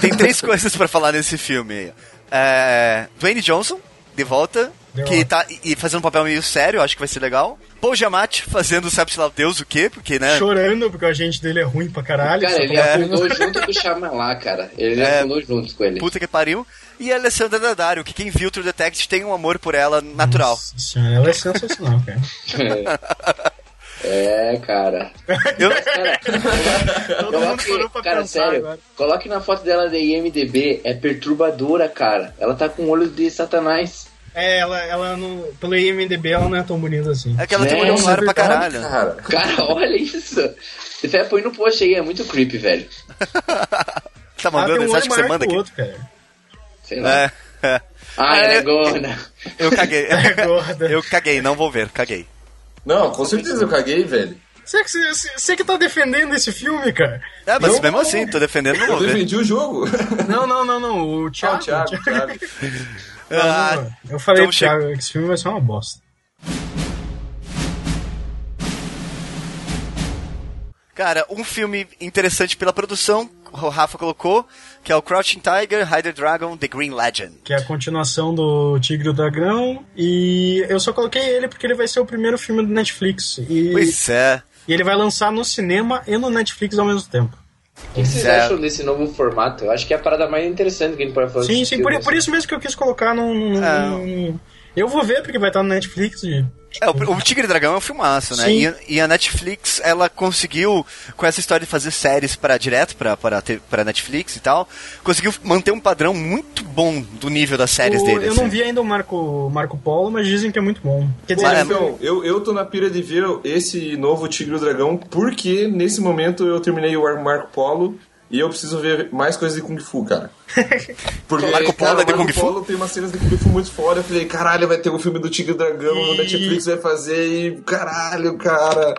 Tem três coisas pra falar nesse filme aí. É, Dwayne Johnson, de volta, De que tá e e fazendo um papel meio sério, acho que vai ser legal. Paul Giamatti fazendo, sabe-se lá Deus o quê, porque, né? Chorando porque o agente dele é ruim pra caralho. só Cara, é ele toma afundou pena. junto com o Shyamalan, cara. Ele afundou junto com ele. Puta que pariu. E a Alessandra Daddario, que quem viu True Detective tem um amor por ela natural. Senhora, Ela é sensacional, cara. É, cara. Coloque, cara, sério, coloque na foto dela da IMDB, é perturbadora, cara. Ela tá com o olho de satanás. É, ela, ela não. Pelo IMDB ela não é tão bonita assim. É que ela tem um uma olhão claro pra caralho. Cara, Cara, olha isso. Até põe no post aí, é muito creepy, velho. Tá Ah, mandando? Você acha que você manda aqui? um Outro, cara. Sei lá. É. Ah, ela é É. gorda. Eu caguei. gorda. eu caguei, não vou ver, caguei. Não, com certeza eu caguei, velho. Você que, você, você que tá defendendo esse filme, cara. É, mas Não, mesmo não. assim, tô defendendo, não Eu vou ver. defendi o jogo. Não, não, não, não. Ah, O o Thiago. Thiago, o Thiago. Thiago. Ah, Eu falei Então pro che- Thiago que esse filme vai ser uma bosta. Cara, um filme interessante pela produção, o Rafa colocou, que é o Crouching Tiger, Hidden Dragon, The Green Legend. Que é a continuação do Tigre e o Dragão. E eu só coloquei ele porque ele vai ser o primeiro filme do Netflix. E, Pois é. e ele vai lançar no cinema e no Netflix ao mesmo tempo. O que vocês Certo. acham desse novo formato? Eu acho que é a parada mais interessante que a gente pode fazer. Sim, sim, por, por isso mesmo que eu quis colocar num. num- É. num- eu vou ver porque vai estar no Netflix. e- É, o, o Tigre e Dragão é um filmaço, né? Sim. E, e a Netflix, ela conseguiu, com essa história de fazer séries para direto pra, pra, te- pra Netflix e tal, conseguiu manter um padrão muito bom do nível das séries O- deles. eu não né? vi ainda o Marco, Marco Polo, mas dizem que é muito bom. Quer dizer, Cara, eu- Então, eu, eu tô na pira de ver esse novo Tigre e o Dragão, porque nesse momento eu terminei o Ar- Marco Polo e eu preciso ver mais coisas de Kung Fu, cara. Porque, Marco Polo cara, é de Marco Kung Fu? Polo tem umas cenas de Kung Fu muito foda. Eu falei, caralho, vai ter um filme do Tigre e o Dragão, o Netflix vai fazer e caralho, cara.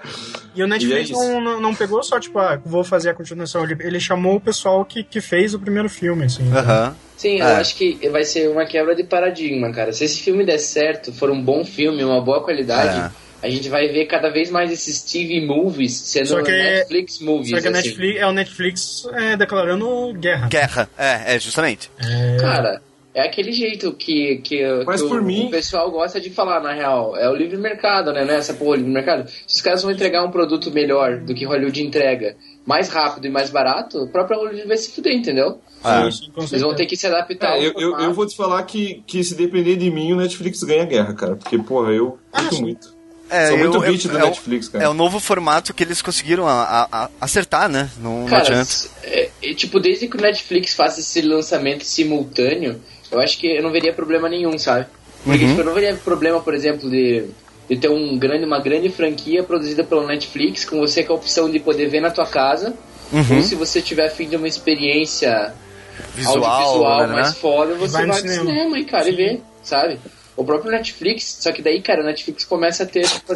e o Netflix e é isso. não, não, não pegou só, tipo, ah, vou fazer a continuação. Ele, ele chamou o pessoal que, que fez o primeiro filme, assim. Aham. Sim, eu É. acho que vai ser uma quebra de paradigma, cara. Se esse filme der certo, for um bom filme, uma boa qualidade, a gente vai ver cada vez mais esses TV movies Só sendo que- é- Netflix movies. Só que a assim. Netflix, é o Netflix é, declarando guerra. Guerra. É, é, justamente. Cara, é aquele jeito que, que, Mas que por o, mim- o pessoal gosta de falar, na real. É o livre mercado, né? Não é essa porra, livre mercado. Se os caras vão entregar um produto melhor do que Hollywood entrega, mais rápido e mais barato, o próprio Hollywood vai se fuder, entendeu? Ah. Sim, sim, assim, com Eles vão certeza. ter que se adaptar. É, ao eu, eu, eu formato. vou te falar que, que se depender de mim, o Netflix ganha a guerra, cara. Porque, porra, eu curto muito. Ah, É, Sou muito eu- eu- beat do é um- Netflix, cara. É o novo formato que eles conseguiram a- a- a- acertar, né? Não, não Cara, adianta. s- é, é, tipo, desde que o Netflix faça esse lançamento simultâneo, eu acho que eu não veria problema nenhum, sabe? Uhum. Porque tipo, eu não veria problema, por exemplo, de, de ter um grande, uma grande franquia produzida pelo Netflix, com você com a opção de poder ver na tua casa, Uhum. ou se você tiver afim de uma experiência Visual, audiovisual né? mais foda, você vai, Vai no no cinema. cinema e, cara, e vê, sabe? O próprio Netflix, só que daí, cara, o Netflix começa a ter, tipo,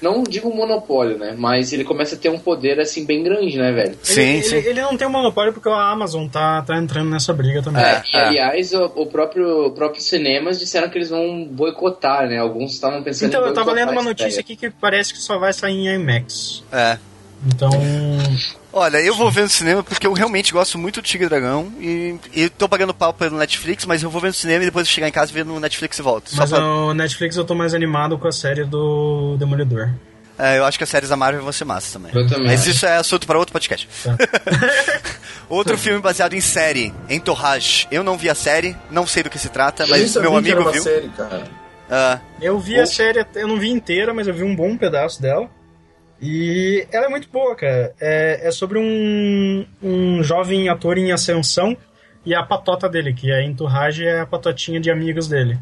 não digo monopólio, né? Mas ele começa a ter um poder, assim, bem grande, né, velho? Sim, ele, sim. Ele, ele não tem um monopólio porque a Amazon tá, tá entrando nessa briga também. É, e é. aliás, o, o próprio, o próprio cinemas disseram que eles vão boicotar, né? Alguns estavam pensando Então, em eu tava boicotar lendo uma essa ideia. notícia aqui que parece que só vai sair em IMAX. É. Então, Olha, eu vou ver no cinema porque eu realmente gosto muito do Tigre e Dragão e, e tô pagando pau pelo Netflix, mas eu vou ver no cinema e depois eu chegar em casa e ver no Netflix e volto. Só mas pra- no Netflix eu tô mais animado com a série do Demolidor. É, eu acho que as séries da Marvel vão ser massa também. Eu também Mas acho. isso é assunto para outro podcast. Tá. outro filme baseado em série, em Torrage. Eu não vi a série, não sei do que se trata, Eu nem mas sabia meu que era amigo uma viu. série, cara. Ah, Eu vi a série, até- eu não vi inteira, mas eu vi um bom pedaço dela. E ela é muito boa, cara. É, é sobre um, um jovem ator em ascensão e a patota dele, que a Entourage é a patotinha de amigos dele.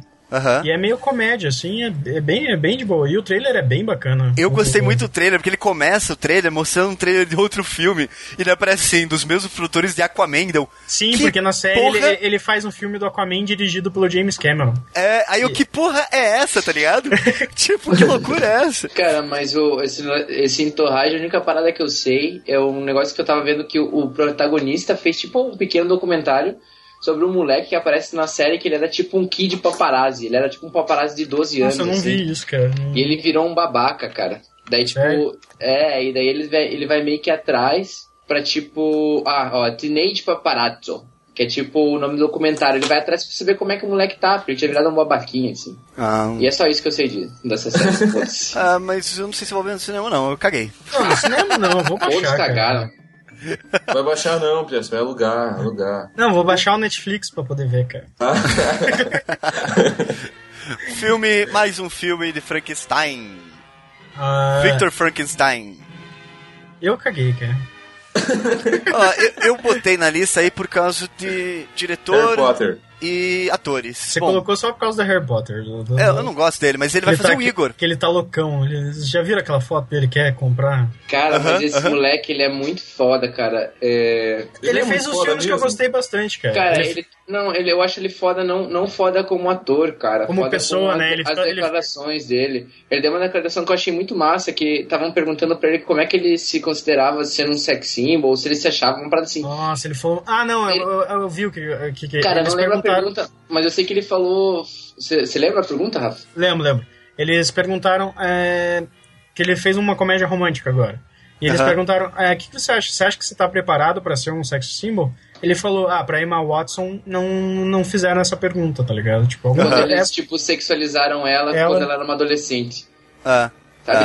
E é meio comédia, assim, é, é bem, é bem de boa. E o trailer é bem bacana. Eu gostei muito do trailer, porque ele começa o trailer mostrando um trailer de outro filme. E ele aparece assim, dos mesmos produtores de Aquaman. Deu, Sim, "Que porque na série porra ele, ele faz um filme do Aquaman dirigido pelo James Cameron. É, aí eu, que porra é essa, tá ligado? tipo, que loucura é essa? Cara, mas o, esse, esse entorragem, a única parada que eu sei é um negócio que eu tava vendo que o, o protagonista fez tipo um pequeno documentário sobre um moleque que aparece na série que ele era tipo um kid paparazzi. Ele era tipo um paparazzi de 12 anos. Nossa, eu não assim. vi isso, cara. E ele virou um babaca, cara. Daí, tipo, é, e daí ele vai, ele vai meio que atrás pra tipo. Ah, ó, Teenage Paparazzo. Que é tipo o nome do documentário. Ele vai atrás pra saber como é que o moleque tá, porque ele tinha virado um babaquinha, assim. Ah, E é só isso que eu sei de, dessa série. Todos Ah, mas eu não sei se eu vou ver no cinema, não. Eu caguei. Não, no cinema não, vou baixar. cara. cagaram. Vai baixar não, Pias, vai alugar, alugar. Não, vou baixar o Netflix pra poder ver, cara. filme, mais um filme de Frankenstein. Ah, Victor Frankenstein. Eu caguei, cara. Ó, eu, eu botei na lista aí por causa de Harry diretor Potter. e atores. Você Bom, colocou só por causa do Harry Potter. do- do- é, eu não gosto dele, mas ele vai tá fazer o que- Igor. Que ele tá loucão. Ele, vocês já viram aquela foto dele que quer comprar? Cara, mas Aham, esse aham. moleque, ele é muito foda, cara. É... Ele, é fez muito uns foda filmes que eu mesmo. gostei bastante, cara. Cara, ele... Não, ele, eu acho ele foda, não, não foda como ator, cara. Como foda pessoa, as- né? Ele as tá- ele- declarações dele. Ele deu uma declaração que eu achei muito massa, que estavam perguntando pra ele como é que ele se considerava sendo um sex symbol, ou se ele se achava uma parada assim. Nossa, ele falou. Ah, não, eu, Ele- eu, eu vi o que. que, que Cara, eu eles não lembro a perguntaram. pergunta, mas eu sei que ele falou... Você lembra a pergunta, Rafa? Lembro, lembro. Eles perguntaram é, que ele fez uma comédia romântica agora. E eles Aham. perguntaram, é, o que, que você acha? Você acha que você tá preparado pra ser um sex symbol? Ele falou, ah, pra Emma Watson não, não fizeram essa pergunta, tá ligado? Tipo, alguma Quando coisa- eles, tipo, sexualizaram ela, Ela- quando ela era uma adolescente. Ah, Sabe?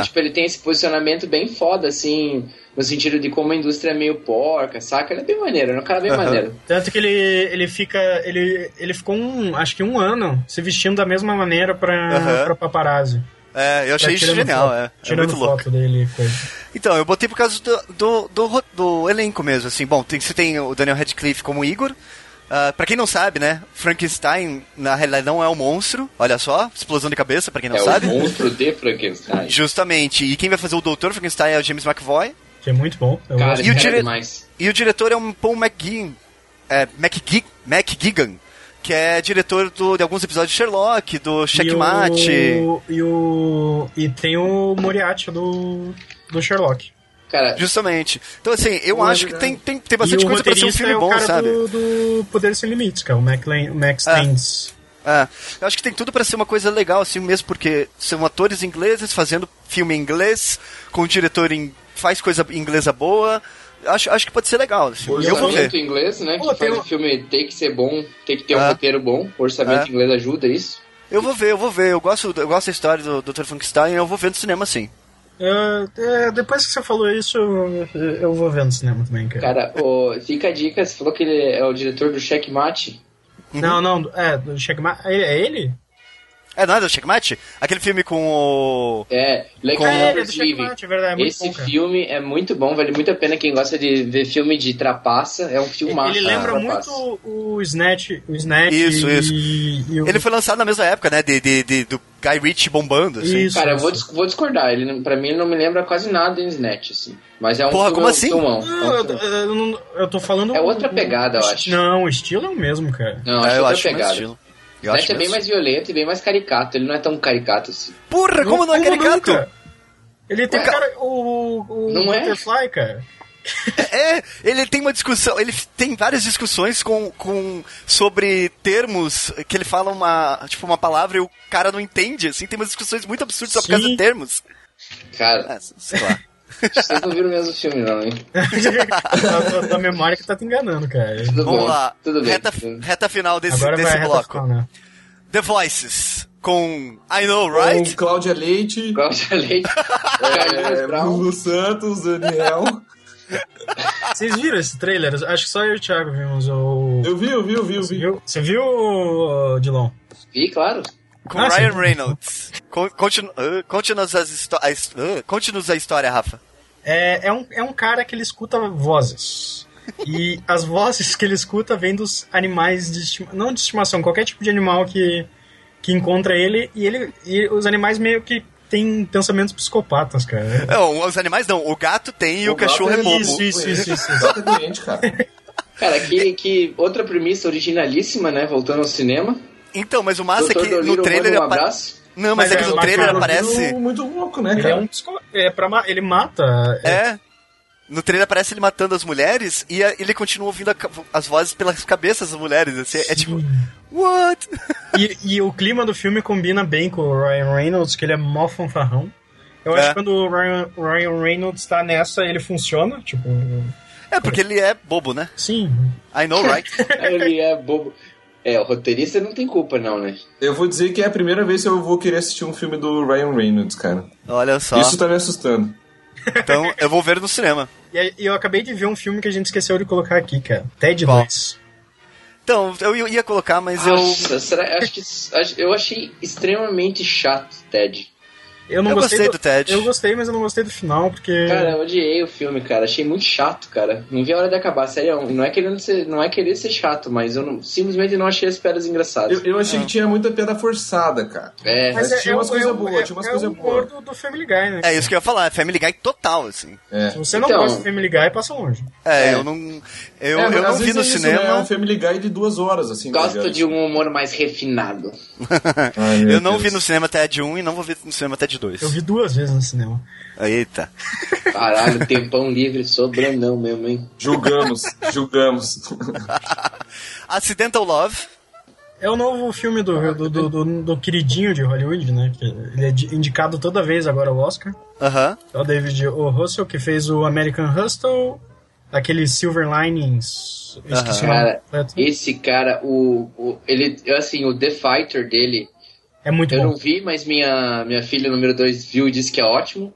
Ah. Tipo, ele tem esse posicionamento bem foda, assim, no sentido de como a indústria é meio porca, saca? Ele é bem maneiro, ele é um cara bem Aham. maneiro. Tanto que ele, ele fica. Ele, ele ficou um. Acho que um ano se vestindo da mesma maneira pra, Aham. pra paparazzi. é, eu achei Tá isso tirando genial, foto- é. É Tirando muito louco. foto dele e coisa. Então, eu botei por causa do, do, do, ro- do elenco mesmo, assim. Bom, tem, você tem o Daniel Radcliffe como Igor. Ah, pra quem não sabe, né? Frankenstein, na realidade, não é um monstro. Olha só, explosão de cabeça, pra quem não é sabe. o monstro de Frankenstein. Justamente. E quem vai fazer o Doutor Frankenstein é o James McVoy. Que é muito bom. Eu Cara, gosto. E o esse cara dire- é demais. E o diretor é um Paul McGinn, é, McGee- McGigan, que é diretor do- de alguns episódios de Sherlock, do E, Checkmate. o, e o- e tem o Moriarty do, do Sherlock. Cara, Justamente. Então, assim, eu Pô, é acho que verdade. tem, tem, tem e bastante o coisa pra ser um roteirista filme é o bom, cara sabe? Do, do Poder Sem Limites, cara, o Mac, Lan- o Max Ah. Landis. É, eu acho que tem tudo pra ser uma coisa legal, assim, mesmo porque são atores ingleses fazendo filme em inglês, com o diretor em, faz coisa inglesa boa. Acho, acho que pode ser legal. Assim. E é. eu vou ver. orçamento inglês, né? Pô, Que tem faz um- o filme ter que ser bom, tem que ter É. um roteiro bom. O orçamento É. inglês ajuda isso. Eu vou ver, eu vou ver. Eu gosto, eu gosto da história do Dr. Frankenstein eu vou ver no cinema, sim. É, é, depois que você falou isso, eu, eu vou ver no cinema também, cara. Cara, ô, fica a dica, você falou que ele é o diretor do Checkmate. uhum. Não, não, é, do Checkmate. É é ele? É, não é do Checkmate? Aquele filme com o... É, Like Com- a Ah, É, ele é do Lover's Leaving. Checkmate, é verdade, é muito Esse bom, cara. filme é muito bom, vale muito a pena quem gosta de ver filme de trapaça. É um filme Ele lembra muito o Snatch, o Snatch Isso, e, isso. e o... Ele foi lançado na mesma época, né? De, de, de- do Guy Ritchie bombando, assim. Isso, né? Cara, eu isso. vou, dis- vou discordar. Ele, não- pra mim, ele não me lembra quase nada em Snatch, assim. Mas é um Porra, filme- como assim? filmão. Não, É um eu, filme- eu não- eu tô falando... É outra o- pegada, eu o- acho. Não, o estilo é o mesmo, cara. Ah, Não, eu acho outra acho meu pegada. estilo. Eu Snatch acho é bem mesmo. mais violento e bem mais caricato. Ele não é tão caricato assim. Porra, como não é caricato? cara? Ele tem Ué, cara, o, o não é? Butterfly, cara. É, ele tem uma discussão, ele f- tem várias discussões com, com sobre termos que ele fala uma, tipo, uma palavra e o cara não entende, assim, tem umas discussões muito absurdas só por causa Sim. de termos. Cara, É, sei lá. vocês não viram o mesmo filme, não, hein? da, da- da memória que tá te enganando, cara. Tudo Vamos bom. lá, Tudo bem. reta, reta final desse, Agora vai desse a reta bloco. final, né? The Voices, com I Know, Right? Com Cláudia Leite, Cláudia Leite, Carlinhos é, Brown. Lulu Santos, Daniel. Vocês viram esse trailer? Acho que só eu e o Thiago vimos. O... Eu vi, eu vi, eu vi, eu Você vi. viu, Você viu ô, Dilon? Vi, claro. Com Ah, Ryan sim. Reynolds. Con- continu- ah, Conte-nos as histó- a his- ah, conte-nos a história, Rafa. É, é, um, é um cara que ele escuta vozes. E as vozes que ele escuta vêm dos animais de estimação. Não de estimação, qualquer tipo de animal que, que encontra ele e ele e os animais meio que têm pensamentos psicopatas, cara. Não, os animais não. É, O gato tem e o, gato cachorro é é bobo. isso, isso, isso, isso, O isso. gato é doente, cara. Cara, que, que outra premissa originalíssima, né? Voltando ao cinema. Então, mas o massa Doutor é que no Dolittle trailer manda um ele apa- abraço. Não, mas, é Mas que é no lá, trailer cara, aparece. no- Muito louco, né, Ele é um psico... é pra ma- ele mata. É. No trailer aparece ele matando as mulheres e a- ele continua ouvindo a ca- as vozes pelas cabeças das mulheres. assim, é tipo, what? E, e o clima do filme combina bem com o Ryan Reynolds, que ele é mó fanfarrão. Eu acho É. que quando o Ryan, Ryan Reynolds tá nessa, ele funciona, tipo... É porque ele é bobo, né? Sim. I know, right? Ele é bobo. É, o roteirista não tem culpa, não, né? Eu vou dizer que é a primeira vez que eu vou querer assistir um filme do Ryan Reynolds, cara. Olha só. Isso tá me assustando. Então eu vou ver no cinema. E aí- e eu acabei de ver um filme que a gente esqueceu de colocar aqui, cara. Ted 2. Então, eu ia- ia colocar, mas eu. Nossa, será, acho que, acho- eu achei extremamente chato, Ted. Eu não Eu gostei do Ted. Eu gostei, mas eu não gostei do final, porque... Cara, eu odiei o filme, cara. Achei muito chato, cara. Não vi a hora de acabar, sério. Não é querendo ser, não é querer ser chato, mas eu não- simplesmente não achei as piadas engraçadas. Eu, eu achei Ah. que tinha muita piada forçada, cara. É, Mas tinha umas coisas boas, tinha umas é coisas o humor boas. do, do Family Guy, né? É isso que eu ia falar, é Family Guy total, assim. É. Se você não Então- gosta do Family Guy, passa longe. É, É. eu não. Eu, É, mas eu não às vi vezes no é isso, cinema. né? É um Family Guy de duas horas, assim. tá gosto ligado? de um humor mais refinado. Ai, meu eu não Deus. vi no cinema até de 1 e não vou ver no cinema até de 2. Eu vi duas vezes no cinema. Eita. Caralho, tempão livre sobrandão mesmo, hein? Julgamos, julgamos. Accidental Love. É o novo filme do, do, do, do- do queridinho de Hollywood, né? Que ele é de- indicado toda vez agora ao Oscar. Aham. É o David O. Russell, que fez o American Hustle, aquele Silver Linings. eu Esqueci o nome Cara, completo. esse cara, o, o ele, assim, o The Fighter dele, É muito eu bom. não vi, mas minha, minha filha número 2 viu e disse que é ótimo.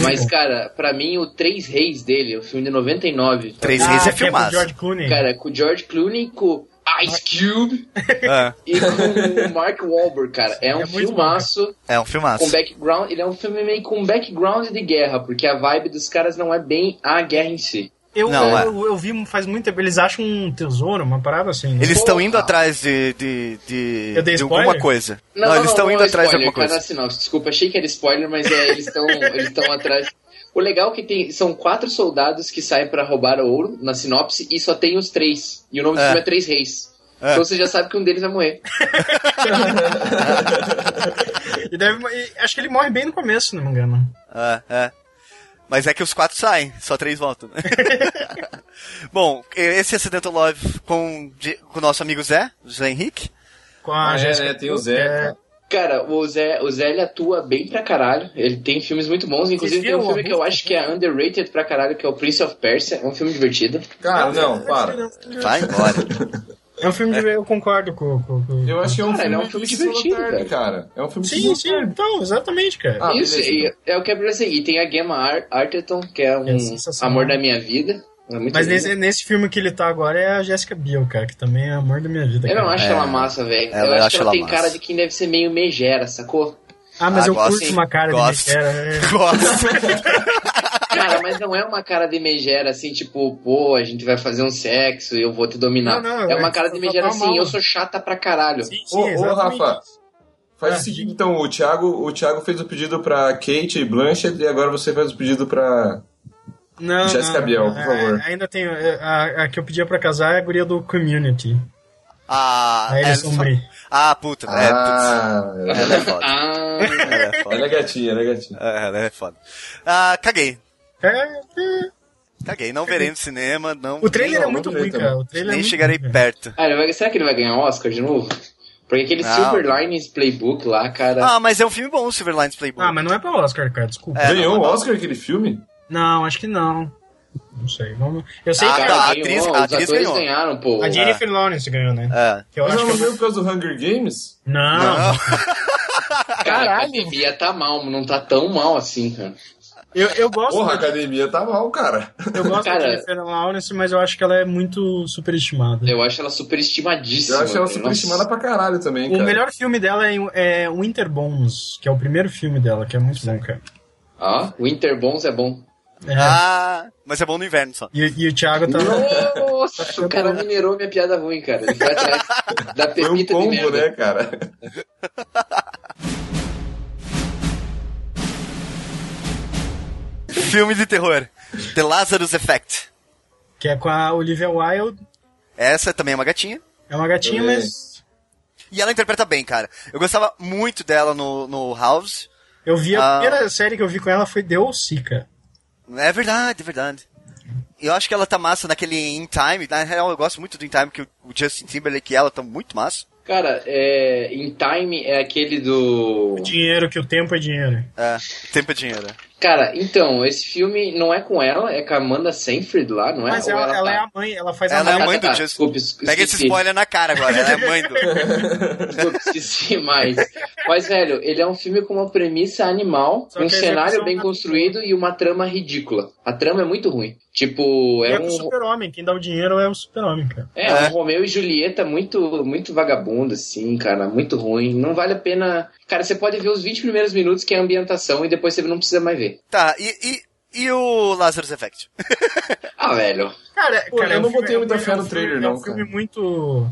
Mas, cara, pra mim, o Três Reis dele, o filme de 99. tá? Três Reis que é é com o filmaço. George Clooney. Cara, com o George Clooney, com Ice Cube É, e com o Mark Wahlberg, cara. É um É muito filmaço é um filmaço. com background. Ele é um filme meio com background de guerra, porque a vibe dos caras não é bem a guerra em si. eu, Não, eu, é. eu, vi faz muito tempo. Eles acham um tesouro, uma parada assim. Né? Eles estão indo Porra. atrás de. de, de, Eu dei de spoiler? alguma coisa. Não, eles estão indo é atrás de spoiler, alguma tá na coisa. sinopse. Desculpa, achei que era spoiler, mas é, eles estão eles estão atrás. O legal é que tem, são quatro soldados que saem pra roubar o ouro na sinopse e só tem os três. E o nome do É. filme é Três Reis. É. Então você já sabe que um deles vai morrer. E deve- e acho que ele morre bem no começo, se não me engano. É, é. Mas é que os quatro saem, só três voltam. Bom, esse Accidental Love com, de- com o nosso amigo Zé, Zé Henrique. Com a Ah, é, Jéssica né? Tem o Biel, Zé, que é- cara. Cara, o Zé, o Zé ele atua bem pra caralho. Ele tem filmes muito bons. Inclusive tem um viram a filme que eu música? acho que é underrated pra caralho, que é o Prince of Persia. É um filme divertido. Cara, Ah, é não, para. Vai embora. É um filme de. Eu concordo com. com, com- Eu acho que é um Cara, ele filme, é um filme de divertido, tarde, cara. É um filme de Sim, sim, então, exatamente, cara. Ah, Isso, beleza, e então. é o que é pra dizer. E tem a Gemma Ar- Arterton, que é um É sensacional. amor da minha vida. É muito Mas linda. nesse, nesse filme que ele tá agora é a Jessica Biel, cara, que também é amor da minha vida. Eu não cara. acho É. ela massa, velho. Ela- Eu eu acho acho que ela ela tem massa. cara de quem deve ser meio megera, sacou? Ah, mas Ah, eu gosto, curto uma cara gosto. de Michelle, é. Gosto. Cara, mas não é uma cara de megera assim, tipo, pô, a gente vai fazer um sexo e eu vou te dominar. Não, não, é uma mas cara de tá megera mal. assim, eu sou chata pra caralho. Sim, sim, Ô, ô, exatamente. Rafa, faz Ah, o seguinte, então, o Thiago, o Thiago fez o pedido pra Kate Blanchett e agora você faz o pedido pra... Não, Jessica não, Biel, não, por é, favor. Ainda tem. é, A, a que eu pedia pra casar é a guria do Community. Ah, A Alison só- Brie. Ah, puta. É, putz. Ah, Ela é foda. Ah, Ela é ela foda. é gatinha, ela é gatinha. É, ela é foda. Ah, caguei. É, é. Caguei. Não verei no cinema. Não, O trailer Não, é muito não ruim, vi cara. também. O trailer é nem muito chegarei ruim, cara. perto. ah, ele vai- será que ele vai ganhar Oscar de novo? Porque aquele Não. Silver Linings Playbook lá, cara. Ah, mas é um filme bom, Silver Lines Playboy. Ah, mas não é pra Oscar, cara, desculpa. É, não, Ganhou um o não. Oscar aquele filme? Não, acho que não. Não sei. Vamos... Eu sei Ah, que cara, tá, Ah. a ganhou, atriz- a os atriz atores ganhou. ganharam, pô. a Jennifer Lawrence ganhou, né? É. Que eu Mas acho ela não que. ganhou por causa do Hunger Games? Não. Cara, a academia tá mal, não tá tão mal assim, cara. Eu, eu gosto Porra, a da- academia tá mal, cara. Eu gosto Cara- da Jennifer Lawrence, mas eu acho que ela é muito superestimada. Eu acho ela superestimadíssima. Eu acho ela velho. superestimada Nossa. pra caralho também, O cara. melhor filme dela é, é Winter Bones, que é o primeiro filme dela, que é muito bom, cara. Ó, Winter Bones é bom. É. Ah, mas é bom no inverno só. E, e o Thiago tá. Ô, Nossa, o cara minerou minha piada ruim, cara. Ele foi atrás da Foi um pepita de combo, merda. né, cara? Filme de terror. The Lazarus Effect. Que é com a Olivia Wilde. Essa também é uma gatinha. É uma gatinha, Também. mas E ela interpreta bem, cara. Eu gostava muito dela no, no House. eu vi a Ah. primeira série que eu vi com ela foi The Sica. É verdade, é verdade. Eu acho que ela tá massa naquele In Time. Na real, eu gosto muito do In Time, que o Justin Timberlake e ela estão muito massa. Cara, é, In Time é aquele do. Dinheiro, que o tempo é dinheiro. É, tempo é dinheiro. Cara, então, esse filme não é com ela, é com a Amanda Seyfried lá, não é? Mas Ou ela, ela tá- é a mãe, ela faz Ela a é mãe. a mãe do Ah, Justin- desculpa, esqueci. Pega esse spoiler na cara agora, ela é mãe do. Desculpa, esqueci mais. Mas, velho, ele é um filme com uma premissa animal, Só um que a execução cenário bem tá- construído e uma trama ridícula. A trama é muito ruim. Tipo, é E é o um. super-homem, quem dá o dinheiro é o super-homem, cara. É, um Romeu e Julieta muito, muito vagabundo, assim, cara, muito ruim. Não vale a pena. Cara, você pode ver os 20 primeiros minutos que é a ambientação e depois você não precisa mais ver. Tá, e, e, e o Lazarus Effect? Ah, velho. Cara, Pô, cara, eu é um não filme- botei muita é um fé no filme- trailer, É não, um filme muito.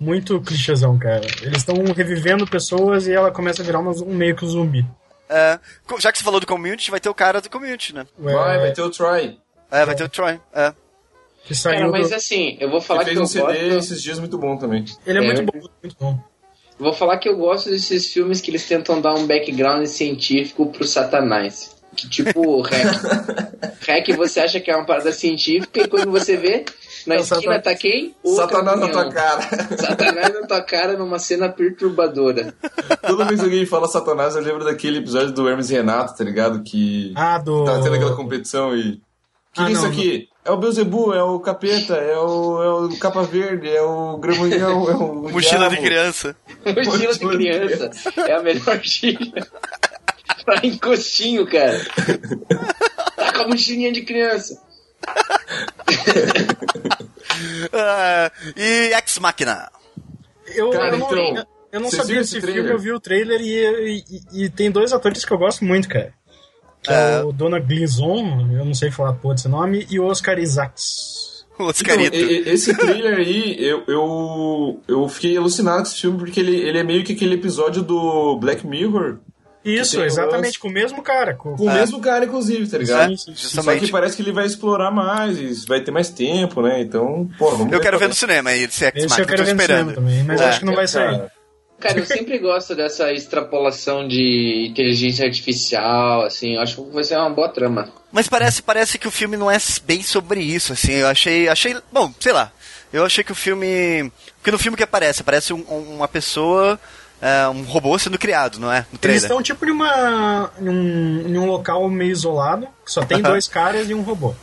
Muito clichêzão, cara. Eles estão revivendo pessoas e ela começa a virar uma- um meio que um zumbi. É, co- já que você falou do community, vai ter o cara do community, né? Vai, vai ter o Troy. É, vai ter o Troy. É. É, Que Cara, mas assim, eu vou falar Ele que, fez um eu CD gosto. esses dias muito bom também. Ele é, É. muito bom, muito bom. Vou falar que eu gosto desses filmes que eles tentam dar um background científico pro Satanás. Que tipo o hack. hack você acha que é uma parada científica e quando você vê, na É o esquina Satanás. tá quem? O Satanás na caminhão. tua cara. Satanás na tua cara numa cena perturbadora. Toda vez que alguém fala Satanás, eu lembro daquele episódio do Hermes e Renato, tá ligado? Que Ah, do. tava Tá tendo aquela competição e. Que Ah, que é isso não, aqui? É o Beuzebu, é o Capeta, é o, é o Capa Verde, é o Gramanhão, é o. Mochila diabo. de criança. Mochila de criança. É a melhor gíria. Pra encostinho, cara. Tá com a mochilinha de criança. Ah, e Ex Machina. Eu, Cara, eu não, então, eu não vocês sabia viram desse esse filme, trailer? eu vi o trailer e, e- e tem dois atores que eu gosto muito, cara. Que é, o Dona Gleason, eu não sei falar porra desse nome, e o Oscar Isaacs. Então, e- e- esse trailer aí, eu, eu, eu fiquei alucinado com esse filme, porque ele, ele é meio que aquele episódio do Black Mirror. Isso, tem o exatamente, lance- com o mesmo cara. Com, Com o mesmo cara, inclusive, tá ligado? É, Sim, sim, sim. Só que parece que ele vai explorar mais, e vai ter mais tempo, né? Então, pô, vamos Eu quero ver no talvez. cinema é esse Ex Esse Machina, eu quero tô ver no esperando. cinema também, mas É. acho que não vai sair. Cara, Cara, eu sempre gosto dessa extrapolação de inteligência artificial, assim, eu acho que vai ser uma boa trama. Mas parece, parece que o filme não é bem sobre isso, assim. Eu achei, achei, bom, sei lá. Eu achei que o filme, porque no filme que aparece, aparece um- um- uma pessoa, é, um robô sendo criado, não é? No Eles trailer. estão tipo em, uma, em, um, em um local meio isolado, que só tem Aham. dois caras e um robô.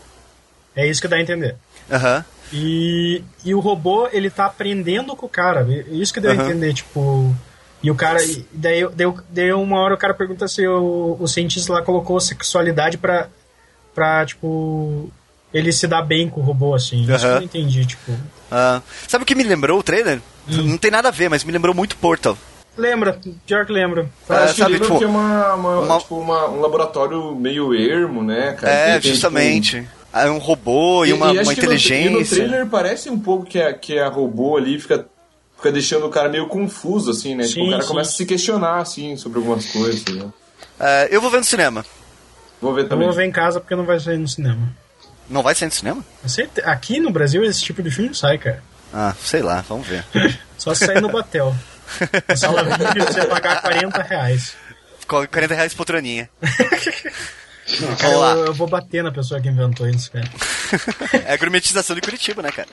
É isso que dá a entender. Aham. E, e o robô, ele tá aprendendo com o cara. E- Isso que deu a Aham. entender, tipo. E o cara. e Daí, daí, daí uma hora o cara pergunta se o, o cientista lá colocou sexualidade pra. pra, tipo. Ele se dar bem com o robô, assim. Isso que eu Aham. não entendi, tipo. Ah, sabe o que me lembrou o trailer? Não tem nada a ver, mas me lembrou muito Portal. Lembra, pior que lembra. Eu É, acho que sabe, ele lembra tipo, que é uma, uma- uma- tipo, uma- um laboratório meio ermo, né, cara? Que É, tem, tipo, justamente. Ah, Um robô e uma, uma acho que no- e No, inteligência. trailer parece um pouco que a, que a robô ali fica, fica deixando o cara meio confuso, assim, né? tipo, Sim, o cara sim. começa a se questionar, assim, sobre algumas coisas, né? Ah, eu vou ver no cinema. Vou ver Eu também. vou ver em casa porque não vai sair no cinema. Não vai sair no cinema? Você- Aqui no Brasil esse tipo de filme não sai, cara. Ah, sei lá, vamos ver. Só se sair no Batel. Na Sala VIP você pagar 40 reais. Co- 40 reais poltroninha. Cara, Vamos lá. eu, eu vou bater na pessoa que inventou isso, cara. É a gourmetização de Curitiba, né, cara?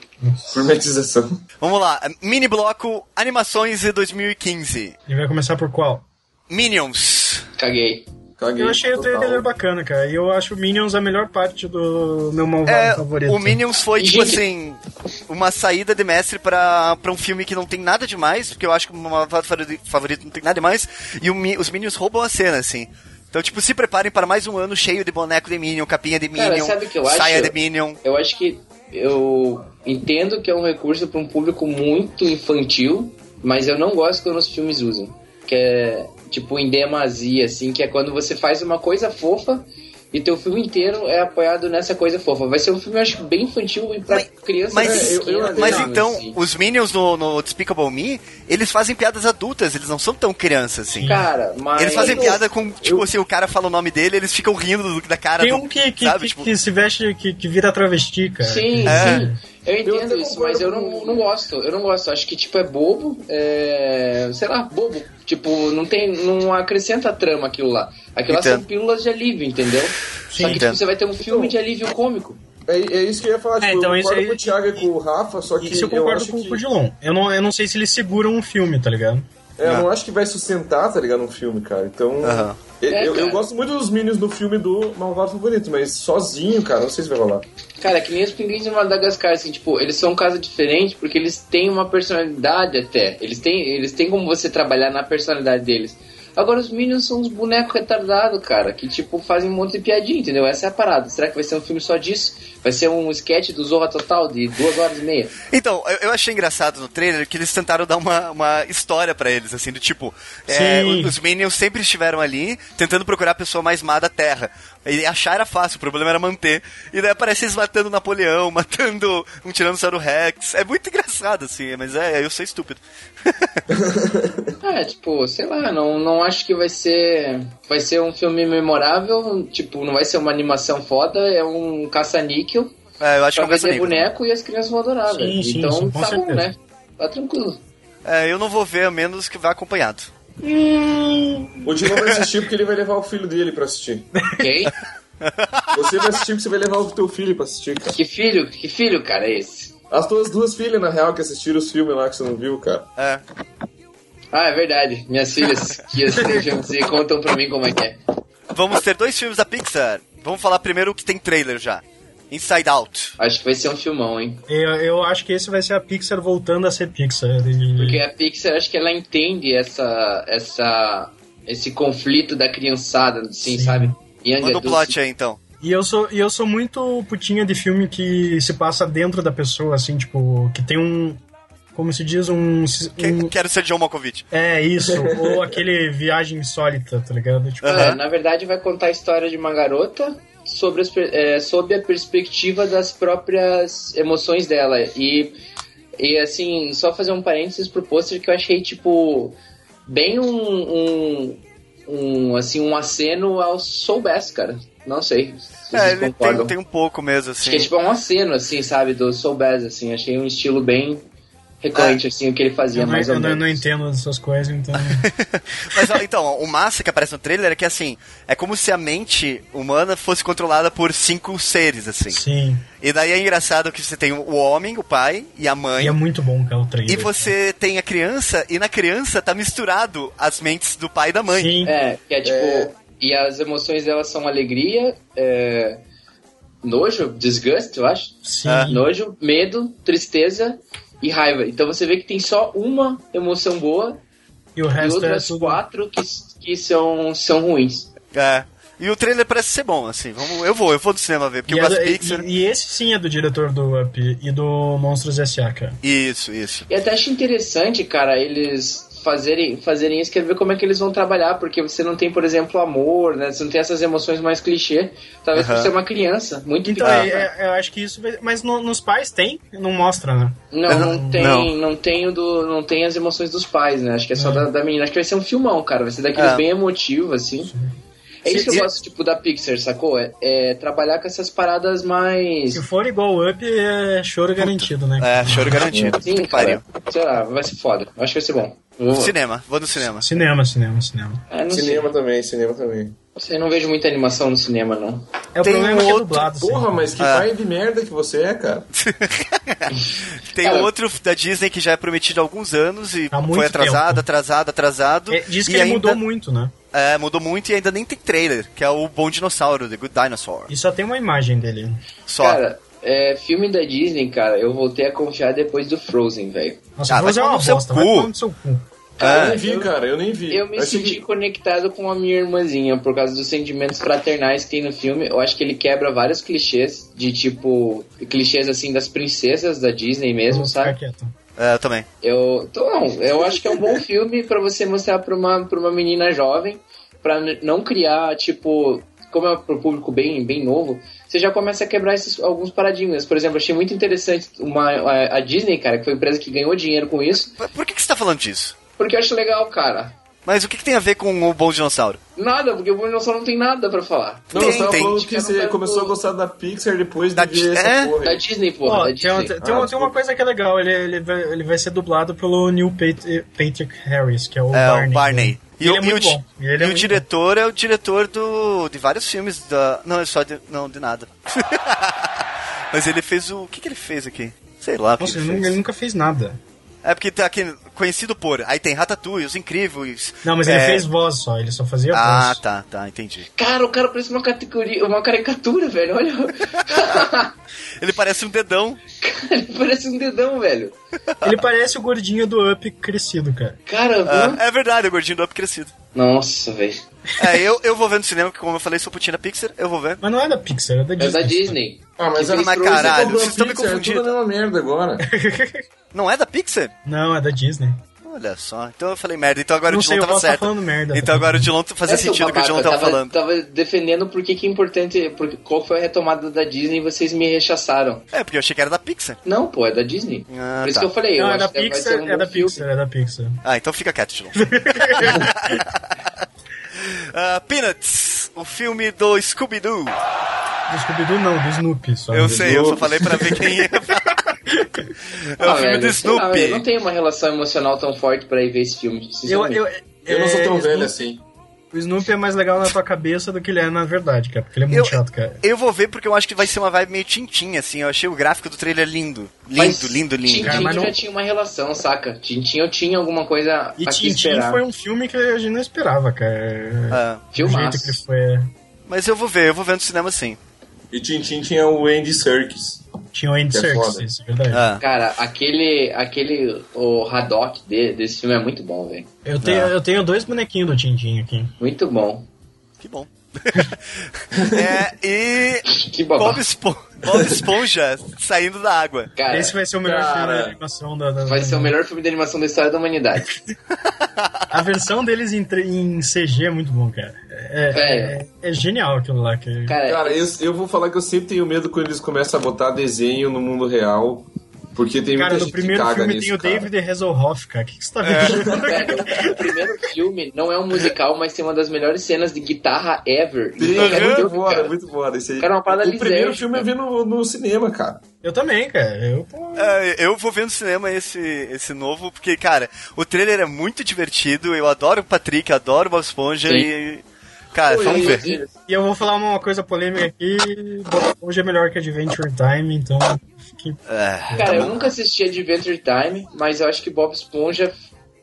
Gourmetização. Vamos lá. Mini bloco Animações de 2015. Ele vai começar por qual? Minions. Caguei. Caguei. Eu achei o total. trailer bacana, cara. E eu acho o Minions a melhor parte do meu malvado É, favorito. o Minions foi, tipo Gente. assim, uma saída de mestre pra, pra um filme que não tem nada demais, porque eu acho que o meu favori- favorito não tem nada demais, e o Mi- os Minions roubam a cena, assim. Então, tipo, se preparem para mais um ano cheio de boneco de Minion, capinha de Cara, Minion, sabe o que eu saia acho? de Minion. Eu acho que eu entendo que é um recurso para um público muito infantil, mas eu não gosto quando os filmes usam. Que é tipo em demasia, assim, que é quando você faz uma coisa fofa E teu filme inteiro é apoiado nessa coisa fofa. Vai ser um filme, acho que, bem infantil e pra criança. Mas, né? Eu- eu adorava, mas então, assim. os Minions no, no Despicable Me, eles fazem piadas adultas, eles não são tão crianças assim. Cara, mas- Eles fazem Eu- piada com, tipo assim, o cara fala o nome dele, eles ficam rindo do- da cara Tem do. um que, que, sabe, que, tipo- que se veste, que, que vira travesti, cara. Sim, É. sim. Eu entendo isso, mas eu não, não gosto. Eu não gosto. Acho que, tipo, é bobo. É... Sei lá, bobo. Tipo, não tem. Não acrescenta trama aquilo lá. Aquilo lá são Entendo. pílulas de alívio, entendeu? Só que, tipo, entendo. você vai ter um filme de alívio cômico. É, é isso que eu ia falar, tipo, então eu isso concordo aí- com o Thiago e com o Rafa, só que Isso eu É, eu concordo acho com que... o Codilon. Eu não, eu não sei se eles seguram um filme, tá ligado? É, eu não Ah. acho que vai sustentar, tá ligado, um filme, cara. Então. Aham. Eu, É, eu- eu cara. gosto muito dos Minions no filme do Malvado Favorito, mas sozinho, cara, não sei se vai rolar. Cara, é que nem os pinguins de Madagascar, assim, tipo, eles são um caso diferente porque eles têm uma personalidade até. Eles têm, eles têm como você trabalhar na personalidade deles. Agora, os Minions são uns bonecos retardados, cara, que, tipo, fazem um monte de piadinha, entendeu? Essa é a parada. Será que vai ser um filme só disso? Vai ser um sketch do Zorra Total de duas horas e meia? Então, eu, eu achei engraçado no trailer que eles tentaram dar uma, uma história pra eles, assim, do tipo, é, Sim. o- os Minions sempre estiveram ali tentando procurar a pessoa mais má da Terra. E achar era fácil, o problema era manter. E daí aparece eles matando Napoleão, matando um Tiranossauro Rex. É muito engraçado, assim, mas é, eu sou estúpido. É, tipo, sei lá, não, não acho que vai ser. Vai ser um filme memorável, tipo, não vai ser uma animação foda, é um caça-níquel. É, eu acho que é um pra vender caça-níquel. boneco e as crianças vão adorar, Sim, velho. sim, Então sim, com tá bom, certeza. né? Tá tranquilo. É, eu não vou ver, a menos que vá acompanhado. O Dino vai assistir porque ele vai levar o filho dele pra assistir. Quem? Você vai assistir porque você vai levar o teu filho pra assistir, cara. Que filho? Que filho, cara, é esse? As tuas duas filhas, na real, que assistiram os filmes lá que você não viu, cara. É. Ah, é verdade. Minhas filhas que assistem e contam pra mim como é que é. Vamos ter dois filmes da Pixar. Vamos falar primeiro o que tem trailer já. Inside Out. Acho que vai ser um filmão, hein? Eu, eu acho que esse vai ser a Pixar voltando a ser Pixar. E- Porque a Pixar, acho que ela entende essa, essa, esse conflito da criançada, assim, sabe? Young Manda o adult. plot aí, então. E eu sou, e eu sou muito putinha de filme que se passa dentro da pessoa, assim, tipo, que tem um. Como se diz, um. Uhum. um- Quero ser John Malkovich. é isso, ou aquele viagem insólita, tá ligado? Tipo, É, na verdade, vai contar a história de uma garota sobre, as per- é, sob a perspectiva das próprias emoções dela. E, e assim, só fazer um parênteses pro pôster que eu achei, tipo, bem um, um, um, assim, um aceno ao Soul Best, cara. Não sei se vocês É, ele concordam. tem, tem um pouco mesmo, assim. Acho que é tipo um aceno, assim, sabe, do Soul Best, assim. Achei um estilo bem É. recorrente, assim, o que ele fazia, eu não, mais ou eu não- eu menos. não entendo dessas coisas, então. Mas ó, então, o massa que aparece no trailer é que assim, é como se a mente humana fosse controlada por cinco seres, assim. Sim. E daí é engraçado que você tem o homem, o pai e a mãe. E né? é muito bom, cara, o E trailer. você tem a criança, e na criança tá misturado as mentes do pai e da mãe. É, que é tipo. E as emoções delas são alegria, é, nojo, desgosto, eu acho. Sim. Ah. Nojo, medo, tristeza e raiva. Então você vê que tem só uma emoção boa E o resto e outras é tudo- quatro que, que são, são ruins. É. E o trailer parece ser bom, assim. Vamos, eu vou, eu vou do cinema ver, porque E, eu é gosto do- de e- Pixar. e esse sim é do diretor do Up e do Monstros S.A., cara. Isso, isso. E até acho interessante, cara, eles fazerem, fazerem isso, quer ver como é que eles vão trabalhar, porque você não tem, por exemplo, amor, né? Você não tem essas emoções mais clichê. Talvez por Aham. ser uma criança, muito Então, pequena. é- é- eu acho que isso vai. Mas no- nos pais tem, não mostra, né? Não, não tem, não. Não. tem o do, não tem as emoções dos pais, né? Acho que é só É. da, da menina. Acho que vai ser um filmão, cara. Vai ser daqueles É. bem emotivo, assim. É Se- isso que eu se- gosto, tipo, da Pixar, sacou? É, é trabalhar com essas paradas mais. Se for igual o Up, é choro garantido, né? É, choro garantido. Sim, cara. Sei lá, vai ser foda. Acho que vai ser bom. Vou- Cinema, vou no cinema. Cinema, cinema, cinema. É, não Cinema também, cinema também. sei. Eu não vejo muita animação no cinema, não. É o problema que é dublado, sim. Porra, mas que Ah. pai de merda que você é, cara. Tem outro da Disney que já é prometido há alguns anos e muito foi atrasado, tempo. atrasado, atrasado. É, diz que e ele ainda- mudou muito, né? É, mudou muito e ainda nem tem trailer, que é o Bom Dinossauro, The Good Dinosaur. E só tem uma imagem dele. Só. Cara, é, filme da Disney, cara, eu voltei a confiar depois do Frozen, velho. Ah, Nossa, tá vou usar uma bosta, vai tomar no seu cu. Eu nem vi, cara, eu nem vi. Eu me Achei senti conectado com a minha irmãzinha por causa dos sentimentos fraternais que tem no filme. Eu acho que ele quebra vários clichês de tipo clichês assim das princesas da Disney mesmo, sabe? É, eu também. Eu, então, não, eu acho que é um bom filme pra você mostrar pra uma, pra uma menina jovem, pra n- não criar tipo como é pro público bem, bem novo, você já começa a quebrar esses, alguns paradigmas. Por exemplo, achei muito interessante uma, a, a Disney, cara, que foi a empresa que ganhou dinheiro com isso. Por que, que você tá falando disso? Porque eu acho legal, cara. Mas o que, que tem a ver com o Bom Dinossauro? Nada, porque o Bom Dinossauro não tem nada pra falar. Não, tem, você tava falando que você começou a gostar da Pixar depois de ver é? essa porra. aí. Da Disney, porra. Ó, da tem, uma- Disney. tem uma, tem uma coisa que é legal, ele, ele, vai, ele vai ser dublado pelo Neil Pat- Patrick Harris, que é o é, Barney. o Barney. E, ele é o- muito o, bom. E ele e é o muito diretor é o diretor do, de vários filmes da. Não, é só de. Não, de nada. Mas ele fez o. O que, que ele fez aqui? Sei lá. o que Nossa, ele ele, nu- fez. ele nunca fez nada. É porque tá aqui conhecido por. Aí tem Ratatouille, Os Incríveis. Não, mas ele é- fez voz só, ele só fazia Ah, voz. tá, tá, entendi. Cara, o cara parece uma categoria, uma caricatura, velho. Olha, Ele parece um dedão. ele parece um dedão, velho. tá. Ele parece o gordinho do Up crescido, cara. Cara, Ah, é verdade, o gordinho do Up crescido. Nossa, velho. É, eu, eu vou ver no cinema, que como eu falei, sou putinha da Pixar, eu vou ver. Mas não é da Pixar, é da é Disney. da Disney. Ah, mas Ah, a mas Pixar, caralho, comprou a vocês estão me Pixar, é confundindo. Tudo a mesma merda agora. Não é da Pixar? Não, é da Disney. Olha só, então eu falei merda, então agora não o Dilon sei, o tava Bob tá certo. falando merda. Então agora o Dilon fazia É, seu sentido o que o babaca, Dilon eu tava falando. Tava defendendo por que que é importante, por, qual foi a retomada da Disney e vocês me rechaçaram. É, porque eu achei que era da Pixar. Não, pô, é da Disney. Ah, por isso tá. que eu falei, eu Não, é acho da que vai Pixar, ser um é da bom filme. Pixar, é da Pixar. Ah, então fica quieto, Dilon. Ah, Peanuts, o filme do Scooby-Doo. Do Scooby-Doo não, do Snoopy. Só Eu Do- sei, eu só falei pra ver quem ia falar. É Ah, o filme velho, do sei lá, eu não Snoopy. tenho uma relação emocional tão forte pra ir ver esse filme, Eu, sinceramente. eu, Eu não sou é, tão Snoopy- velho assim. O Snoopy é mais legal na tua cabeça do que ele é na verdade, cara. Porque ele é muito Eu- chato, cara. Eu vou ver porque eu acho que vai ser uma vibe meio tintinha, assim. Eu achei o gráfico do trailer lindo. Lindo, Mas lindo, lindo. Cara, Tintin mas eu não- já tinha uma relação, saca? Tintin eu tinha alguma coisa E a se Tintin esperar. foi um filme que a gente não esperava, cara. Ah, Do jeito Filmaço. que foi. é. mas eu vou ver, eu vou ver no cinema sim. E Tintin tinha o Andy Serkis. Tinha o Andy Que é Serkis, foda. isso é verdade. Ah. Cara, aquele, aquele o Haddock de- desse filme é muito bom, velho. Eu, tá. tenho, eu tenho dois bonequinhos do Tintin aqui. Muito bom. Que bom. é, e Que Bob, babaca. Espon- Bob Esponja saindo da água. Cara, Esse vai ser o melhor cara. filme de animação da, da- vai ser o melhor filme de animação da história da humanidade. A versão deles em, tre- em CG é muito bom, cara. É, é, é genial aquilo lá. Que... Cara, Cara, eu, eu vou falar que eu sempre tenho medo quando eles começam a botar desenho no mundo real. Porque tem Cara, muita no gente que primeiro caga filme nisso, tem o cara. David Hasselhoff, cara. O que, que você tá É. vendo? velho, o primeiro filme não é um musical, mas tem uma das melhores cenas de guitarra ever. Tem, Então, é cara, muito eu- boa, é cara, muito boa. Esse aí. Cara, uma parada o primeiro lisérgica. filme eu vi no, no cinema, cara. Eu também, cara. Eu, pô, É, eu vou ver no cinema esse, esse novo, porque, cara, o trailer é muito divertido. Eu adoro o Patrick, adoro o Bob Esponja Sim. e. Cara, vamos ver. E eu vou falar uma coisa polêmica aqui. Bob Esponja é melhor que Adventure Time, então. fiquem- É, Cara, eu nunca assisti Adventure Time, mas eu acho que Bob Esponja,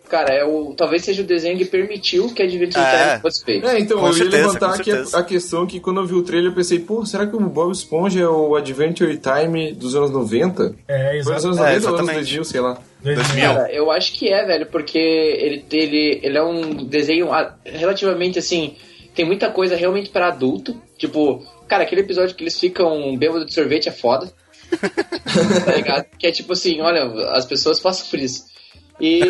cara, é o, talvez seja o desenho que permitiu que Adventure É. Time fosse feito. É, então, Com eu certeza, ia levantar com aqui a, certeza. a questão que quando eu vi o trailer eu pensei, pô, será que o Bob Esponja é o Adventure Time dos anos 90? É, Foi nos exato. anos É, 90 ou anos exatamente. 2000, sei lá. é. Cara, eu acho que é, velho, porque ele, ele, ele é um desenho ah, relativamente assim. Tem muita coisa realmente pra adulto. Tipo, cara, aquele episódio que eles ficam bêbado de sorvete é foda. tá ligado? Que é tipo assim, olha, as pessoas passam por isso. E.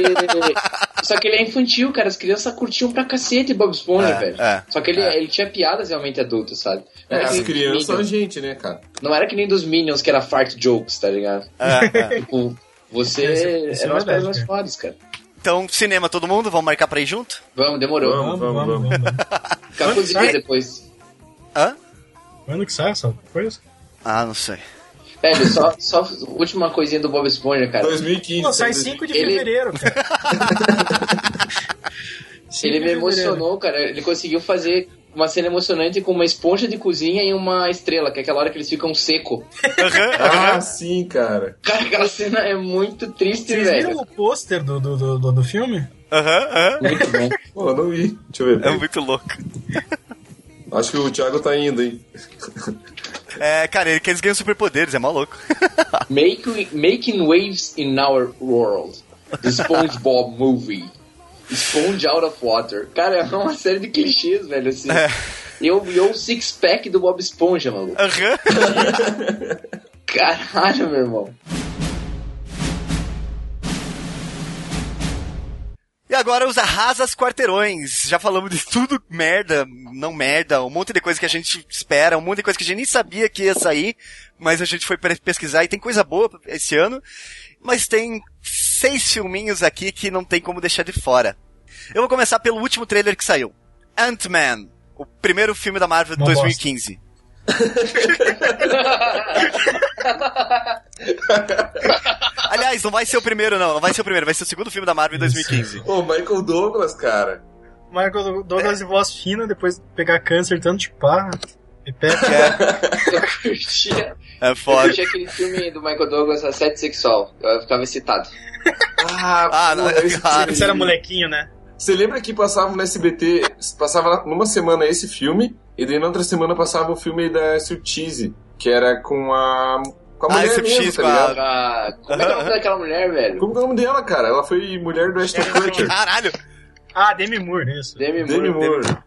Só que ele é infantil, cara. As crianças curtiam pra cacete Bob Esponja, É, velho. é, Só que ele, é. ele tinha piadas realmente adultas, sabe? Não É, era que as nem dos crianças são a Minions. gente, né, cara? Não era que nem dos Minions, que era fart jokes, tá ligado? é, é. Tipo, você. Isso- isso é eram as coisas verdade, mais né? cara. fodas, cara. Então, cinema todo mundo, vamos marcar pra ir junto? Vamos, demorou. Vamos, vamos, Ficar com os dias depois. Hã? Quando que sai essa coisa? Ah, não sei. Velho, só, só última coisinha do Bob Esponja, cara. 2015. Não, sai 2015. 5 de Ele- fevereiro, cara. Cinco Ele de me fevereiro. emocionou, cara. Ele conseguiu fazer uma cena emocionante com uma esponja de cozinha e uma estrela, que é aquela hora que eles ficam seco. Ah, sim, cara. Cara, aquela cena é muito triste, Vocês velho. viram o pôster do, do, do, do- do filme? Aham, aham. Muito bom. Pô, eu não vi. Deixa eu ver. É muito louco. Acho que o Thiago tá indo, hein? É, cara, ele- que eles ganham superpoderes, é maluco. Making, making waves in our world. The SpongeBob movie. Sponge out of water. Cara, é uma série de clichês, velho, assim. E o e o six-pack do Bob Esponja, maluco. Aham. Caralho, meu irmão. E agora os arrasas quarteirões. Já falamos de tudo merda, não merda, um monte de coisa que a gente espera, um monte de coisa que a gente nem sabia que ia sair, mas a gente foi pre- pesquisar e tem coisa boa esse ano. Mas tem seis filminhos aqui que não tem como deixar de fora. Eu vou começar pelo último trailer que saiu. Ant-Man, o primeiro filme da Marvel de Uma bosta. 2015. Aliás, não vai ser o primeiro, não. Não vai ser o primeiro, vai ser o segundo filme da Marvel em 2015. Ô, Michael Douglas, cara. Michael Douglas de voz fina, depois pegar câncer tanto de parra. Pepeca. Eu curtia, É eu foda. curtia aquele filme do Michael Douglas, Assédio Sexual. Eu ficava excitado. Ah, não, ah, Você era molequinho, né? Você lembra que passava no SBT, passava numa semana esse filme, e daí na outra semana passava o filme da Surtease, que era com a. Com a Ah, mulher Striptease, mesmo, tá com a- ligado? Ah, como é que é o nome daquela mulher, velho? Como que é o nome dela, cara? Ela foi mulher do Ashton Kutcher. Caralho! Ah, Demi Moore, isso. Demi Moore. Demi Moore.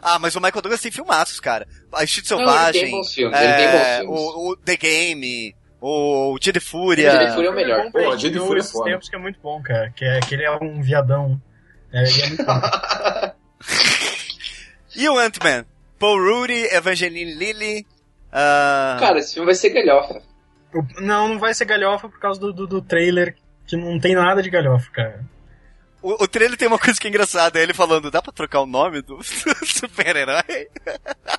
Ah, mas o Michael Douglas tem filmaços, cara. A Instinto Não, Selvagem. ele tem bons filmes, ele tem bons é, filmes. o, o The Game. O Dia de Dia de Fúria. Fúria é o melhor. Tem um Pô, a Jade filme Food é esses foda. tempos que é muito bom, cara. Que, é, que ele é um viadão. É, ele é muito bom. E o Ant-Man? Paul Rudy, Evangeline Lilly. ah, Cara, esse filme vai ser galhofa. O- Não, não vai ser galhofa por causa do, do, do trailer, que não tem nada de galhofa, cara. o, o trailer tem uma coisa que é engraçada. é Ele falando, dá pra trocar o nome do super-herói?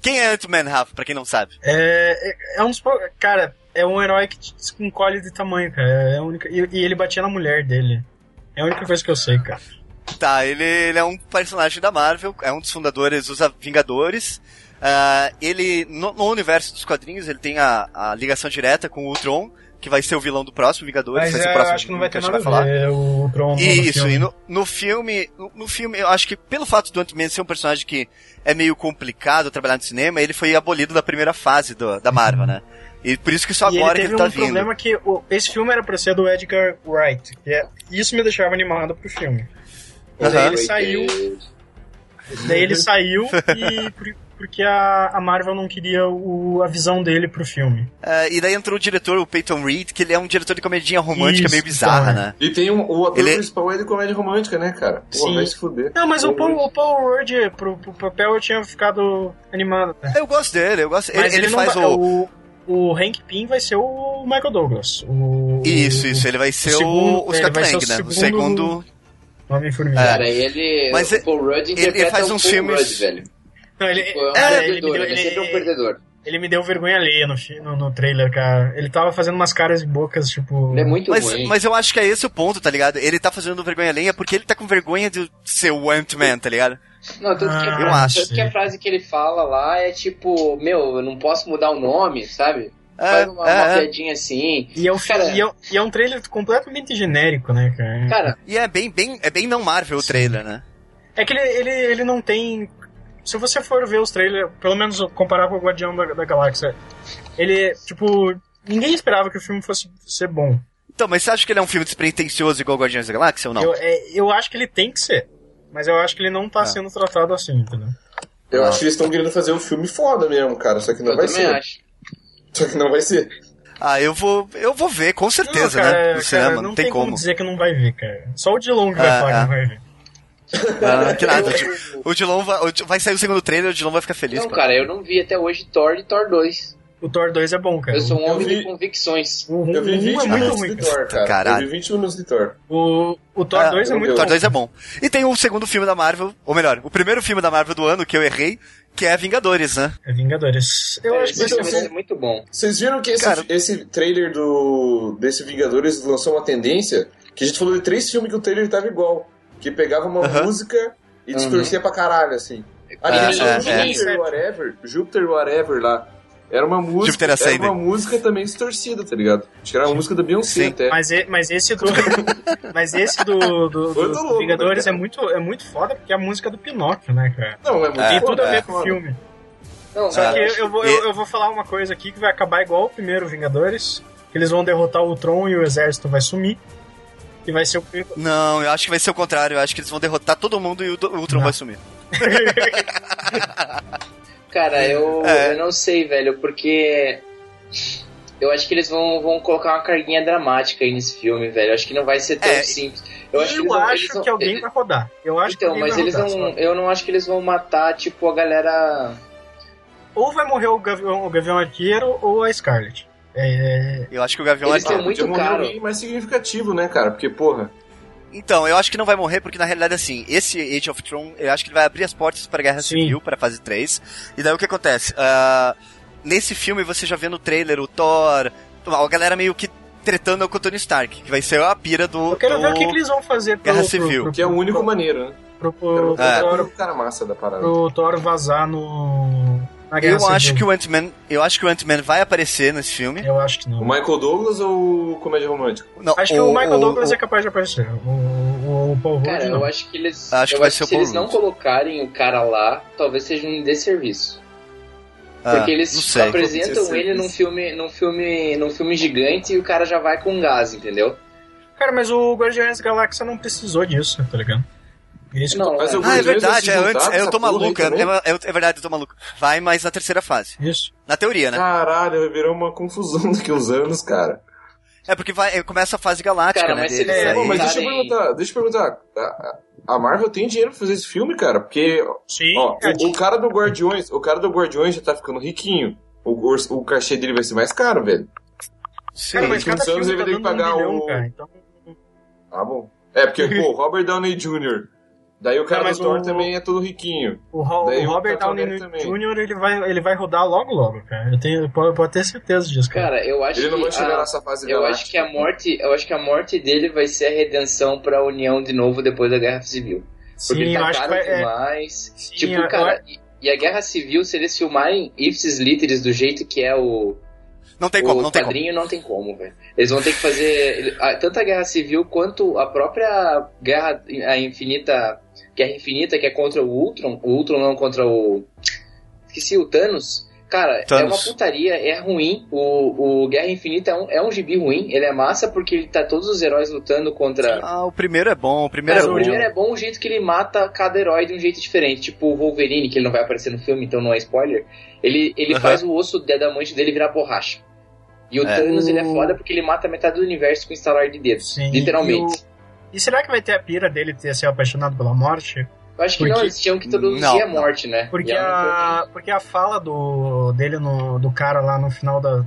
Quem é Ant-Man, Rafa, pra quem não sabe? É, é, é um dos pou- Cara, é um herói que te te encolhe de tamanho, cara. É a única... e, e ele batia na mulher dele. É a única coisa que eu sei, cara. Tá, ele, ele é um personagem da Marvel, é um dos fundadores dos A- Vingadores. Ah, ele, no, no universo dos quadrinhos, ele tem a, a ligação direta com o Ultron, que vai ser o vilão do próximo Vingadores. vai ser o é, próximo filme é, que a gente vai falar. ver o Tron no Isso, filme. e no, no filme, no, no filme, eu acho que pelo fato do Ant-Man ser um personagem que é meio complicado trabalhar no cinema, ele foi abolido da primeira fase do- da Marvel, né? E por isso que só E agora ele que teve ele tá um vindo. problema que o- esse filme era pra ser do Edgar Wright. Que é, isso me deixava animado pro filme. E Daí ele saiu, daí ele saiu e por- porque a, a Marvel não queria o- a visão dele pro filme. Ah, e daí entrou o diretor, o Peyton Reed, que ele é um diretor de comedinha romântica Isso, meio bizarra, cara. né? E tem um, o ator Ele- principal é de comédia romântica, né, cara? Pô, Sim. vai se fuder. Não, mas o Pô, Paul, o Paul Rudd pro, pro papel eu tinha ficado animado. né? Eu gosto dele, eu gosto. Ele, Mas ele não faz vai- é o... o... O Hank Pym vai ser o Michael Douglas. O, Isso, isso, ele vai o ser segundo- o, o ele Scott vai ser Lang, o né? O segundo- segundo. Homem-Formiga. Cara, ele. É. Mas o ele- Paul Rudd ele interpreta faz um uns Paul filmes- Rudd, velho. Não, ele, Tipo, é um cara, ele, me perdedor, deu, ele é sempre um ele, perdedor. ele me deu vergonha alheia no, fi- no, no trailer, cara. Ele tava fazendo umas caras e bocas, tipo. Ele é muito Mas, ruim. mas eu acho que é esse o ponto, tá ligado? Ele tá fazendo vergonha lenha porque ele tá com vergonha de ser o Ant-Man, tá ligado? Não, tanto que, Ah, eu acho, tanto que a sim. frase que ele fala lá é tipo, meu, eu não posso mudar o nome, sabe? É, Faz uma, é, uma é. piadinha assim. E é, um, Cara- e, é, um- e é um trailer completamente genérico, né, cara? Cara, E é bem, bem, é bem não Marvel o trailer, né? É que ele, ele, ele não tem. Se você for ver os trailers, pelo menos comparar com o Guardião da, da Galáxia, ele, tipo. Ninguém esperava que o filme fosse ser bom. Então, mas você acha que ele é um filme despretensioso igual Guardiões da Galáxia ou não? Eu, é- eu acho que ele tem que ser. Mas eu acho que ele não É. tá sendo tratado assim, entendeu? Eu acho que eles estão querendo fazer um filme foda mesmo, cara. Só que não eu vai também ser. acho. Só que não vai ser. Ah, eu vou, eu vou ver, com certeza, cara, né? No cara, cinema, não, não, tem como. dizer que não vai ver, cara. Só o Dilon que Ah, vai falar que ah. não vai ver. Ah, que nada. O Dilon vai, o Di- vai sair o segundo trailer, o Dilon vai ficar feliz. Não, pô. cara, eu não vi até hoje Thor e Thor 2. O Thor 2 é bom, cara. Eu sou um Eu homem vi- de convicções. O 1 Eu vi 20 é muito minutos ruim, de cara. Thor, cara. Caralho. Eu vi 20 minutos de Thor. O, o Thor Ah, 2 é eu- muito Thor bom. 2 é bom. E tem o segundo filme da Marvel, ou melhor, o primeiro filme da Marvel do ano que eu errei, que é Vingadores, né? É Vingadores. Eu acho que Esse vai esse ser filme um vai filme- ser muito bom. Vocês viram que esse, Cara- esse trailer do desse Vingadores lançou uma tendência que a gente falou de três filmes que o trailer tava igual. Que pegava uma Aham. música e distorcia pra caralho, assim. Uhum. É, Aquele é, Júpiter é. Whatever, Júpiter Whatever lá. Era uma música, é Júpiter era Ascending. uma música também distorcida, tá ligado? Acho que era uma música da Beyoncé Sim, É. até. Mas, e- mas esse do. mas esse do, do, do- Eu tô do louco, Vingadores é cara. muito, é muito foda porque é a música do Pinóquio, né, cara? Não, é muito É, Tem tudo a ver é. com o filme. Não, Só cara, Que que eu, eu vou, eu, eu vou falar uma coisa aqui que vai acabar igual o primeiro Vingadores. Que eles vão derrotar o Tron e o exército vai sumir. E vai ser o. Não, eu acho que vai ser o contrário. Eu acho que eles vão derrotar todo mundo e o do- o Ultron Não. vai sumir. Cara, eu, É. eu não sei, velho, porque eu acho que eles vão, vão colocar uma carguinha dramática aí nesse filme, velho. Eu acho que não vai ser tão É. simples. Eu acho que eles Eu vão- acho eles vão- que alguém eles- vai rodar. Eu acho que Então, alguém mas vai eles rodar, não. sabe? Eu não acho que eles vão matar, tipo, a galera. Ou vai morrer o Gavião, o Gavião Arqueiro ou a Scarlet. É, Eu acho que o Gavião Eles Arqueiro. são muito podia morrer caros. alguém mais significativo, né, cara? Porque, porra. Então, eu acho que não vai morrer, porque na realidade, assim, esse Age of Tron, eu acho que ele vai abrir as portas pra Guerra Civil, pra fase 3. E daí o que acontece? Ah, nesse filme você já vê no trailer o Thor, a galera meio que tretando com o Tony Stark, que vai ser a pira do. Eu quero ver o do que, que eles vão fazer pro, Guerra pro- Civil. pro- Que é o único maneiro, né? pro- pro- É. Agora o cara massa da parada. pro Thor vazar no. Na Guerra Eu acho Civil. que o Ant-Man, eu acho que o Ant-Man vai aparecer nesse filme. Eu acho que não. O Michael Douglas ou o comédia romântica? Não, Acho que o Michael Douglas é capaz de aparecer. O, o, o Paul Rudd Cara, não. eu acho que eles. Acho que eu vai acho ser o se Paul eles não Rudd. colocarem o cara lá, talvez seja um desserviço. Porque Ah, não eles sei. apresentam ele num filme, num filme, num filme gigante e o cara já vai com gás, entendeu? Cara, mas o Guardiões da Galáxia não precisou disso, tá ligado? É isso que eu tô- mas o Ah, é Guardiões vai verdade, se é juntar antes, com eu essa tô porra aí maluco, é, também? é- é verdade, eu tô maluco. Vai, mas na terceira fase. Isso. Na teoria, Ah. né? Caralho, virou uma confusão daqui uns anos, cara. É porque vai, começa a fase galáctica, Cara, né? mas se deles eles aí. Pô, mas deixa eu Sabe- perguntar, deixa eu perguntar. A, a Marvel tem dinheiro pra fazer esse filme, cara? Porque, Sim, ó, cara, o, o cara do Guardiões, o cara do Guardiões já tá ficando riquinho. O, o, o cachê dele vai ser mais caro, velho. Sim. cara, mas Sim, cada os anos ele filme tá tem dando que pagar um milhão, o- cara. Então, Tá bom. É, porque, pô, o Robert Downey Jr. Daí o cara Não, mas do Thor o- também é todo riquinho. o, Ro- Daí o o Robert Capitão Downey América também. Jr. Ele vai, ele vai rodar logo, logo, cara. Eu tenho, pode, pode ter certeza disso, cara. Cara, eu acho Ele não que vai chegar a- nessa fase eu galáctica. acho que a morte, eu acho que a morte dele vai ser a redenção pra união de novo depois da Guerra Civil. Porque Sim, tá eu acho que caro vai. É, demais. Sim, tipo, eu- cara, e, e a Guerra Civil, se eles filmarem Ipsis Literis do jeito que é o, Não tem como, o não tem como. quadrinho, não tem como, velho. Eles vão ter que fazer ele- a- tanto a Guerra Civil quanto a própria Guerra a Infinita, Guerra Infinita que é contra o Ultron, o Ultron não contra o esqueci o Thanos. Cara, é uma Thanos. putaria, é ruim. O, o Guerra Infinita é um, é um gibi ruim. Ele é massa porque ele tá todos os heróis lutando contra Ah, o primeiro é bom, o primeiro é Cara, o bom. primeiro é bom o jeito que ele mata cada herói de um jeito diferente. Tipo o Wolverine, que ele não vai aparecer no filme, então não é spoiler. Ele, ele Aham. faz o osso da da mãe dele virar borracha. E o É. Thanos, ele é foda porque ele mata metade do universo com um estalar de dedos. é, Sim, literalmente. E será que vai ter a pira dele ter ser apaixonado pela morte? Eu acho que Porque- não, eles tinham que introduzir Não, a não. morte, né? Porque, E ela não a, porque a fala do, dele no, do cara lá no final da,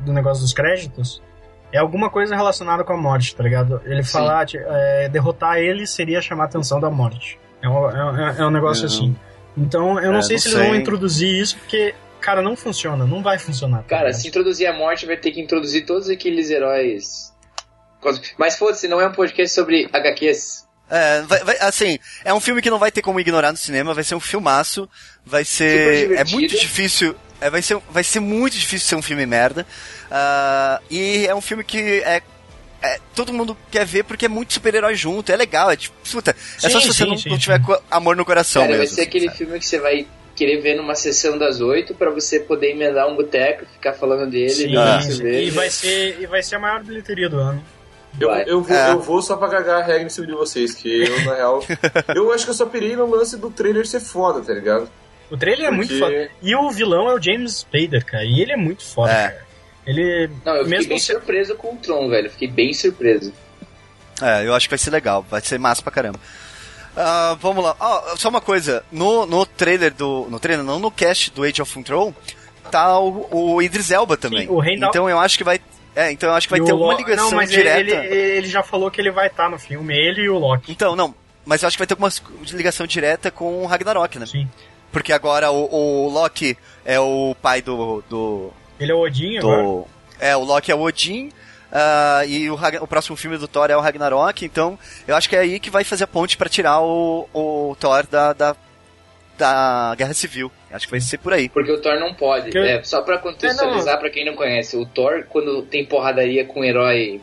do negócio dos créditos é alguma coisa relacionada com a morte, tá ligado? Ele Sim. falar, ti- é, derrotar ele seria chamar a atenção da morte. É um, é, um- é um negócio Não. assim. Então, eu não É, sei não se eles vão sei. introduzir isso, porque, cara, não funciona, não vai funcionar. tá Cara, ligado? se introduzir a morte, vai ter que introduzir todos aqueles heróis. Cos- Mas foda-se, não é um podcast sobre HQs. É, vai- vai- assim, é um filme que não vai ter como ignorar no cinema, vai ser um filmaço, vai ser. Super É divertido. muito difícil. é, vai, ser, vai ser muito difícil ser um filme merda. Ah, e é um filme que é. é, todo mundo quer ver porque é muito super-herói junto, é legal, é tipo, puta, é só Sim, se você sim, não, sim, não sim. tiver co- amor no coração Cara, vai mesmo. ser assim, aquele sabe? filme que você vai querer ver numa sessão das oito pra você poder emendar um boteco, ficar falando dele, Sim, não é. se ver. e, vai ser, e vai ser a maior bilheteria do ano. Eu, Vai. eu, vou, É. eu vou só pra cagar a regra em cima de vocês, que eu, na real. eu acho que eu só pirei no lance do trailer ser foda, tá ligado? O trailer é muito Porque- foda. E o vilão é o James Spader, cara. E ele é muito foda, É. cara. Ele. Não, eu fiquei mesmo bem se- surpreso com o Tron, velho. Fiquei bem surpreso. É, eu acho que vai ser legal, vai ser massa pra caramba. Ah, vamos lá. Ó, só uma coisa, no, no trailer do. No trailer, não, no cast do Age of Control, tá o, o Idris Elba também. o Heimdall. Então eu acho que vai. É, então eu acho que vai e o ter alguma Lo- ligação não, mas ele- direta. Ele, ele já falou que ele vai estar no filme, ele e o Loki. Então, não, mas eu acho que vai ter alguma ligação direta com o Ragnarok, né? Sim. Porque agora o, o Loki é o pai do. do. Ele é o Odin agora. do- é, o Loki é o Odin. ah, e o, Ragn- o próximo filme do Thor é o Ragnarok, então eu acho que é aí que vai fazer a ponte pra tirar o, o Thor da, da, da Guerra Civil. Acho que vai ser por aí. Porque o Thor não pode. Que- É, só pra É, contextualizar pra quem não conhece, o Thor, quando tem porradaria com um herói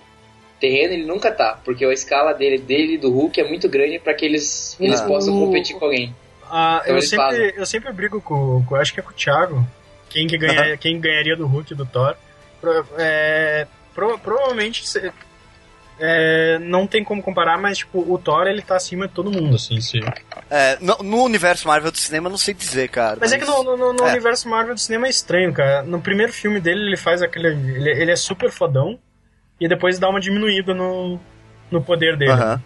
terreno, ele nunca tá. Porque a escala dele, dele e do Hulk é muito grande pra que eles, eles Ah. possam O- competir com alguém. Ah, Então eu, eles fazem. sempre, eu sempre brigo com, com- Acho que é com o Thiago. Quem, que ganha, quem ganharia do Hulk e do Thor. Pro- é, pro- provavelmente. se- é, não tem como comparar, mas tipo, o Thor ele tá acima de todo mundo, assim. se- É, no, no universo Marvel do cinema, eu não sei dizer, cara. Mas é que no, no- no- no é. universo Marvel do cinema é estranho, cara. No primeiro filme dele, ele faz aquele. Ele, ele é super fodão. E depois dá uma diminuída no, no poder dele. Aham.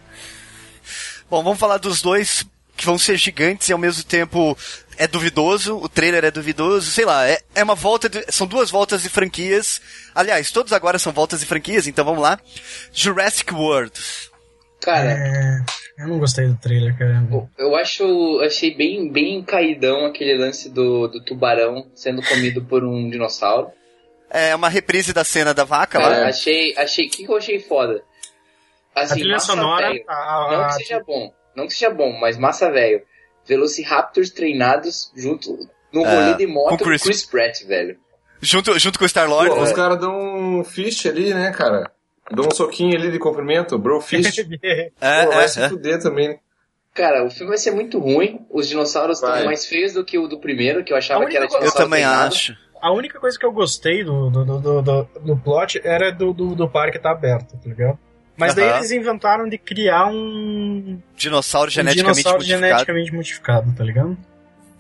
Bom, vamos falar dos dois que vão ser gigantes e ao mesmo tempo é duvidoso, o trailer é duvidoso, sei lá, é, é uma volta de, são duas voltas de franquias. Aliás, todos agora são voltas de franquias, então vamos lá. Jurassic World. Cara, É. eu não gostei do trailer, cara. Eu acho, achei bem, bem caidão aquele lance do, do tubarão sendo comido por um dinossauro. É uma reprise da cena da vaca Cara, lá. É. achei, achei, o que, que eu achei foda? Assim, A trilha massa sonora, véio. a- a- não a- que seja bom, não que seja bom, mas massa velho. Velociraptors treinados junto no É, rolê de moto com com Chris- Chris, Pratt, velho. Junto, junto com o Star-Lord. Pô, os caras dão um fist ali, né, cara? Dão um soquinho ali de cumprimento, bro fist. É, Pô, vai é, se é. fuder também. Cara, o filme vai ser muito ruim. Os dinossauros Vai. estão mais feios do que o do primeiro, que eu achava A que era única- dinossauro Eu também treinado. acho. A única coisa que eu gostei do, do, do, do, do- do plot era do, do, do parque tá aberto, tá ligado? Mas daí Aham. eles inventaram de criar um, um Dinossauro geneticamente dinossauro modificado. geneticamente modificado, tá ligado?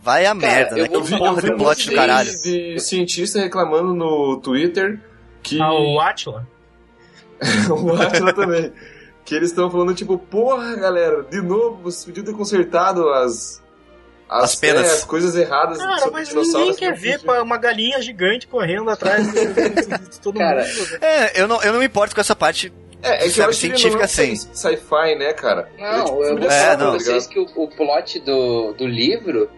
Vai a Cara, merda, eu né? vou- Que Eu vi, eu porra vi de um plot do monte caralho. de cientista reclamando no Twitter que Ah, o Atila. o Atila também. Que eles estão falando, tipo, porra, galera, de novo, vocês podiam ter consertado as. As penas. é, as coisas erradas Cara, sobre mas ninguém dinossauros. quer ver pá, uma galinha gigante correndo atrás de, de- de todo Cara, mundo. É, eu não, eu não me importo com essa parte. É, é que eu Sabe, acho que ele não é um científica sem. sci-fi, né, cara? Ele é, Não, eu filme de vou falar é, ação, pra não. tá vocês ligado? que o, o plot do, do livro,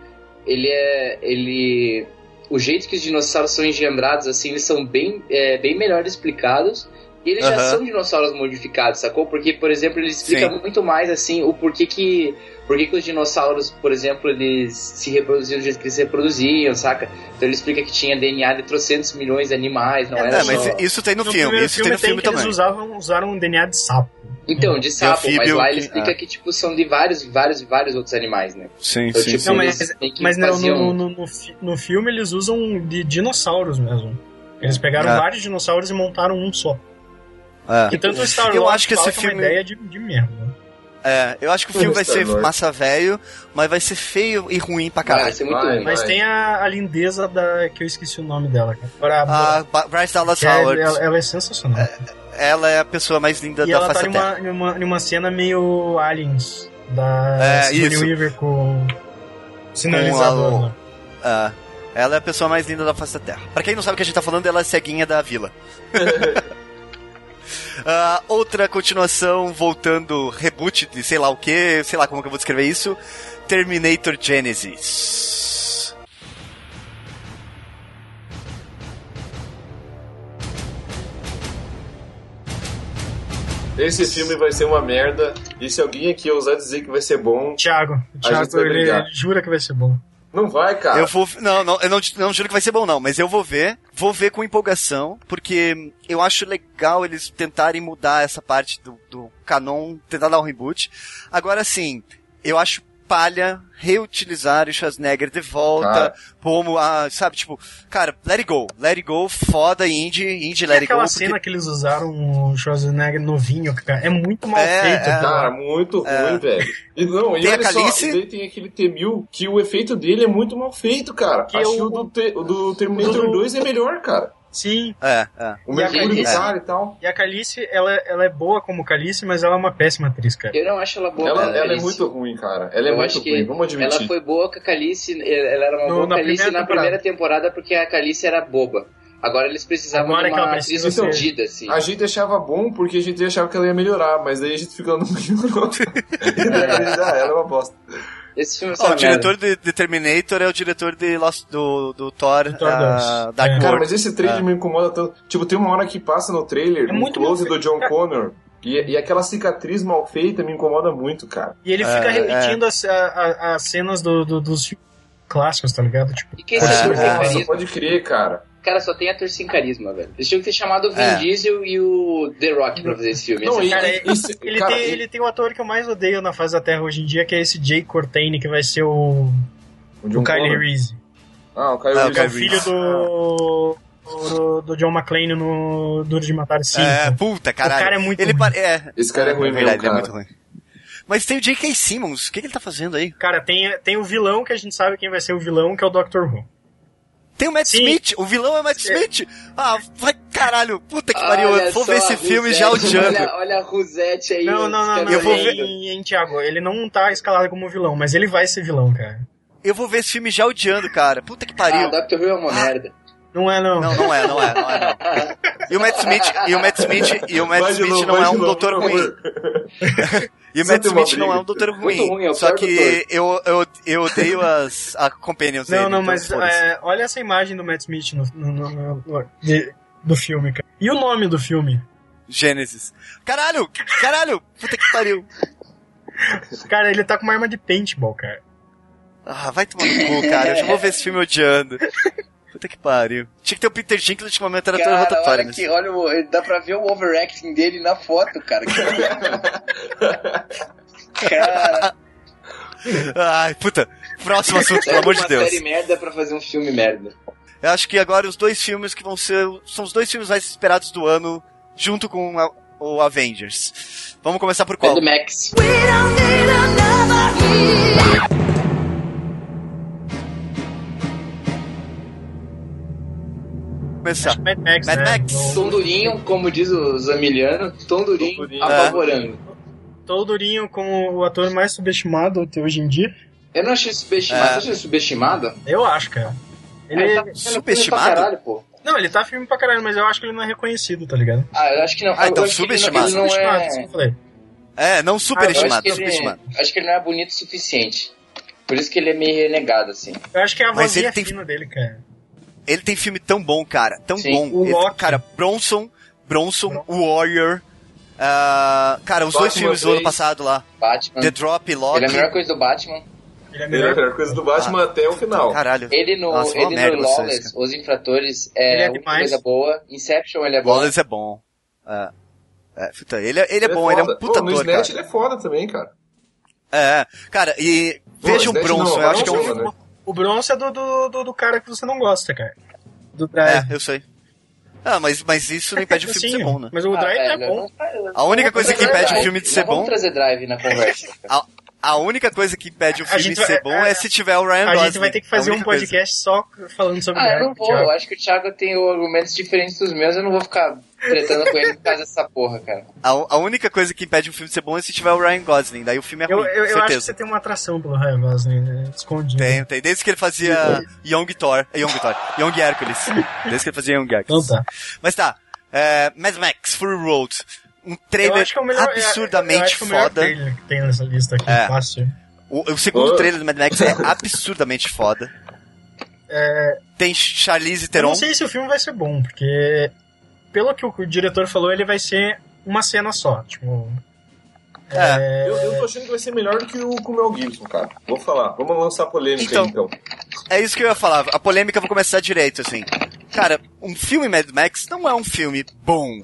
ele é. ele. O jeito que os dinossauros são engendrados, assim, eles são bem, é, bem melhor explicados. E eles já Aham. são dinossauros modificados, sacou? Porque, por exemplo, ele explica Sim. muito mais, assim, o porquê que. Por que que os dinossauros, por exemplo, eles se reproduziam do jeito que eles se reproduziam, saca? Então ele explica que tinha DNA de trocentos milhões de animais, não era É, só... mas isso tem no, filme, primeiro isso tem no filme que também. Eles usavam, usaram um DNA de sapo. Então, de sapo, mas anfíbio lá ele que- explica ah. que, tipo, são de vários, vários, vários outros animais, né? Sim, Então, tipo, Não, mas- eles têm que Mas no, fazer um- no, no, no fi- no filme eles usam de dinossauros mesmo. Eles pegaram É. vários dinossauros e montaram um só. E tanto o Star Wars Ah. Eu acho que esse fala é filme- uma ideia de, de merda. É, eu acho que o filme vai ser Star-Lord. massa velho, mas vai ser feio e ruim pra Cara, vai caralho. ser muito Vai, ruim. Mas Ai. tem a, a lindeza da. que eu esqueci o nome dela, cara. Pra- A Ba- Bryce Dallas que é- Howard, ela, ela é sensacional. ela Ah, é a pessoa mais linda e da ela face tá da Terra. numa, numa, numa cena meio Aliens da É, Sigourney isso. Weaver com sinalizador. Com a- né? Ah, ela é a pessoa mais linda da face da Terra. Pra quem não sabe o que a gente tá falando, ela é ceguinha da vila. Ah, outra continuação, voltando, reboot de sei lá o que, sei lá como que eu vou descrever isso. Terminator Genesis. Esse filme vai ser uma merda. E se alguém aqui ousar dizer que vai ser bom, Thiago, o gente vai tá Thiago ele, brigar. ele jura que vai ser bom. não vai, cara. Eu vou. Não, não, eu não, não juro que vai ser bom, não, mas eu vou ver. Vou ver com empolgação, porque eu acho legal eles tentarem mudar essa parte do, do canon, tentar dar um reboot. Agora sim, eu acho palha reutilizar o Schwarzenegger de volta, Cara. como a. Sabe, tipo, cara, let it go. Let it go, foda, indie, indie, E let it go. aquela porque- cena que eles usaram o Schwarzenegger novinho, cara, é muito mal É, feito. é. cara. Cara, muito ruim, velho. E não, e Tem a olha só, Khaleesi? e daí tem aquele T-1000 que o efeito dele é muito mal feito, cara. Que Acho é que o- o do, T- o do Terminator do- 2 é melhor, cara. Sim. É, é. O E a mergulho do Khaleesi? cara e tal. E a Calice, ela, ela é boa como Calice, mas ela é uma péssima atriz, cara. Eu não acho ela boa. Ela, cara, ela é Alice. muito ruim, cara. Ela é Eu muito acho que ruim, vamos admitir. ela foi boa com a Calice, ela era uma No- boa na Calice primeira na primeira temporada porque a Calice era boba. Agora eles precisavam Agora é de que ela uma atriz precisa ser- fodida, assim. A gente achava bom porque a gente achava que ela ia melhorar, mas daí a gente ficou não melhorou. e daí a gente, ah, ela é uma bosta. Esse filme é Ó, só o diretor de, de Terminator é o diretor de Lost, do, do Thor, Thor ah, dois. Dark É. World. Cara, mas esse trailer me incomoda tanto. Tipo, tem uma hora que passa no trailer, É um muito close mal do John Connor, e, e aquela cicatriz mal feita me incomoda muito, cara. E ele fica É, repetindo as, a- a- as cenas do, do- dos filmes clássicos, tá ligado? Tipo, E quem esse ator sem Nossa, carisma? pode crer, cara. Cara, só tem ator sem carisma, velho. Eles tinham que ter chamado o Vin É. Diesel e o The Rock pra fazer esse filme. Não, Esse- é- e- cara, esse- ele, cara, é tem, e- ele tem o ator que eu mais odeio na face da Terra hoje em dia, que é esse Jake Cortane, que vai ser o, O o John Kyle Connor? Reese. Ah, o Kyle Ah, o Reese. Que é o Kyle filho do, do, do John McClane no Duro de Matar 5. É, puta, caralho. cara é muito ele ruim. pare- é, Esse cara é ruim É verdade, mesmo, ele é cara. muito ruim. Mas tem o J.K. Simmons, o que, que ele tá fazendo aí? Cara, tem, tem o vilão que a gente sabe quem vai ser o vilão, que é o Dr. Who. Tem o Matt Sim. Smith, o vilão é o Matt Smith! Ah, vai Caralho, puta que pariu, eu vou ver esse filme já odiando. Olha, olha a Rosette aí. Não, não, não, não. Eu vou ver- Em, em Thiago, ele não tá escalado como vilão, mas ele vai ser vilão, cara. Eu vou ver esse filme já odiando, cara. Puta que pariu. Ah, Dr. Who é uma merda. Não é, não. Não, não é, não é, não é, não. E o Matt Smith, e o Matt Smith, e o Matt Vai de Smith novo, não vai é de um novo, doutor por ruim. favor. E o Só Matt tem uma Smith não briga. é um doutor ruim. Muito ruim, é o só pior que doutor. eu, eu, eu odeio as a companions Não, dele, não, então mas foda-se. é, olha essa imagem do Matt Smith no, no- no- no- de- do filme, cara. E o nome do filme? Gênesis. Caralho, caralho, puta que pariu. Cara, ele tá com uma arma de paintball, cara. Ah, vai tomar no cu, cara. Eu já vou ver esse filme odiando. Puta que pariu. Tinha que ter o Peter Dinklage com uma metralhadora Cara, rotatória. olha nesse que, olha, o- dá pra ver o overacting dele na foto, cara. cara, Ai, puta. Próximo assunto, pelo pega amor É uma de Deus. série merda pra fazer um filme merda. Eu acho que agora os dois filmes que vão ser. São os dois filmes mais esperados do ano, junto com a- o Avengers. Vamos começar por É qual? do Max. We don't need another hero. Começar. Mad Max, Mad né? Max. O- Tom Durinho, como diz o Zamiliano, Tom Durinho, Tom Durinho. apavorando. Tô durinho como o ator mais subestimado até hoje em dia. Eu não achei subestimado. É. Você achou subestimado? Eu acho, cara. Ele... é Ah, ele tá fazendo filme subestimado? Pra caralho, pô. Não, ele tá filme pra caralho, mas eu acho que ele não é reconhecido, tá ligado? Ah, eu acho que não. Ah, Eu então acho que ele não- subestimado. Ele não Subestimado, isso que é... eu falei. É, não Ah, Eu acho, superestimado, que superestimado. ele, acho que ele não é bonito o suficiente. Por isso que ele é meio renegado, assim. Eu acho que é a Mas ele vozinha tem- fina dele, cara. Ele tem filme tão bom, cara. Tão Sim, bom. o Ele- Loki. cara, Bronson, Bronson, Warrior. ah, cara, os dois Batman filmes do ano três. passado lá. Batman. The Drop e Loki. Ele é a melhor coisa do Batman. Ele Ele é é a melhor. melhor coisa do Batman até o final. Caralho. Ele no, Nossa, uma ele merda no vocês, Lawless, Os Infratores, é, Ele é a única demais. coisa boa. Inception, ele é bom. Wallace é bom. É, é, puta, ele, é- ele é bom, ele é um foda. puta Pô, ator, No Snatch cara. ele é foda também, cara. É, cara, e Pô, vejam Snatch não, Bronson, eu acho que é um... Bronson, né? O Bronze é do, do, do, do cara que você não gosta, cara. Do Drive. É, eu sei. Ah, mas, mas isso não impede o filme de ser bom, né? Mas o Ah, Drive é velho, bom. não faz- A única coisa que Vamos impede trazer o filme de Drive. ser Não Vamos bom... trazer drive na conversa. cara. A, a única coisa que impede o A filme gente de ser vai- bom é, é se tiver o Ryan A Gosling. gente vai ter que É a fazer um única coisa. podcast só falando sobre Ah, eu Drive, não vou. é, Thiago. Eu acho que o Thiago tem argumentos diferentes dos meus. Eu não vou ficar tretando com ele por causa dessa porra, cara. A, u- a única coisa que impede um filme de ser bom é se tiver o Ryan Gosling. Daí o filme é Eu, ruim, eu, eu acho que certeza. você tem uma atração pelo Ryan Gosling, né? escondido. Tem, tem. Desde que ele fazia Young Thor. é, Young Thor. Young Hércules. Desde que ele fazia Young Então Hércules. tá. Mas tá. É, Mad Max, Fury Road. Um Eu trailer acho que é o melhor. absurdamente eu acho que é o melhor foda. trailer que tem nessa lista aqui, É. fácil. O, o segundo Oh. trailer do Mad Max é absurdamente foda. É, Tem Charlize Eu Theron. não sei se o filme vai ser bom, porque pelo que o, o diretor falou, ele vai ser uma cena só. Tipo, É. Eu, eu tô achando que vai ser melhor do que o com o Mel Gibson, cara. Vou falar. Vamos lançar polêmica Então. aí, então. É isso que eu ia falar. A polêmica vai começar direito, assim. Cara, um filme Mad Max não é um filme bom.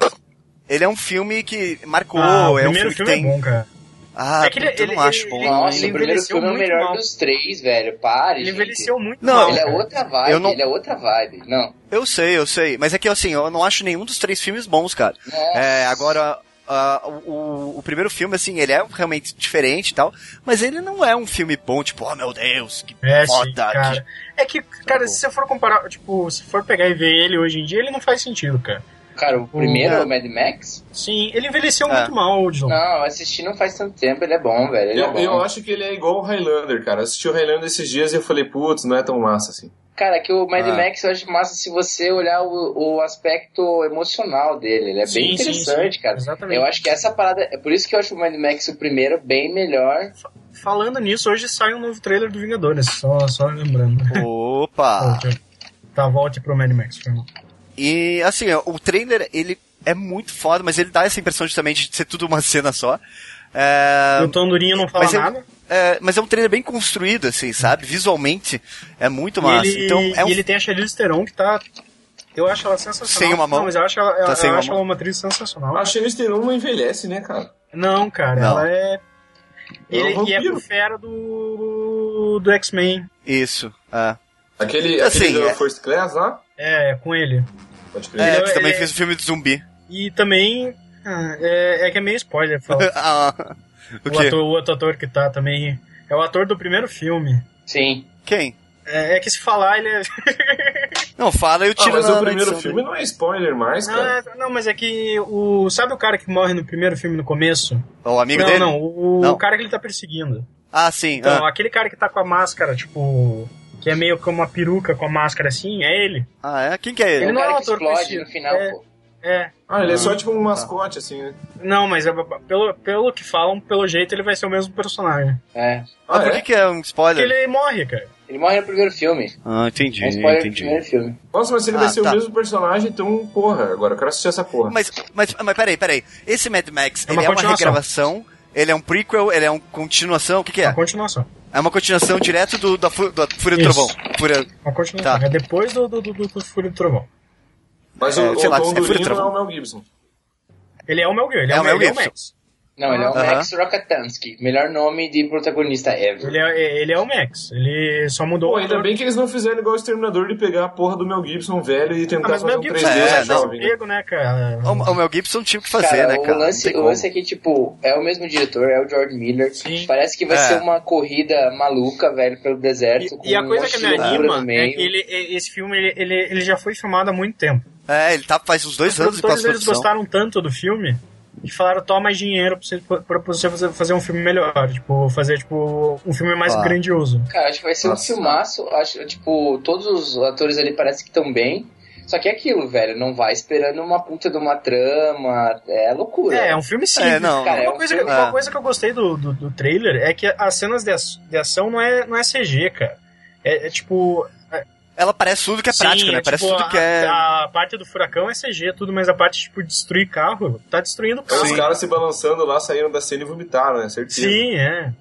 Ele é um filme que marcou, ah, o é um primeiro filme, filme que tem. é bom, cara. Ah, É que ele- puta, eu não ele- acho ele- bom. ele- Nossa, o primeiro envelheceu filme é o muito melhor mal. dos três, velho. Pare, Ele gente. envelheceu muito Não, mal. Ele é cara. outra vibe, Eu não- ele é outra vibe. Não. Eu sei, eu sei. Mas é que assim, eu não acho nenhum dos três filmes bons, cara. Nossa. É, agora, ah, o, o- o primeiro filme, assim, ele é realmente diferente e tal, mas ele não é um filme bom, tipo, oh meu Deus, que É, foda. sim, que- cara. É que, cara, bom. se você for comparar, tipo, se for pegar e ver ele hoje em dia, ele não faz sentido, cara. Cara, o primeiro, é. o Mad Max? Sim, ele envelheceu É. muito mal, John. Não, eu assisti não faz tanto tempo, ele é bom, velho. Ele é Eu, bom. eu acho que ele é igual o Highlander, cara. Eu assisti o Highlander esses dias e eu falei, putz, não é tão massa assim. Cara, que o Mad Ah. Max eu acho massa se você olhar o, o aspecto emocional dele. Ele é Sim, bem sim, interessante, sim. cara. Exatamente. Eu acho que essa parada. É por isso que eu acho o Mad Max o primeiro bem melhor. Falando nisso, hoje sai um novo trailer do Vingadores, só, só lembrando. né? Opa! Tá, volte pro Mad Max, foi mal. E assim, ó, o trailer, ele é muito foda, mas ele dá essa impressão justamente de ser tudo uma cena só. É, E o Tondurinho não fala mas eu- nada. é, mas é um trailer bem construído, assim, sabe? Visualmente é muito E massa. ele, então é um e ele tem a Charlize Theron que tá. Eu acho ela sensacional. Sem uma mão. Tá Não, mas eu acho, ela, eu- eu sem uma acho mão. ela uma atriz sensacional. A Charlize Theron não envelhece, né, cara? Não, cara, Não. ela é. É um Ele, e é vampiro. o fera do. do X-Men. isso. É. Aquele, Assim, aquele do é. First Class lá? É, com ele. Pode crer. Ah, É, Ele- que também ele- fez o filme de zumbi. E também. ah, É, é que é meio spoiler falar. Ah, o o, quê? ator, o outro ator que tá também. É o ator do primeiro filme. Sim. Quem? É, é que se falar, ele é. Não, fala e eu tiro Ah, mas na- o na primeiro edição filme daí. não é spoiler mais, cara. Ah, não, mas é que o. Sabe o cara que morre no primeiro filme no começo? O amigo não, dele? Não, o, Não. o cara que ele tá perseguindo. Ah, sim. Então, ah. aquele cara que tá com a máscara, tipo. Que é meio que uma peruca com a máscara assim, é ele. Ah, é? Quem que é ele? Ele não é um cara que ator explode conhecido. no final, É. pô. É. Ah, ele é Uhum. só Tá. tipo um mascote, assim, né? Não, mas é- pelo, pelo que falam, pelo jeito ele vai ser o mesmo personagem. É. Ah, Ah, por é? que, que é um Porque spoiler? ele morre, cara. Ele morre no primeiro filme. Ah, entendi, É um spoiler do entendi. primeiro filme. Nossa, mas ele Ah, vai ser tá. o mesmo personagem, então, porra, agora eu quero assistir essa porra. Mas, mas, mas peraí, peraí. Esse Mad Max, É uma ele é uma continuação. regravação, ele é um prequel, ele é uma continuação, o que que Uma é? continuação. É uma continuação direto do, da, fu- da Fúria do Isso. Trovão. Fúria... Uma continuação. Tá. É depois do, do, do, do Fúria do Trovão. Mas É, o, sei o lá, é Tom Fúria Durinho Travão. não é o Mel Gibson. Ele é o Mel Gibson. Ele É é, o o Mel, Mel ele é o Gibson. Max. Não, ele é o Aham. Max Rokatansky. Melhor nome de protagonista ever. Ele é, ele é o Max. Ele só mudou Pô, o ainda ator. bem que eles não fizeram igual o Exterminador de pegar a porra do Mel Gibson velho e Ah, tentar mas fazer o Mel um Gibson 3D é, é, não. não. jovem. né? emprego, né, cara? O, o Mel Gibson tinha o que fazer, né, cara? O Não lance, tem o como. lance é que, tipo, é o mesmo diretor, é o George Miller. Sim. Parece que vai É. ser uma corrida maluca, velho, pelo deserto. com E, e a um coisa monte que me de loucura anima no é meio. que ele- e- esse filme ele, ele, ele já foi filmado há muito tempo. É, ele tá faz uns Os dois anos de produtores eles pós-produção. gostaram tanto do filme que falaram: toma mais dinheiro pra você, pra você fazer, fazer um filme melhor. Tipo, fazer tipo, um filme mais Claro. grandioso. Cara, acho que vai ser Nossa. um filmaço. Acho, tipo, todos os atores ali parece que estão bem. Só que é aquilo, velho. Não vai esperando uma puta de uma trama. É loucura. É, é um filme simples. É, não. Cara, não. é Uma coisa, que, filme- uma é. coisa que eu gostei do, do, do trailer é que as cenas de, ac- de ação não é, não é CG, cara. É, é tipo. Ela parece tudo que é sim, prático, né? é Parece tipo, tudo que a, é. A parte do furacão é CG, tudo, mas a parte, tipo, de destruir carro, tá destruindo Então, carro. Os caras se balançando lá, saíram da cena e vomitaram, né? Certeza. Sim, é.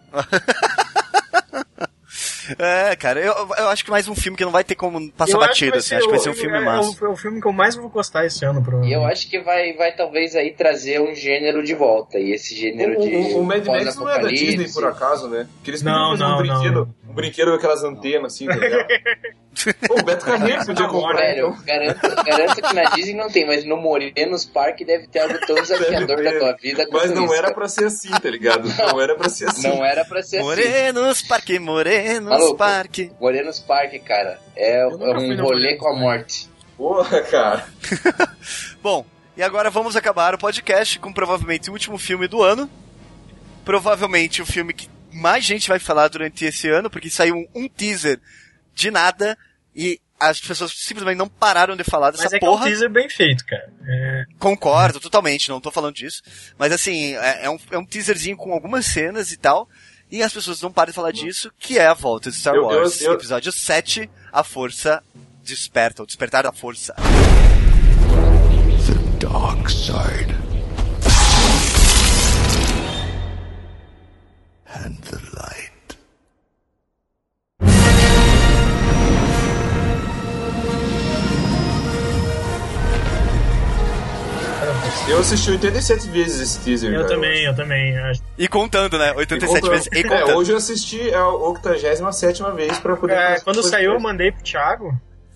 É, cara, eu, eu acho que mais um filme que não vai ter como passar Eu batido, assim. Acho que vai ser um o- filme é, massa. É o, é o filme que eu mais vou gostar esse ano, E provavelmente. eu acho que vai, vai talvez aí trazer um gênero de volta. E esse gênero O, de. o- o Um- Mad Max não é da pós-apocalipse. Disney, por acaso, né? Que eles podiam Não, fazer não, um brinquedo, um brinquedo com aquelas antenas, assim, tá ligado? Pô, o Beto Tá Carreiro podia comprar, Velho, então. garanto, garanto que na Disney não tem, mas no Morenos Park deve ter algo tão desafiador Deve da ter. tua vida quanto Mas não isso. era pra ser assim, tá ligado? Não era pra ser assim. Não era pra ser assim. Morenos Parque, Morenos Maluco. Parque. Morenos Park, cara, é, é nunca fui um no rolê Morenos com a Park. morte. Porra, cara. Bom, e agora vamos acabar o podcast com provavelmente o último filme do ano. Provavelmente o filme que mais gente vai falar durante esse ano, porque saiu um, um teaser de nada e as pessoas simplesmente não pararam de falar dessa Mas é porra. que é um teaser bem feito, cara. É, Concordo totalmente, não tô falando disso. Mas assim, é, é um, é um teaserzinho com algumas cenas e tal. E as pessoas não param de falar disso, que é a volta de Star Eu- eu- Wars, eu- episódio 7, A Força Desperta, ou Despertar da Força. Dark side. And the light. Eu assisti 87 vezes esse teaser. eu cara, também, eu também. acho. E contando, né? E 87 comprou. vezes e É, contando. hoje eu assisti a 87 vez pra poder. É, fazer quando esse saiu, eu podcast. mandei pro Thiago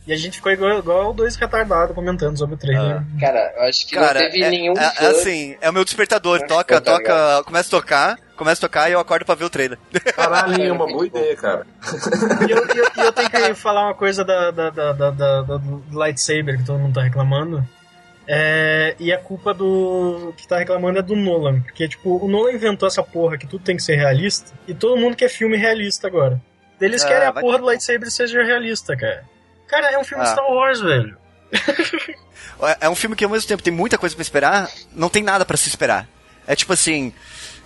e a gente ficou igual, igual dois retardados comentando sobre o Ah. trailer. Cara, eu acho que Cara, não teve é, nenhum é- fã. é assim, é o meu despertador. Não Toca, ficou, tá toca, começa a tocar, começa a tocar e eu acordo pra ver o trailer. Caralho, é uma Muito boa bom. ideia, cara. E eu, e eu- e eu tenho que falar uma coisa da, da, da, da- da- da- do lightsaber que todo mundo tá reclamando. É, e a culpa do que tá reclamando é do Nolan. Porque, tipo, o Nolan inventou essa porra que tudo tem que ser realista. E todo mundo quer filme realista agora. Eles Ah, querem a vai porra te- do lightsaber seja realista, cara. Cara, é um filme Ah. Star Wars, velho. É um filme que ao mesmo tempo tem muita coisa pra esperar, não tem nada pra se esperar. É tipo assim,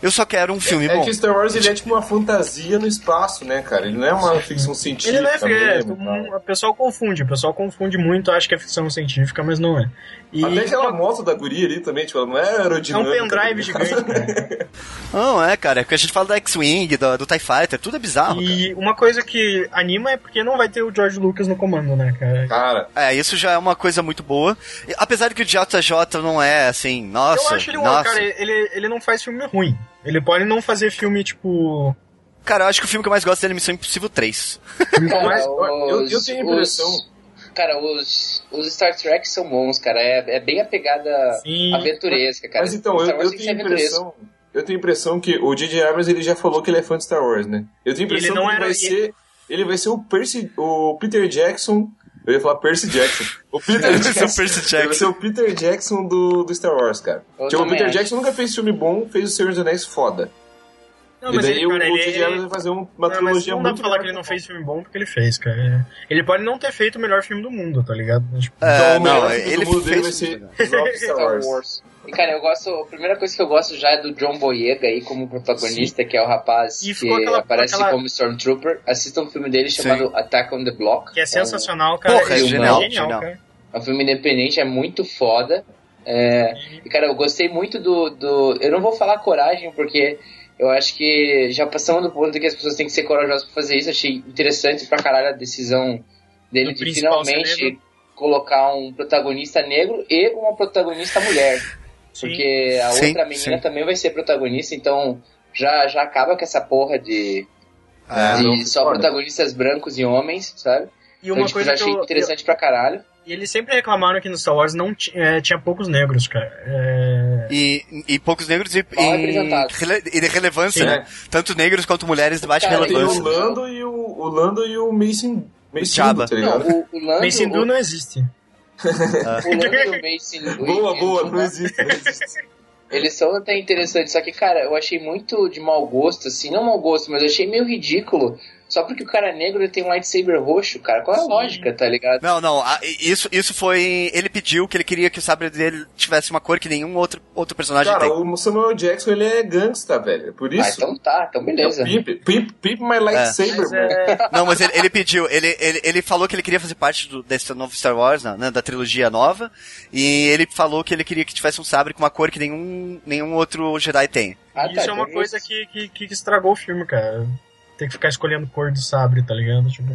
eu só quero um filme É bom. que Star Wars ele é tipo uma fantasia no espaço, né, cara? Ele não é uma ficção científica. Ele não é, é, mesmo, um- tal. o pessoal confunde, o pessoal confunde muito, acha que é ficção científica, mas não é. E Até aquela moto da guria ali também, tipo, ela não é é um aerodinâmica. pendrive tá ligado? gigante, né? cara. Não, é, cara, é porque a gente fala da X-Wing, do, do TIE Fighter, tudo é bizarro. E uma coisa que anima é porque não vai ter o George Lucas no comando, né, cara? Cara, É, isso já é uma coisa muito boa. E, apesar que o JJ não é assim, nossa. eu acho ele um nossa. cara, ele, ele não faz filme ruim. Ele pode não fazer filme, tipo. Cara, eu acho que o filme que eu mais gosto dele é Missão Impossível 3. filme com Cara, mais- eu- eu tenho a impressão. os- cara, os, os Star Trek são bons, cara. É, é bem a pegada Sim. aventuresca, cara. mas então, eu, Star Wars eu tem que tenho ser a aventuresco. impressão. Eu tenho a impressão que o J.J. Abrams ele já falou que ele é fã de Star Wars, né? Eu tenho a E ele impressão não que ele era- vai e- ser. Ele vai ser o, Percy, o Peter Jackson Eu ia falar Percy Jackson. O Peter Ele vai ser o Jackson. Percy Jackson. Ele vai ser o Peter Jackson do, do Star Wars, cara. Eu Tipo, o também Peter acho. Jackson nunca fez filme bom, fez o Senhor dos Anéis foda. Não, e mas daí ele, cara, o ele- é- Woody Allen vai fazer um- uma Não, mas trilogia não dá muito pra falar que ele não fez filme bom porque ele fez, cara. É. Ele pode não ter feito o melhor filme do mundo, tá ligado? Tipo, É, então, não, o melhor filme ele do mundo dele fez. vai ser Love Star Wars. E, cara, eu gosto. A primeira coisa que eu gosto já é do John Boyega aí como protagonista, que é o rapaz E que ficou aquela- aparece aquela- como Stormtrooper. Assista um filme dele chamado Attack on the Block. Que é um- sensacional, cara. Porra, Ele genial, genial. cara. É um filme independente, é muito foda. É, e, cara, eu gostei muito do, do. Eu não vou falar coragem, porque eu acho que já passamos do ponto que as pessoas têm que ser corajosas pra fazer isso. Achei interessante pra caralho a decisão dele Do de principal ser finalmente negro. colocar um protagonista negro e uma protagonista mulher. Sim. Porque a Sim, outra menina sim. também vai ser protagonista, então já, já acaba com essa porra de, Ah, de não, só foda. protagonistas brancos e homens, sabe? E uma então, tipo, coisa já que achei eu- interessante pra caralho. E eles sempre reclamaram que no Star Wars não ti- é, tinha poucos negros, cara. É, E, e poucos negros e, Mal em, representados. rele- e de relevância, Sim. né? Tanto negros quanto mulheres de baixa Cara, um- Tem o relevância. Lance. Lando e o, o Lando e o Mason, Mason Chaba. tá Não, ligado? o, o Lando, Mace Windu o- não existe. O Lando e o Mace Windu, Boa, eles boa, são- não existe. não existe. Eles são até interessantes, só que, cara, eu achei muito de mau gosto, assim, não mau gosto, mas eu achei meio ridículo. Só porque o cara é negro ele tem um lightsaber roxo, cara. Qual é a lógica, tá ligado? Não, não, a- isso, isso foi. Ele pediu que ele queria que o sabre dele tivesse uma cor que nenhum outro, outro personagem tem. Cara, o Samuel Jackson, ele é gangsta, velho. Por Ah, isso. então tá, então beleza. É o Pimp, pimp, pimp my lightsaber, Mas, mano. é, Não, mas ele, ele pediu, ele, ele, ele falou que ele queria fazer parte do, desse novo Star Wars, né, né, da trilogia nova, e ele falou que ele queria que tivesse um sabre com uma cor que nenhum, nenhum outro Jedi tem. Ah, tá, isso é uma então coisa que, que, que estragou o filme, cara. Tem que ficar escolhendo cor do sabre, tá ligado? Tipo,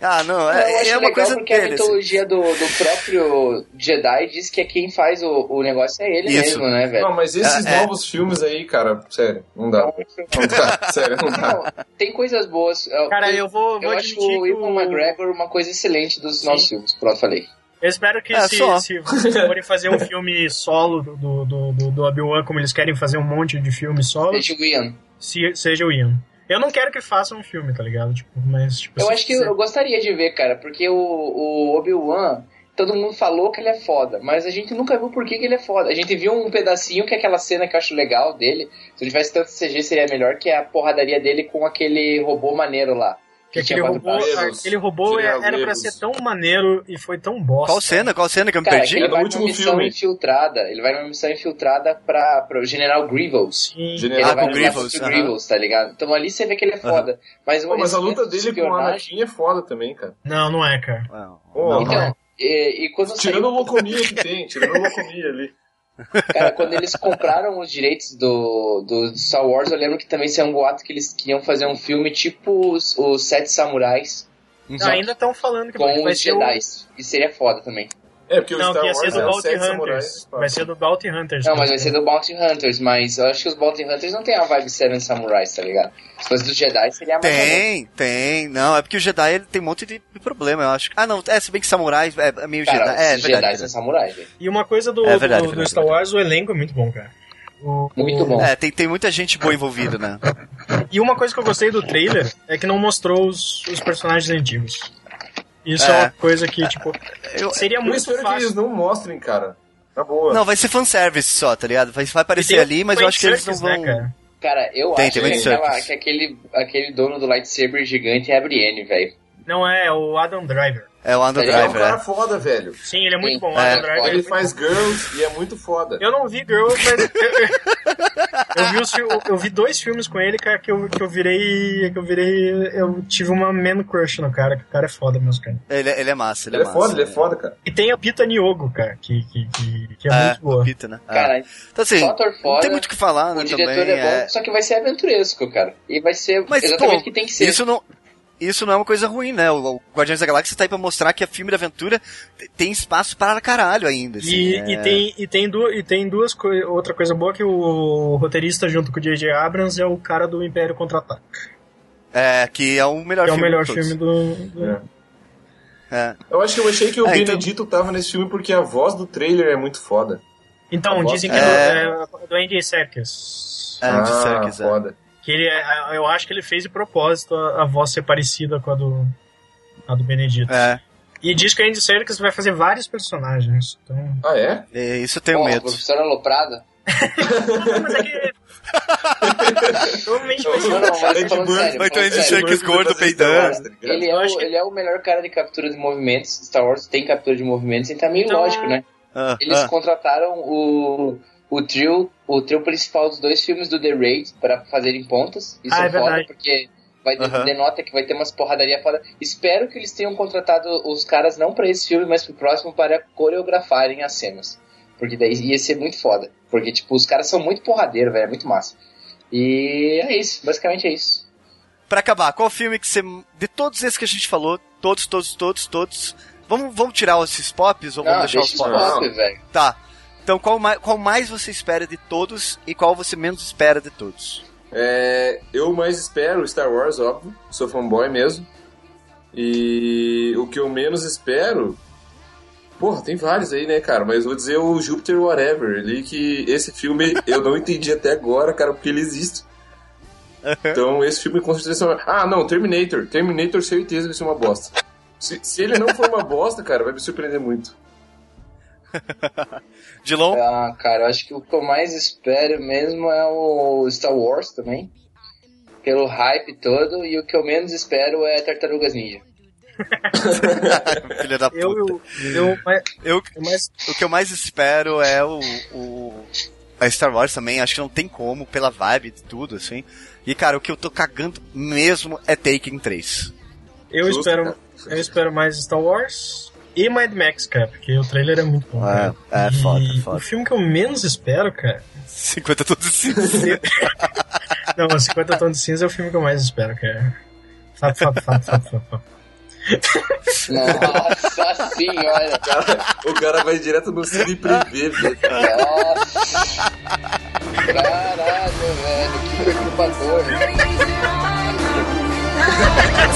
Ah, não, Eu é, acho é uma legal coisa porque a dele. assim. mitologia do, do próprio Jedi diz que é quem faz o, o negócio é ele Isso. mesmo, né, velho? Não, mas esses É, é. novos filmes aí, cara, sério, não dá. Então, Não dá, sério, não dá. não, tem coisas boas. Cara, eu vou, eu vou acho admitir que o Ivan o- McGregor uma coisa excelente dos nossos filmes. Pronto, falei. Eu espero que É, se, só. se vocês forem fazer um filme solo do, do, do, do, do Obi-Wan, como eles querem fazer um monte de filme solo, Deixa o Ian. se, seja o Ian. Eu não quero que façam um filme, tá ligado? Tipo, mas, tipo, Eu se acho que fizer- eu gostaria de ver, cara, porque o, o Obi-Wan, todo mundo falou que ele é foda, mas a gente nunca viu por que, que ele é foda. A gente viu um pedacinho que é aquela cena que eu acho legal dele. Se eu tivesse tanto CG seria melhor, que é a porradaria dele com aquele robô maneiro lá. que aquele tinha robô, quatro braços. braços. aquele robô é- Seria era pra Legos. ser tão maneiro e foi tão bosta. Qual cena? Qual cena que eu me Cara, perdi? que ele É do vai último numa missão filme. infiltrada. Ele vai numa missão infiltrada pra, pro General Grievous. Sim. Genial. Ele Ah, com vai o no Grievous, exército aham. Grievous, tá ligado? Então ali você vê que ele é foda. Mas, Pô, mas a esse luta método de dele com o espionagem- Anakin é foda também, cara. Não, não é, cara. Não, Pô, não, cara, Então, e, e quando Tirando a saiu locomia que tem, tirando a locomia ali. Cara, quando eles compraram os direitos do, do Star Wars, eu lembro que também saiu um boato que eles queriam fazer um filme tipo os, os Sete Samurais Não, ainda estão falando é que com vai os ser o... Jedi. E seria foda também. É, porque o Não, Star que ia ser Wars do é os Bounty sete samurais. do Hunters. espaço. Vai ser do Bounty Hunters. né? Não, mas vai ser do Bounty Hunters, mas eu acho que os Bounty Hunters não tem a vibe Seven Samurais, tá ligado? Se fosse do Jedi, seria mais maneiro. Tem, tem, não, é porque o Jedi ele tem um monte de problema, eu acho. Ah, não, é, se bem que samurai é meio Cara, Jedi. É, é verdade, os Jedi são verdade. samurais, velho. E uma coisa do, É verdade, do- do verdade, Star verdade. Wars, o elenco é muito bom, cara. O- Muito o- bom. É, tem, tem muita gente boa envolvida, né? E uma coisa que eu gostei do trailer é que não mostrou os, os personagens antigos. Isso é, É. uma coisa que, tipo, Eu- seria Eu muito espero que eles fácil. não mostrem, cara. Na boa. Não, vai ser fanservice só, tá ligado? Vai, vai aparecer ali, mas eu acho que eles não vão. Né, cara? Cara, eu Tem, acho tem muitos que, aquela- Circus. que aquele, aquele dono do lightsaber gigante é a Brienne, velho. Não é, é o Adam Driver. É o Andrew Ele é um É um Driver, cara é. foda, velho. Sim, ele é muito Sim. bom. O É, Adam Driver. é Ele muito faz bom. girls e é muito foda. Eu não vi Girl, mas. eu, vi os fi- eu vi dois filmes com ele, cara, que eu, que eu virei. Que eu virei. Eu tive uma man crush no cara, que o cara é foda, meus caras. Ele, ele é massa, ele, Ele é massa. foda, ele é foda, cara. E tem a Pita Niogo, cara, que, que, que, que é, É, muito boa. Pita, né? É. Cara, então assim, só ator não foda. tem muito o que falar, O né, diretor também. é bom, é. só que vai ser aventuresco, cara. E vai ser Mas, exatamente o pô, que tem que ser. Isso não... Isso não é uma coisa ruim, né? O o Guardiões da Galáxia tá aí pra mostrar que a filme de aventura te- tem espaço para caralho ainda. assim, E, é. e tem, e, tem duas, e tem duas coi- Outra coisa boa é que o roteirista junto com o J.J. Abrams é o cara do Império Contra-Ataque. É, que é o melhor Que é o filme. melhor de todos. filme do. do- É. É. Eu acho que eu achei que o É, então- Benedito tava nesse filme porque a voz do trailer é muito foda. Então, Eu dizem que é, gosto. do, é do Andy Serkis. É, ah, de Serkis, é. foda. Que ele é- eu acho que ele fez de propósito a, a voz ser parecida com a do. A do Benedito. É. E diz que a Andy Serkis vai fazer vários personagens. Então... Ah, é? isso eu tenho Pô, medo. Professora Aloprada? Realmente Não, não, mas falando sério, Vai ter um o falando Andy sério. Serkis então, gordo tá peidando. Ele é, o, ele é o melhor cara de captura de movimentos. Star Wars tem captura de movimentos, então é meio lógico, né? Ah, Eles ah. contrataram o, o trio o trio principal dos dois filmes do The Raid pra fazerem pontas. Isso Ah, é, é foda, verdade. porque vai de- Aham. denota que vai ter umas porradaria foda. Espero que eles tenham contratado os caras não pra esse filme, mas pro próximo para coreografarem as cenas. Porque daí ia ser muito foda. Porque, tipo, os caras são muito porradeiros, velho. É muito massa. E é isso. Basicamente é isso. Pra acabar, qual filme que você. De todos esses que a gente falou, todos, todos, todos, todos. Vamos, vamos tirar os pops ou Não, vamos deixar deixa os isso pops? pop, velho. Tá. Então qual mais, qual mais você espera de todos e qual você menos espera de todos? É, eu mais espero Star Wars, óbvio. Sou fanboy mesmo. E o que eu menos espero. Porra, tem vários aí, né, cara? Mas eu vou dizer o Jupiter Whatever ali, que esse filme eu não entendi até agora, cara, porque ele existe. Então esse filme com certeza. é uma- Ah, não, Terminator. Terminator certeza vai ser uma bosta. Se, se ele não for uma bosta, cara, vai me surpreender muito. Dilon? Ah, cara, eu acho que o que eu mais espero mesmo é o Star Wars também. Pelo hype todo, e o que eu menos espero é Tartarugas Ninja. É. Filha da puta. Eu, eu, eu, mas- Eu- eu mais o que eu mais espero é o, o- A Star Wars também, acho que não tem como, pela vibe de tudo, assim. E, cara, o que eu tô cagando mesmo é Taken 3. Eu Justo, espero, cara. eu espero mais Star Wars e Mad Max, cara, porque o trailer é muito bom. É, cara. é foda, E O foda. filme que eu menos espero, cara. 50 tons de cinza. Não, o 50 Tons de Cinza é o filme que eu mais espero, cara. Fap, fap, fap, fap, fap, fap. Nossa senhora! O cara vai direto no cine prevê, velho. Nossa! Caralho, velho, que né? perturbador!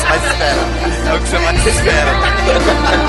Mas espera. É o que você mais espera. Thank